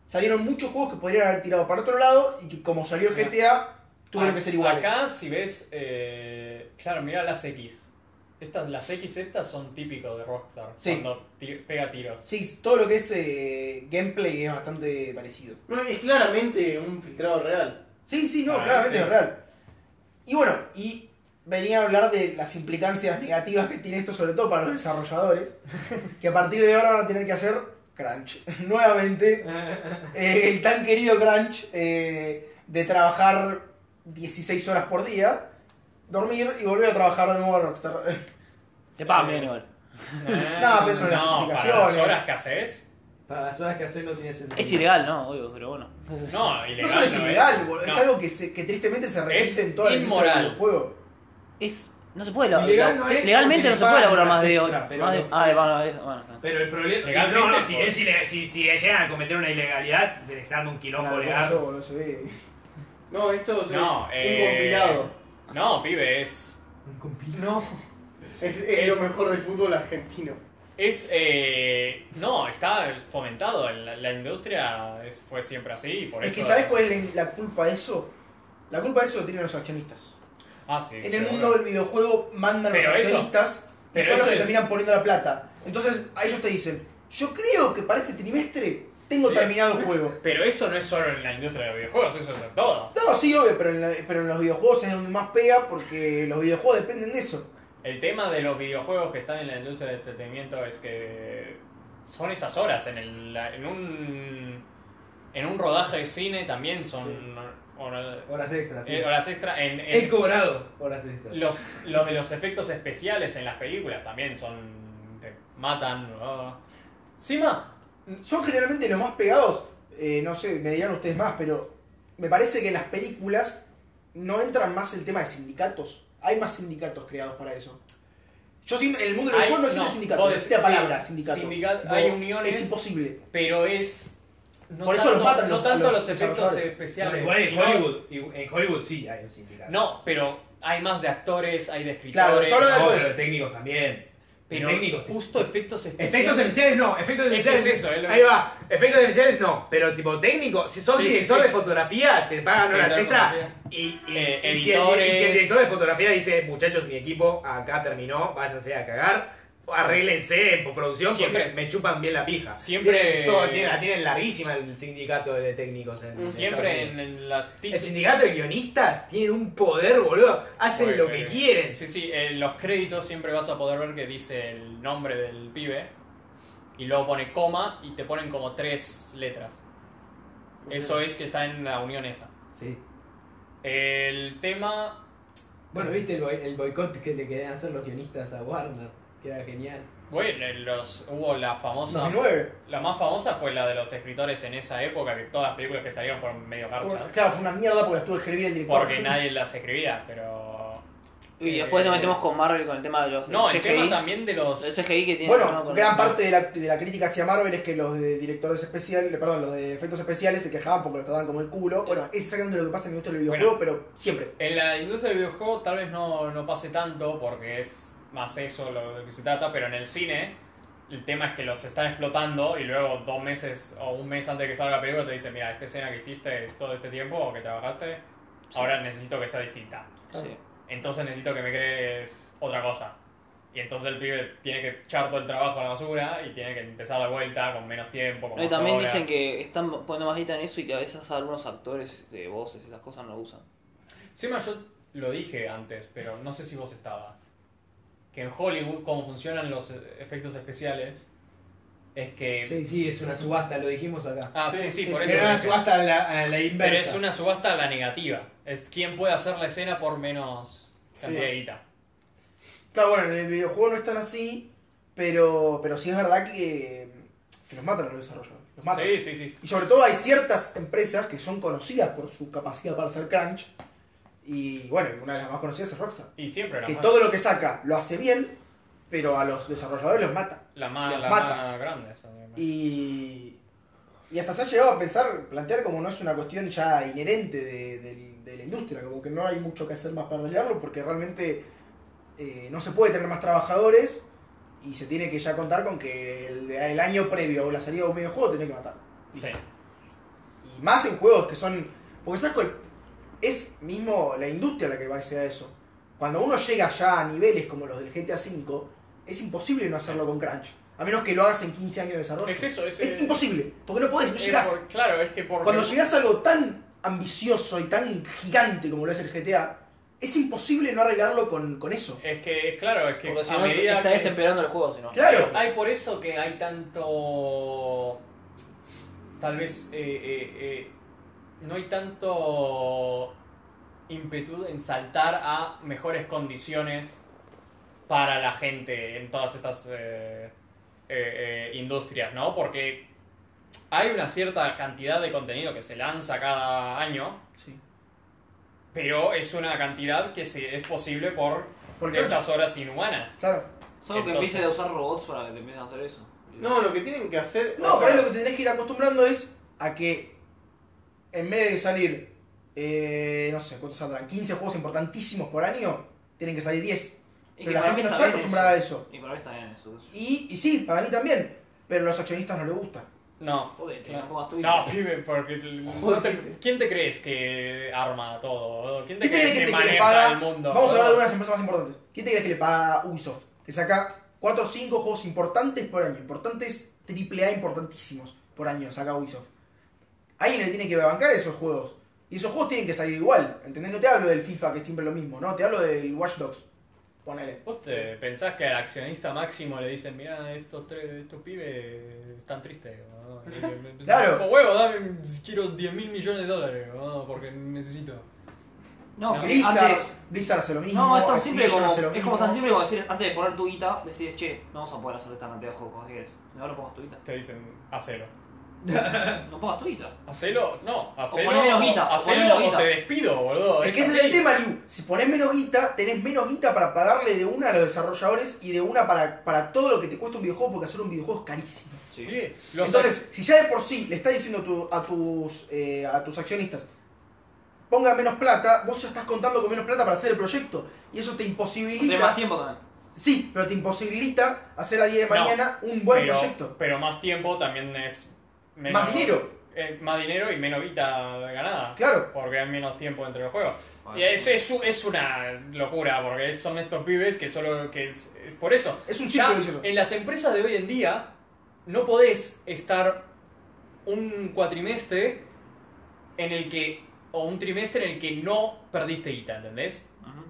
[SPEAKER 3] salieron muchos juegos que podrían haber tirado para otro lado y que como salió el GTA, tuvieron que ser iguales.
[SPEAKER 4] Ah, Acá, si ves. eh, claro, mira las X. Estas, las X estas son típicos de Rockstar.
[SPEAKER 3] Sí.
[SPEAKER 4] Cuando ti- pega tiros.
[SPEAKER 3] Sí, todo lo que es eh, gameplay es bastante parecido.
[SPEAKER 2] No, es claramente un filtrado real.
[SPEAKER 3] Sí, sí, no,
[SPEAKER 4] Ah,
[SPEAKER 3] claramente
[SPEAKER 4] sí.
[SPEAKER 3] es real. Y bueno, y venía a hablar de las implicancias negativas que tiene esto, sobre todo para los
[SPEAKER 4] [LAUGHS]
[SPEAKER 3] desarrolladores, que a partir de ahora van a tener que hacer crunch. [LAUGHS]
[SPEAKER 4] [LAUGHS]
[SPEAKER 3] Nuevamente, eh, el tan querido crunch eh, de trabajar 16 horas por día, dormir y volver a trabajar de nuevo a Rockstar.
[SPEAKER 5] Te pagan bien igual.
[SPEAKER 3] [LAUGHS] No, pero eso no es las
[SPEAKER 4] No, para las
[SPEAKER 3] notificaciones.
[SPEAKER 4] horas que haces.
[SPEAKER 1] Para las horas que haces no tiene sentido.
[SPEAKER 5] Es ilegal, ¿no? Obvio, pero bueno.
[SPEAKER 4] No, ilegal.
[SPEAKER 3] No solo es
[SPEAKER 4] no
[SPEAKER 3] ilegal, boludo, es
[SPEAKER 4] No.
[SPEAKER 3] algo que, se- que tristemente se repite en toda la industria
[SPEAKER 4] inmoral.
[SPEAKER 3] del juego.
[SPEAKER 5] Es. No se puede
[SPEAKER 1] Ilegal
[SPEAKER 5] laburar.
[SPEAKER 1] no es porque
[SPEAKER 5] legalmente no se
[SPEAKER 1] le
[SPEAKER 5] puede
[SPEAKER 1] pagan
[SPEAKER 5] laburar más de.
[SPEAKER 1] extra, pero
[SPEAKER 5] más de-
[SPEAKER 1] no-
[SPEAKER 5] ah, bueno, es- bueno, está.
[SPEAKER 1] Pero el problema.
[SPEAKER 4] Legalmente,
[SPEAKER 7] no, no, si,
[SPEAKER 4] por-
[SPEAKER 7] es ilegal- si, si llegan a cometer una ilegalidad, se les arma un
[SPEAKER 3] Nada,
[SPEAKER 7] quilombo
[SPEAKER 3] como yo,
[SPEAKER 7] legal.
[SPEAKER 3] boludo, se ve.
[SPEAKER 2] No, esto es
[SPEAKER 4] No,
[SPEAKER 2] un
[SPEAKER 4] eh,
[SPEAKER 2] compilado.
[SPEAKER 4] No, pibe, es.
[SPEAKER 2] No. Es, es
[SPEAKER 4] Es-
[SPEAKER 2] lo mejor del fútbol argentino.
[SPEAKER 4] Es. Eh, no, está fomentado. La, la industria es- fue siempre así. y Por
[SPEAKER 3] Es
[SPEAKER 4] eso,
[SPEAKER 3] que ¿sabes cuál es la culpa de eso? La culpa de eso lo tienen los accionistas.
[SPEAKER 4] Ah, sí.
[SPEAKER 3] En el
[SPEAKER 4] seguro.
[SPEAKER 3] mundo del videojuego mandan los
[SPEAKER 4] Pero eso-
[SPEAKER 3] accionistas y
[SPEAKER 4] pero
[SPEAKER 3] son los
[SPEAKER 4] eso
[SPEAKER 3] que
[SPEAKER 4] es-
[SPEAKER 3] terminan poniendo la plata. Entonces a ellos te dicen, yo creo que para este trimestre tengo
[SPEAKER 4] Sí.
[SPEAKER 3] terminado
[SPEAKER 4] [LAUGHS]
[SPEAKER 3] el juego.
[SPEAKER 4] Pero eso no es solo en la industria de los videojuegos, eso es en todo.
[SPEAKER 3] No, sí, obvio, pero en, la- pero en los videojuegos es donde más pega porque los videojuegos dependen de eso.
[SPEAKER 4] El tema de los videojuegos que están en la industria del entretenimiento es que son esas horas. En, el, la- en un en un rodaje de cine también son hora-
[SPEAKER 1] Horas extras. sí.
[SPEAKER 4] eh, horas extra. En, en
[SPEAKER 6] He cobrado horas extras.
[SPEAKER 4] los, los de los efectos especiales en las películas también son... te matan. ah. Encima,
[SPEAKER 3] Son generalmente los más pegados, eh, no sé, me dirán ustedes más, pero me parece que en las películas no entran más el tema de sindicatos. Hay más sindicatos creados para eso. Yo siento, en el mundo del
[SPEAKER 4] Hay-
[SPEAKER 3] videojuego no existe
[SPEAKER 4] no,
[SPEAKER 3] sindicato,
[SPEAKER 4] vos
[SPEAKER 3] no existe la
[SPEAKER 4] decís,
[SPEAKER 3] palabra
[SPEAKER 4] sí,
[SPEAKER 3] sindicato.
[SPEAKER 4] sindica-
[SPEAKER 3] Tipo,
[SPEAKER 4] hay uniones.
[SPEAKER 3] Es imposible.
[SPEAKER 4] pero es... No
[SPEAKER 3] Por eso
[SPEAKER 4] tanto,
[SPEAKER 3] los matan
[SPEAKER 4] no
[SPEAKER 3] los- los
[SPEAKER 4] tanto los, efectos
[SPEAKER 3] desarrolladores.
[SPEAKER 7] No,
[SPEAKER 4] especiales.
[SPEAKER 7] igual en
[SPEAKER 4] sino-
[SPEAKER 7] Hollywood, igu- en Hollywood sí hay un sindicato.
[SPEAKER 4] No, pero hay más de actores, hay de
[SPEAKER 3] Claro,
[SPEAKER 4] escritores.
[SPEAKER 3] solo de-
[SPEAKER 7] No,
[SPEAKER 3] pues-
[SPEAKER 7] pero de técnicos también.
[SPEAKER 4] Pero
[SPEAKER 7] técnicos.
[SPEAKER 4] justo efectos
[SPEAKER 7] Efectos
[SPEAKER 4] especiales.
[SPEAKER 7] especiales no, efectos
[SPEAKER 4] Es que es
[SPEAKER 7] especiales.
[SPEAKER 4] eso, es lo
[SPEAKER 7] Ahí
[SPEAKER 4] que-
[SPEAKER 7] va, efectos especiales no, pero tipo técnico, si sos
[SPEAKER 4] Sí, sí,
[SPEAKER 7] director
[SPEAKER 4] sí.
[SPEAKER 7] de fotografía, te pagan horas
[SPEAKER 4] Director de
[SPEAKER 7] extra.
[SPEAKER 4] fotografía.
[SPEAKER 7] Y, y-
[SPEAKER 4] Eh,
[SPEAKER 7] y si el,
[SPEAKER 4] editores.
[SPEAKER 7] y si el director de fotografía dice, muchachos, mi equipo acá terminó, váyanse a cagar, arréglense en postproducción
[SPEAKER 4] Siempre.
[SPEAKER 7] porque me chupan bien la pija.
[SPEAKER 4] Siempre-
[SPEAKER 7] Tienen todo- tienen- la tienen larguísima el sindicato de técnicos. En, en Estados
[SPEAKER 4] Siempre
[SPEAKER 7] Unidos.
[SPEAKER 4] en, en las
[SPEAKER 7] El
[SPEAKER 4] tips.
[SPEAKER 7] sindicato de guionistas tiene un poder, boludo. Hacen lo que
[SPEAKER 4] eh,
[SPEAKER 7] quieren.
[SPEAKER 4] Sí, sí, en los créditos siempre vas a poder ver que dice el nombre del pibe y luego pone coma y te ponen como tres letras. Eso es que está en la unión esa.
[SPEAKER 6] Sí.
[SPEAKER 4] El tema.
[SPEAKER 6] Bueno, viste el, boi- el boicot que le querían hacer los guionistas a Warner, que era genial.
[SPEAKER 4] Bueno, los, hubo la famosa.
[SPEAKER 3] 2009.
[SPEAKER 4] La más famosa fue la de los escritores en esa época, que todas las películas que salieron fueron medio
[SPEAKER 3] Fue-
[SPEAKER 4] garchas.
[SPEAKER 3] claro, fue una mierda porque las tuve que escribir el director.
[SPEAKER 4] Porque nadie las escribía, pero.
[SPEAKER 5] Y
[SPEAKER 4] eh,
[SPEAKER 5] después nos metemos con Marvel con el tema de los
[SPEAKER 4] No,
[SPEAKER 5] del
[SPEAKER 4] el
[SPEAKER 5] CGI.
[SPEAKER 4] tema también de los.
[SPEAKER 5] Del CGI que tiene
[SPEAKER 3] Bueno, gran parte de la, de la crítica hacia Marvel es que los de directores especiales, perdón, los de efectos especiales se quejaban porque los trataban como el culo. Bueno, es exactamente lo que pasa en el mundo del videojuego, pero siempre.
[SPEAKER 4] En la industria del videojuego tal vez no, no pase tanto porque es más eso lo de que se trata, pero en el cine el tema es que los están explotando y luego dos meses o un mes antes de que salga la película te dicen, mira, esta escena que hiciste todo este tiempo o que trabajaste, ahora necesito que sea distinta.
[SPEAKER 5] Sí.
[SPEAKER 4] Entonces necesito que me crees otra cosa. Y entonces el pibe tiene que echar todo el trabajo a la basura y tiene que empezar la vuelta con menos tiempo, con
[SPEAKER 5] No, y
[SPEAKER 4] más
[SPEAKER 5] también
[SPEAKER 4] horas.
[SPEAKER 5] dicen que están poniendo más guita en eso y que a veces algunos actores de voces, esas cosas no lo usan.
[SPEAKER 4] Sema, yo lo dije antes, pero no sé si vos estabas. Que en Hollywood, cómo funcionan los e- efectos especiales, es que.
[SPEAKER 3] Sí.
[SPEAKER 6] Sí, es una subasta, lo dijimos acá.
[SPEAKER 4] Ah, sí, sí,
[SPEAKER 3] Sí,
[SPEAKER 4] por
[SPEAKER 3] sí,
[SPEAKER 4] eso.
[SPEAKER 6] Era una
[SPEAKER 4] dije.
[SPEAKER 6] subasta a la, a la inversa.
[SPEAKER 4] pero es una subasta a la negativa. Es quien puede hacer la escena por menos cantidad de guita.
[SPEAKER 3] Claro, bueno, en el videojuego no están así, pero, pero sí es verdad que, que los matan a los desarrolladores. Los matan.
[SPEAKER 4] Sí, sí, sí.
[SPEAKER 3] Y sobre todo hay ciertas empresas que son conocidas por su capacidad para hacer crunch. Y bueno, una de las más conocidas es Rockstar.
[SPEAKER 4] Y siempre la
[SPEAKER 3] Que
[SPEAKER 4] más,
[SPEAKER 3] todo lo que saca lo hace bien, pero a los desarrolladores los mata.
[SPEAKER 4] la más,
[SPEAKER 3] los
[SPEAKER 4] la
[SPEAKER 3] mata.
[SPEAKER 4] más grande. esa, digamos.
[SPEAKER 3] Y, y hasta se ha llegado a pensar, plantear como no es una cuestión ya inherente de, del- de la industria, como que no hay mucho que hacer más para arreglarlo, porque realmente eh, no se puede tener más trabajadores y se tiene que ya contar con que el, el año previo o la salida de un videojuego tenía que matar.
[SPEAKER 4] Sí.
[SPEAKER 3] Y más en juegos que son. Porque sabes cuál. es mismo la industria la que va hacia eso. Cuando uno llega ya a niveles como los del GTA V, es imposible no hacerlo con Crunch. A menos que lo hagas en 15 años de desarrollo.
[SPEAKER 4] Es eso, es, eh,
[SPEAKER 3] Es imposible, porque no podés, no
[SPEAKER 4] es
[SPEAKER 3] llegás.
[SPEAKER 4] por- claro, es que por.
[SPEAKER 3] Cuando llegas a algo tan ambicioso y tan gigante como lo es el GTA, es imposible no arreglarlo con, con eso.
[SPEAKER 4] Es que, claro, es que
[SPEAKER 5] Porque si
[SPEAKER 4] a
[SPEAKER 5] no,
[SPEAKER 4] medida
[SPEAKER 5] está
[SPEAKER 4] que-
[SPEAKER 5] desesperando el juego, si no.
[SPEAKER 3] Claro,
[SPEAKER 4] Hay por eso que hay tanto. Tal vez. eh, eh, eh, no hay tanto ímpetu en saltar a mejores condiciones para la gente en todas estas eh, eh, eh, industrias, ¿no? Porque hay una cierta cantidad de contenido que se lanza cada año,
[SPEAKER 3] sí.
[SPEAKER 4] pero es una cantidad que se- es posible por
[SPEAKER 3] Por crunch,
[SPEAKER 4] estas horas inhumanas.
[SPEAKER 3] claro.
[SPEAKER 5] Solo que
[SPEAKER 4] Entonces-
[SPEAKER 5] empieces a usar robots para que te empiecen a hacer eso.
[SPEAKER 2] No, lo que tienen que hacer.
[SPEAKER 3] No,
[SPEAKER 2] o
[SPEAKER 3] por ahí
[SPEAKER 2] sea,
[SPEAKER 3] lo que te tenés que ir acostumbrando es a que en vez de salir, eh, no sé, ¿cuántos saldrán? 15 juegos importantísimos por año, tienen que salir 10.
[SPEAKER 5] Y
[SPEAKER 3] Pero
[SPEAKER 5] que
[SPEAKER 3] la
[SPEAKER 5] para mí
[SPEAKER 3] gente no
[SPEAKER 5] está
[SPEAKER 3] está
[SPEAKER 5] bien
[SPEAKER 3] acostumbrada a eso.
[SPEAKER 5] Y para mí está bien eso.
[SPEAKER 3] Y, y sí, para mí también, pero a los accionistas no les gusta.
[SPEAKER 4] No,
[SPEAKER 5] Jodete,
[SPEAKER 4] Claro.
[SPEAKER 5] no pongas tu
[SPEAKER 4] No,
[SPEAKER 5] vida.
[SPEAKER 4] pibe, porque. el-
[SPEAKER 2] Jodete.
[SPEAKER 4] no te- ¿Quién te crees que arma todo? ¿Quién te
[SPEAKER 3] ¿Quién te
[SPEAKER 4] crees
[SPEAKER 3] crees que,
[SPEAKER 4] que,
[SPEAKER 3] se- que le
[SPEAKER 4] maneja
[SPEAKER 3] paga?
[SPEAKER 4] el mundo?
[SPEAKER 3] Vamos a hablar de unas empresas más importantes. ¿Quién te crees que le paga Ubisoft? Que saca 4 o 5 juegos importantes por año. Importantes AAA importantísimos por año saca Ubisoft. Alguien le tiene que bancar esos juegos. Y esos juegos tienen que salir igual. ¿Entendés? No te hablo del FIFA, que es siempre lo mismo. No, te hablo del Watch Dogs. Ponele.
[SPEAKER 4] ¿Vos te pensás que al accionista máximo le dicen, mirá, estos tres, estos pibes están tristes? ¿no?
[SPEAKER 3] Claro.
[SPEAKER 4] Por huevo, dame, quiero 10 mil millones de dólares, ¿no? porque necesito.
[SPEAKER 5] No,
[SPEAKER 4] No.
[SPEAKER 5] que
[SPEAKER 3] Blizzard,
[SPEAKER 5] antes.
[SPEAKER 3] Blizzard hace lo mismo.
[SPEAKER 5] No, es tan simple
[SPEAKER 3] Activision
[SPEAKER 5] como.
[SPEAKER 3] hace lo
[SPEAKER 5] Es como
[SPEAKER 3] mismo.
[SPEAKER 5] tan simple como decir, antes de poner tu guita, decides, che, no vamos a poder hacer esta cantidad de juegos como quieres. No, no pongas tu guita.
[SPEAKER 4] Te dicen, hacelo.
[SPEAKER 5] No pongas tu guita.
[SPEAKER 4] Hacelo, no, hacelo.
[SPEAKER 5] ponle menos guita, o ponle
[SPEAKER 4] Hacelo
[SPEAKER 5] menos
[SPEAKER 4] o
[SPEAKER 5] guita.
[SPEAKER 4] te despido, boludo.
[SPEAKER 3] Es que ese es
[SPEAKER 4] así.
[SPEAKER 3] el tema, Liu. Si pones menos guita, tenés menos guita para pagarle de una a los desarrolladores y de una para, para todo lo que te cuesta un videojuego, porque hacer un videojuego es carísimo.
[SPEAKER 5] Sí.
[SPEAKER 4] Pibe, los
[SPEAKER 3] Entonces, si ya de por sí le estás diciendo tu- a, tus, eh, a tus accionistas, pongan menos plata, vos ya estás contando con menos plata para hacer el proyecto. Y eso te
[SPEAKER 5] Entre más
[SPEAKER 3] imposibilita.
[SPEAKER 5] tiempo también.
[SPEAKER 3] Sí, pero te imposibilita hacer a día de
[SPEAKER 4] No,
[SPEAKER 3] mañana un buen
[SPEAKER 4] pero,
[SPEAKER 3] proyecto.
[SPEAKER 4] Pero más tiempo también es. menos-
[SPEAKER 3] Más dinero,
[SPEAKER 4] eh, más dinero y menos guita ganada.
[SPEAKER 3] claro.
[SPEAKER 4] Porque hay menos tiempo entre los juegos. Y es, es, u- es una locura, porque son estos pibes que solo. que es, es por eso.
[SPEAKER 3] Es un
[SPEAKER 4] Ya
[SPEAKER 3] círculo vicioso.
[SPEAKER 4] en las empresas de hoy en día, no podés estar un cuatrimestre en el que. o un trimestre en el que no perdiste guita, ¿entendés?
[SPEAKER 5] Ujú.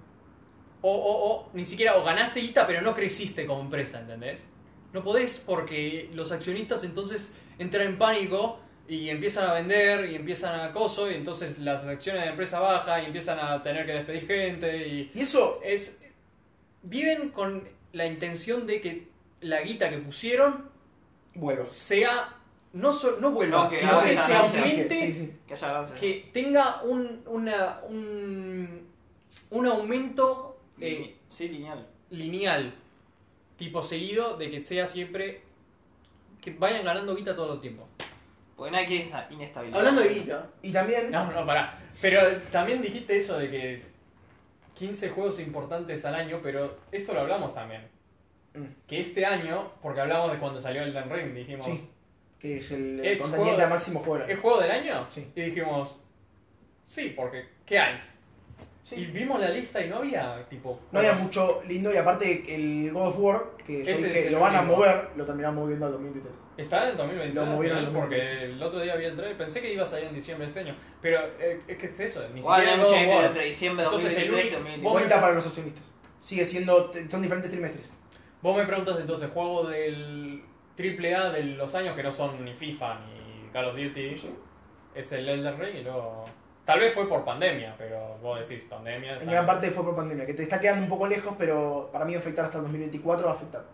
[SPEAKER 4] O, o, o ni siquiera, o ganaste guita, pero no creciste como empresa, ¿entendés? No podés porque los accionistas entonces entran en pánico y empiezan a vender y empiezan a acoso y entonces las acciones de la empresa bajan y empiezan a tener que despedir gente y
[SPEAKER 3] Y eso,
[SPEAKER 4] es viven con la intención de que la guita que pusieron
[SPEAKER 3] vuelvo.
[SPEAKER 4] sea no so- no vuelva,
[SPEAKER 5] No, que
[SPEAKER 4] sino
[SPEAKER 5] no,
[SPEAKER 4] que
[SPEAKER 5] que
[SPEAKER 4] se
[SPEAKER 5] no,
[SPEAKER 4] aumente
[SPEAKER 3] Sí, sí.
[SPEAKER 5] Que haya ganancias.
[SPEAKER 4] que tenga un, una, un, un aumento eh,
[SPEAKER 5] Lin- Sí, lineal.
[SPEAKER 4] lineal, tipo seguido, de que sea siempre que vayan ganando guita todo el tiempo.
[SPEAKER 5] Porque nadie quiere esa inestabilidad.
[SPEAKER 2] Hablando de guita,
[SPEAKER 3] Y también,
[SPEAKER 4] No, no, pará. Pero también dijiste eso de que 15 juegos importantes al año, pero esto lo hablamos también.
[SPEAKER 3] Mm.
[SPEAKER 4] Que este año, porque hablamos de cuando salió Elden Ring, dijimos,
[SPEAKER 3] sí, que es el
[SPEAKER 4] Es
[SPEAKER 3] contendiente
[SPEAKER 4] juego-
[SPEAKER 3] a máximo juego. del
[SPEAKER 4] ¿es
[SPEAKER 3] año.
[SPEAKER 4] juego del año?
[SPEAKER 3] Sí.
[SPEAKER 4] Y dijimos, sí, porque ¿qué hay?
[SPEAKER 3] Sí.
[SPEAKER 4] Y vimos la lista y no había tipo...
[SPEAKER 3] No había
[SPEAKER 4] juegos.
[SPEAKER 3] mucho lindo y aparte el God of War, que yo
[SPEAKER 4] Ese es
[SPEAKER 3] dije,
[SPEAKER 4] el
[SPEAKER 3] lo van a
[SPEAKER 4] único.
[SPEAKER 3] mover, lo terminaron moviendo al 2023.
[SPEAKER 4] Está en 2020.
[SPEAKER 3] Lo movieron al
[SPEAKER 4] Porque
[SPEAKER 3] 2023.
[SPEAKER 4] el otro día vi el trailer, pensé que iba a salir en diciembre este año. Pero eh, es que es eso, ni
[SPEAKER 5] Igual hay
[SPEAKER 4] siquiera
[SPEAKER 5] mucha
[SPEAKER 4] God of War.
[SPEAKER 5] diferencia entre diciembre de
[SPEAKER 4] Entonces, el
[SPEAKER 5] 2013 y
[SPEAKER 4] único-
[SPEAKER 5] 2023.
[SPEAKER 4] vos-
[SPEAKER 3] Cuenta para los accionistas. Sigue siendo, son diferentes trimestres.
[SPEAKER 4] Vos me preguntas entonces, juego del AAA de los años que no son ni FIFA ni Call of Duty, es el Elden Ring y luego... Tal vez fue por pandemia, pero vos decís pandemia...
[SPEAKER 3] En
[SPEAKER 4] tal-
[SPEAKER 3] gran parte fue por pandemia, que te está quedando un poco lejos, pero para mí va a afectar hasta el 2024, va a afectar.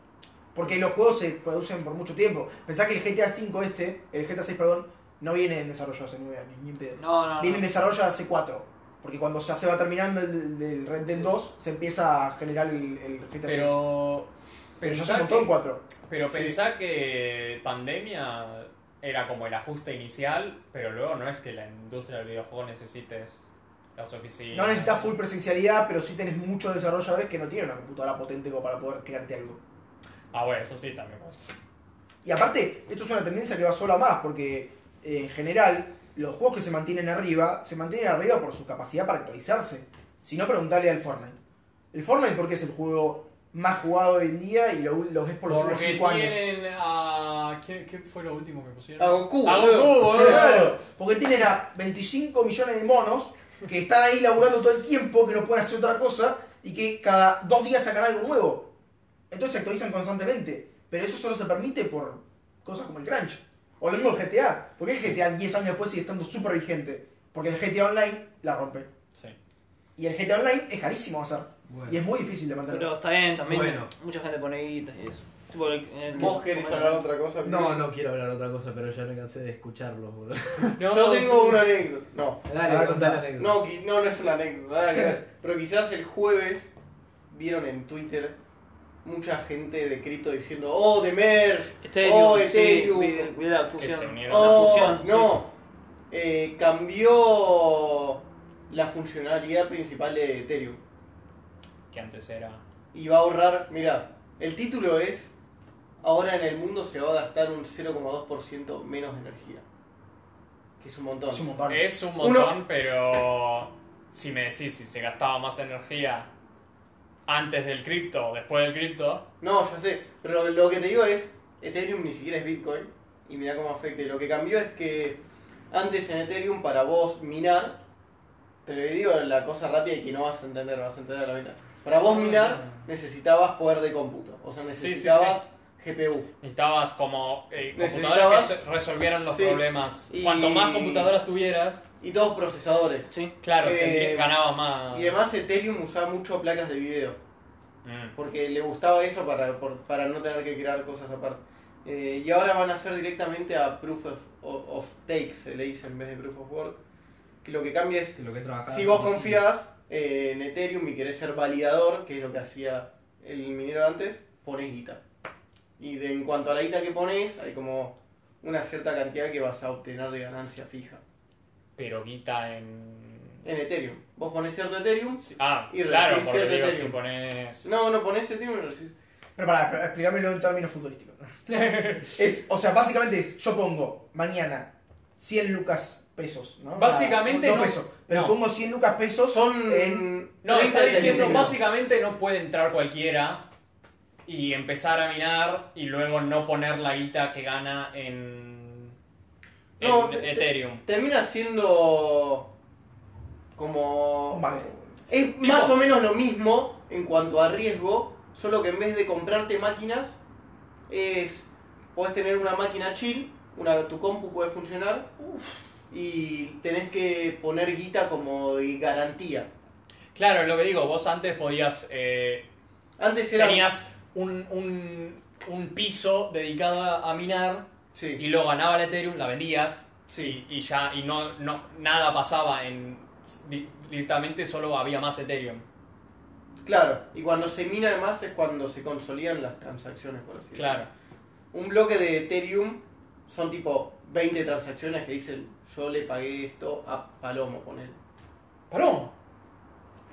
[SPEAKER 3] Porque los juegos se producen por mucho tiempo. Pensá que el GTA V este, el GTA 6, perdón, no viene en desarrollo hace 9 años, ni en pedo.
[SPEAKER 5] No, no, no.
[SPEAKER 3] Viene en desarrollo hace 4. Porque cuando ya se va terminando el, del Red Dead 2, se empieza a generar el, el GTA 6.
[SPEAKER 4] Pero...
[SPEAKER 3] Pero ya
[SPEAKER 4] pensá
[SPEAKER 3] se montó en
[SPEAKER 4] que-
[SPEAKER 3] 4.
[SPEAKER 4] Pero
[SPEAKER 3] Sí.
[SPEAKER 4] pensá que pandemia era como el ajuste inicial, pero luego no es que la industria del videojuego necesites las oficinas.
[SPEAKER 3] No necesitas full presencialidad, pero sí tenés muchos desarrolladores que no tienen una computadora potente como para poder crearte algo.
[SPEAKER 4] Ah, bueno, eso sí también. pasa.
[SPEAKER 3] Y aparte, esto es una tendencia que va sola más, porque eh, en general, los juegos que se mantienen arriba, se mantienen arriba por su capacidad para actualizarse. Si no, preguntale al Fortnite. El Fortnite porque es el juego más jugado hoy en día y lo, lo ves por los
[SPEAKER 4] Porque
[SPEAKER 3] últimos 5 años.
[SPEAKER 4] tienen a. ¿qué, qué fue lo último que pusieron?
[SPEAKER 2] A Goku,
[SPEAKER 4] A
[SPEAKER 2] boludo.
[SPEAKER 4] Goku, boludo.
[SPEAKER 3] Claro, porque tienen a 25 millones de monos que están ahí laburando todo el tiempo, que no pueden hacer otra cosa y que cada dos días sacan algo nuevo. Entonces se actualizan constantemente. Pero eso solo se permite por cosas como el crunch. O lo mismo el GTA. Porque el GTA 10 años después sigue estando súper vigente. Porque el GTA Online la rompe.
[SPEAKER 4] Sí.
[SPEAKER 3] Y el GTA Online es carísimo de hacer. Y es muy difícil de mantener.
[SPEAKER 5] Pero está bien también.
[SPEAKER 6] Bueno.
[SPEAKER 5] Mucha gente pone guita y eso. Tipo, el- el-
[SPEAKER 2] ¿Vos querés hablar otra cosa?
[SPEAKER 6] No, no quiero hablar otra cosa, pero ya me cansé de escucharlo, boludo.
[SPEAKER 2] Yo tengo una anécdota. No.
[SPEAKER 6] Dale,
[SPEAKER 3] A ver,
[SPEAKER 6] contá la
[SPEAKER 3] contá.
[SPEAKER 6] anécdota.
[SPEAKER 2] No, qui- no, no es una anécdota. nada que
[SPEAKER 5] [LAUGHS]
[SPEAKER 2] ver. Pero quizás el jueves vieron en Twitter mucha gente de cripto diciendo, oh, de Merge,
[SPEAKER 5] Ethereum,
[SPEAKER 2] oh,
[SPEAKER 5] sí,
[SPEAKER 2] Ethereum,
[SPEAKER 5] vi- vi la
[SPEAKER 4] Que se
[SPEAKER 5] fusión.
[SPEAKER 4] unieron.
[SPEAKER 2] oh,
[SPEAKER 5] la fusión,
[SPEAKER 2] no. Eh, cambió la funcionalidad principal de Ethereum.
[SPEAKER 4] Que antes era.
[SPEAKER 2] Y va a ahorrar, mira, el título es, ahora en el mundo se va a gastar un 0,2% menos de energía. Que es un montón.
[SPEAKER 3] Es un montón.
[SPEAKER 4] Es un montón, pero. Si me decís si se gastaba más energía antes del cripto o después del cripto.
[SPEAKER 2] No, ya sé, pero lo, lo que te digo es, Ethereum ni siquiera es Bitcoin, y mirá cómo afecta. Y Lo que cambió es que antes en Ethereum para vos minar, te lo digo la cosa rápida y que no vas a entender, vas a entender a la mitad. Para vos minar necesitabas poder de cómputo, o sea,
[SPEAKER 4] Ah. sí, sí.
[SPEAKER 2] necesitabas GPU.
[SPEAKER 4] Necesitabas como eh, computadoras
[SPEAKER 2] Necesitabas-
[SPEAKER 4] que se- resolvieran los
[SPEAKER 2] sí.
[SPEAKER 4] problemas.
[SPEAKER 2] Y-
[SPEAKER 4] Cuanto más computadoras tuvieras,
[SPEAKER 2] Y todos procesadores.
[SPEAKER 5] Sí.
[SPEAKER 4] claro,
[SPEAKER 2] Eh,
[SPEAKER 4] tendrías- ganaba más.
[SPEAKER 2] Y además Ethereum usaba mucho placas de video.
[SPEAKER 4] Mm.
[SPEAKER 2] porque le gustaba eso para, por- para no tener que crear cosas aparte. Eh, y ahora van a hacer directamente a Proof of, of, of Stake, se le dice en vez de Proof of Work. Que lo que cambia es,
[SPEAKER 7] Que lo que trabajaba
[SPEAKER 2] si vos
[SPEAKER 7] con-
[SPEAKER 2] confías eh, en Ethereum y querés ser validador, que es lo que hacía el minero antes, pones guita. Y de, en cuanto a la guita que pones, hay como una cierta cantidad que vas a obtener de ganancia fija.
[SPEAKER 4] Pero guita en.
[SPEAKER 2] En Ethereum. Vos pones cierto Ethereum.
[SPEAKER 4] Ah,
[SPEAKER 2] Y
[SPEAKER 4] claro,
[SPEAKER 2] recibís
[SPEAKER 4] porque
[SPEAKER 2] cierto
[SPEAKER 4] digo, si
[SPEAKER 2] Ethereum.
[SPEAKER 4] pones.
[SPEAKER 2] No, no pones Ethereum y recibís.
[SPEAKER 3] Pero pará, explícamelo en términos futbolísticos. [LAUGHS] es, o sea, básicamente es, yo pongo mañana 100 lucas pesos, ¿no?
[SPEAKER 4] Básicamente
[SPEAKER 3] Ah, no,
[SPEAKER 4] no.
[SPEAKER 3] pesos, pero
[SPEAKER 4] No.
[SPEAKER 3] pongo 100 lucas pesos
[SPEAKER 2] Son.
[SPEAKER 3] en...
[SPEAKER 4] No,
[SPEAKER 2] 30
[SPEAKER 4] está diciendo
[SPEAKER 2] Ethereum.
[SPEAKER 4] básicamente no puede entrar cualquiera y empezar a minar y luego no poner la guita que gana en, en
[SPEAKER 2] No, te- te-
[SPEAKER 4] Ethereum.
[SPEAKER 2] termina siendo como
[SPEAKER 3] Un banco.
[SPEAKER 2] es
[SPEAKER 4] Tipo-
[SPEAKER 2] más o menos lo mismo en cuanto a riesgo solo que en vez de comprarte máquinas es podés tener una máquina chill una tu compu puede funcionar y tenés que poner guita como de garantía
[SPEAKER 4] Claro, es lo que digo, vos antes podías... eh,
[SPEAKER 2] antes era
[SPEAKER 4] tenías un, un- un piso dedicado a a minar
[SPEAKER 2] sí
[SPEAKER 4] y lo ganaba el Ethereum, la vendías
[SPEAKER 2] sí
[SPEAKER 4] y, y ya y no, no nada pasaba en di- directamente solo había más Ethereum.
[SPEAKER 2] claro y cuando se mina además es cuando se consolidan las transacciones por así decirlo.
[SPEAKER 4] Claro.
[SPEAKER 2] un bloque de Ethereum son tipo 20 transacciones que dicen yo le pagué esto a Palomo con él.
[SPEAKER 4] Paró.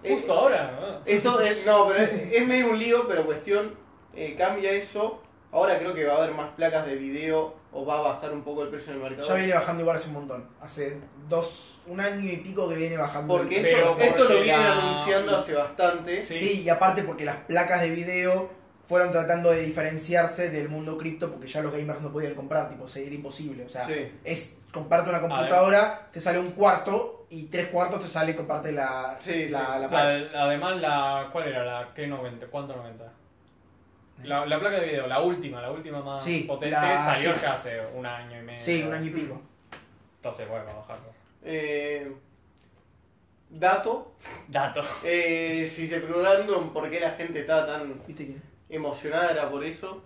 [SPEAKER 2] Eh,
[SPEAKER 4] Justo ahora. ah.
[SPEAKER 2] Esto es, no, pero es, es medio un lío, pero cuestión, eh, cambia eso. Ahora creo que va a haber más placas de video o va a bajar un poco el precio en el mercado.
[SPEAKER 3] Ya viene bajando igual hace un montón. Hace dos, un año y pico que viene bajando.
[SPEAKER 2] Porque
[SPEAKER 3] el-
[SPEAKER 2] eso-
[SPEAKER 4] Pero
[SPEAKER 2] esto lo
[SPEAKER 4] porque
[SPEAKER 2] vienen
[SPEAKER 4] la-
[SPEAKER 2] anunciando hace bastante.
[SPEAKER 4] Sí.
[SPEAKER 3] Sí. y aparte porque las placas de video fueron tratando de diferenciarse del mundo cripto porque ya los gamers no podían comprar, tipo, sería imposible. O sea,
[SPEAKER 2] Sí.
[SPEAKER 3] es comprarte una computadora, te sale un cuarto y tres cuartos te sale comparte la,
[SPEAKER 2] Sí,
[SPEAKER 3] la,
[SPEAKER 2] sí.
[SPEAKER 3] la placa.
[SPEAKER 4] Ad- Además, la, ¿cuál era? ¿La qué 90? ¿Cuánto 90? La, la placa de video, la última, la última más
[SPEAKER 3] Sí,
[SPEAKER 4] potente,
[SPEAKER 3] la-
[SPEAKER 4] salió
[SPEAKER 3] sí.
[SPEAKER 4] ya hace un año y medio.
[SPEAKER 3] Sí, un año y pico.
[SPEAKER 4] Entonces, bueno, bajarlo.
[SPEAKER 2] Eh, dato,
[SPEAKER 4] Dato.
[SPEAKER 2] eh, si se preguntaron por qué la gente estaba tan
[SPEAKER 3] ¿Viste quién?
[SPEAKER 2] emocionada era por eso.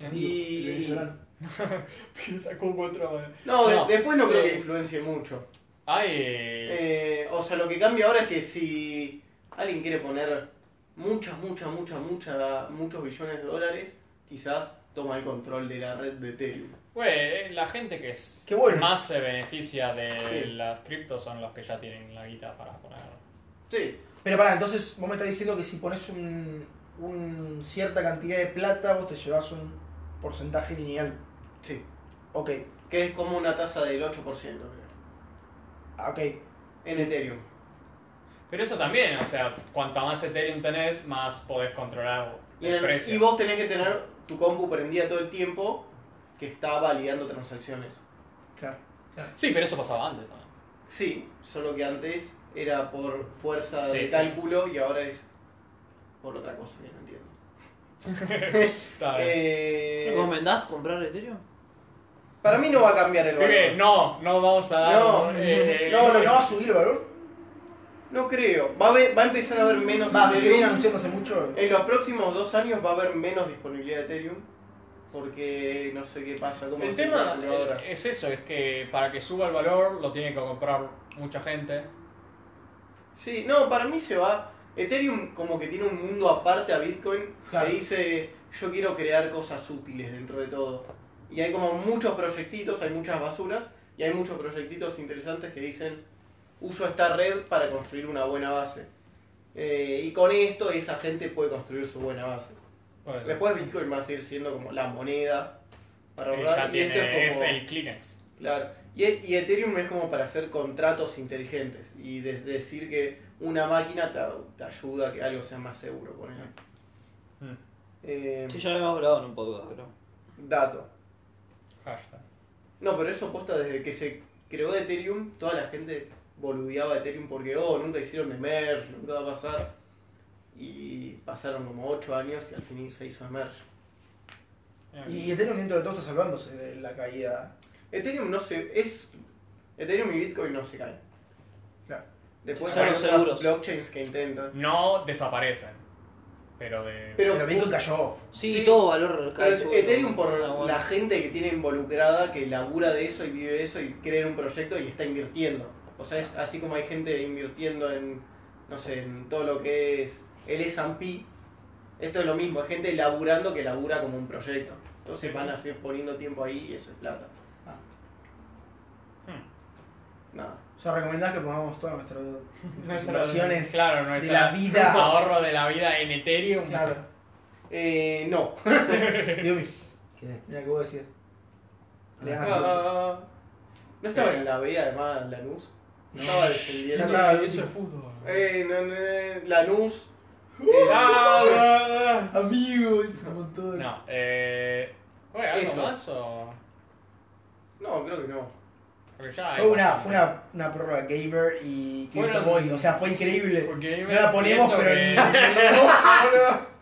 [SPEAKER 3] Lo
[SPEAKER 2] Y...
[SPEAKER 3] hizo Solano.
[SPEAKER 4] [LAUGHS] Piensa como otra manera.
[SPEAKER 2] No, de-
[SPEAKER 4] No,
[SPEAKER 2] después no creo
[SPEAKER 4] eh,
[SPEAKER 2] que influencie mucho.
[SPEAKER 4] Ay.
[SPEAKER 2] Eh, o sea, lo que cambia ahora es que si alguien quiere poner muchas, muchas, muchas, muchas, muchos billones de dólares, quizás toma el control de la red de Ethereum.
[SPEAKER 4] Güey, la gente que es
[SPEAKER 3] Qué bueno.
[SPEAKER 4] más se beneficia de
[SPEAKER 2] Sí.
[SPEAKER 4] las criptos son los que ya tienen la guita para poner.
[SPEAKER 2] Sí,
[SPEAKER 3] Pero pará, entonces vos me estás diciendo que si pones un, un cierta cantidad de plata, vos te llevas un porcentaje lineal.
[SPEAKER 2] sí.
[SPEAKER 3] Ok.
[SPEAKER 2] Que es como una tasa del 8%. creo.
[SPEAKER 3] Ah, Ok,
[SPEAKER 2] en Ethereum.
[SPEAKER 4] Pero eso también, o sea, cuanto más Ethereum tenés, más podés controlar
[SPEAKER 2] Y, en
[SPEAKER 4] el,
[SPEAKER 2] el-
[SPEAKER 4] precio.
[SPEAKER 2] y vos tenés que tener tu compu prendida todo el tiempo que está validando transacciones.
[SPEAKER 3] claro.
[SPEAKER 4] Sí, pero eso pasaba antes también.
[SPEAKER 2] Sí, solo que antes era por fuerza
[SPEAKER 4] Sí,
[SPEAKER 2] de
[SPEAKER 4] sí.
[SPEAKER 2] cálculo y ahora es por otra cosa que no entiendo.
[SPEAKER 4] Está bien.
[SPEAKER 2] Eh,
[SPEAKER 5] ¿Recomendás comprar Ethereum?
[SPEAKER 2] para mí no va a cambiar el
[SPEAKER 4] Pibe,
[SPEAKER 2] valor.
[SPEAKER 4] no, no vamos a dar.
[SPEAKER 2] No,
[SPEAKER 4] eh,
[SPEAKER 3] No, no, no va a subir el valor.
[SPEAKER 2] No creo. Va a, haber- va a empezar a haber menos
[SPEAKER 3] Va, se
[SPEAKER 2] Ethereum.
[SPEAKER 3] viene anunciando hace mucho.
[SPEAKER 2] En los próximos dos años va a haber menos disponibilidad de Ethereum porque no sé qué pasa. ¿cómo
[SPEAKER 4] El
[SPEAKER 2] se
[SPEAKER 4] tema eh,
[SPEAKER 2] calculadora.
[SPEAKER 4] es eso, es que para que suba el valor lo tiene que comprar mucha gente.
[SPEAKER 2] Sí, no, para mí se va. Ethereum como que tiene un mundo aparte a Bitcoin
[SPEAKER 3] Claro.
[SPEAKER 2] que dice yo quiero crear cosas útiles dentro de todo. Y hay como muchos proyectitos, hay muchas basuras y hay muchos proyectitos interesantes que dicen uso esta red para construir una buena base. Eh, y con esto esa gente puede construir su buena base.
[SPEAKER 4] Puede ser.
[SPEAKER 2] Después Bitcoin va a seguir siendo como la moneda para
[SPEAKER 4] Eh,
[SPEAKER 2] ahorrar.
[SPEAKER 4] ya
[SPEAKER 2] y esto
[SPEAKER 4] tiene,
[SPEAKER 2] es
[SPEAKER 4] es
[SPEAKER 2] como...
[SPEAKER 4] el Kleenex.
[SPEAKER 2] Claro. Y, e- y Ethereum es como para hacer contratos inteligentes y de- decir que una máquina te, te ayuda a que algo sea más seguro. ponele.
[SPEAKER 4] Mm.
[SPEAKER 3] Hmm.
[SPEAKER 2] Eh,
[SPEAKER 5] Sí, ya lo hemos hablado en un podcast, creo.
[SPEAKER 2] Dato.
[SPEAKER 4] Hashtag.
[SPEAKER 2] No, pero eso posta desde que se creó Ethereum, toda la gente boludeaba Ethereum porque, oh, nunca hicieron de merge, nunca va a pasar. Y pasaron como 8 años y al fin se hizo merge.
[SPEAKER 3] Y
[SPEAKER 4] Eh,
[SPEAKER 3] Ethereum dentro de todo está salvándose de la caída.
[SPEAKER 2] Ethereum no se. es. Ethereum y Bitcoin no se caen.
[SPEAKER 3] Claro.
[SPEAKER 2] Después
[SPEAKER 5] Son
[SPEAKER 2] hay otras
[SPEAKER 5] seguros.
[SPEAKER 2] blockchains que intentan.
[SPEAKER 4] No desaparecen, pero de...
[SPEAKER 2] Pero,
[SPEAKER 3] Pero Bitcoin cayó.
[SPEAKER 5] Sí,
[SPEAKER 2] Sí.
[SPEAKER 5] todo valor cae.
[SPEAKER 2] Pero
[SPEAKER 5] sobre-
[SPEAKER 2] Ethereum por
[SPEAKER 5] Ah, bueno.
[SPEAKER 2] la gente que tiene involucrada, que labura de eso y vive de eso y crea en un proyecto y está invirtiendo. O sea, es así como hay gente invirtiendo en, no sé, en todo lo que es el S&P. Esto es lo mismo, hay gente laburando que labura como un proyecto. Entonces van a seguir poniendo tiempo ahí y eso es plata.
[SPEAKER 3] Ah.
[SPEAKER 2] Hmm. Nada.
[SPEAKER 3] O sea, recomendás que pongamos todas nuestras nuestras
[SPEAKER 4] Nuestras-
[SPEAKER 3] inversiones.
[SPEAKER 4] claro, nuestra-
[SPEAKER 3] la vida.
[SPEAKER 4] [LAUGHS] ahorro de la vida en Ethereum.
[SPEAKER 3] Claro.
[SPEAKER 2] Eh, no.
[SPEAKER 3] Yumi,
[SPEAKER 1] ¿Qué?
[SPEAKER 3] mira que vos decías. Le ganas a-
[SPEAKER 2] Ah, [LAUGHS] no estaba en la B además Lanús. No estaba
[SPEAKER 3] Ya
[SPEAKER 2] descendiendo.
[SPEAKER 3] está,
[SPEAKER 4] fútbol.
[SPEAKER 2] Eh, no, no, no, Lanús. eh,
[SPEAKER 3] Amigo, es un montón.
[SPEAKER 4] Ah, No, eh... Bueno, ¿algo
[SPEAKER 2] Eso.
[SPEAKER 4] más o...?
[SPEAKER 2] No, creo que no.
[SPEAKER 4] Porque ya hay
[SPEAKER 3] Fue una,
[SPEAKER 4] bastante.
[SPEAKER 3] fue una, una prórroga gamer y
[SPEAKER 4] Fueron-
[SPEAKER 3] Crypto Boy, o sea, fue increíble.
[SPEAKER 4] Porque
[SPEAKER 3] No la
[SPEAKER 4] y
[SPEAKER 3] ponemos,
[SPEAKER 4] eso
[SPEAKER 3] pero
[SPEAKER 4] que-
[SPEAKER 3] no, no, no.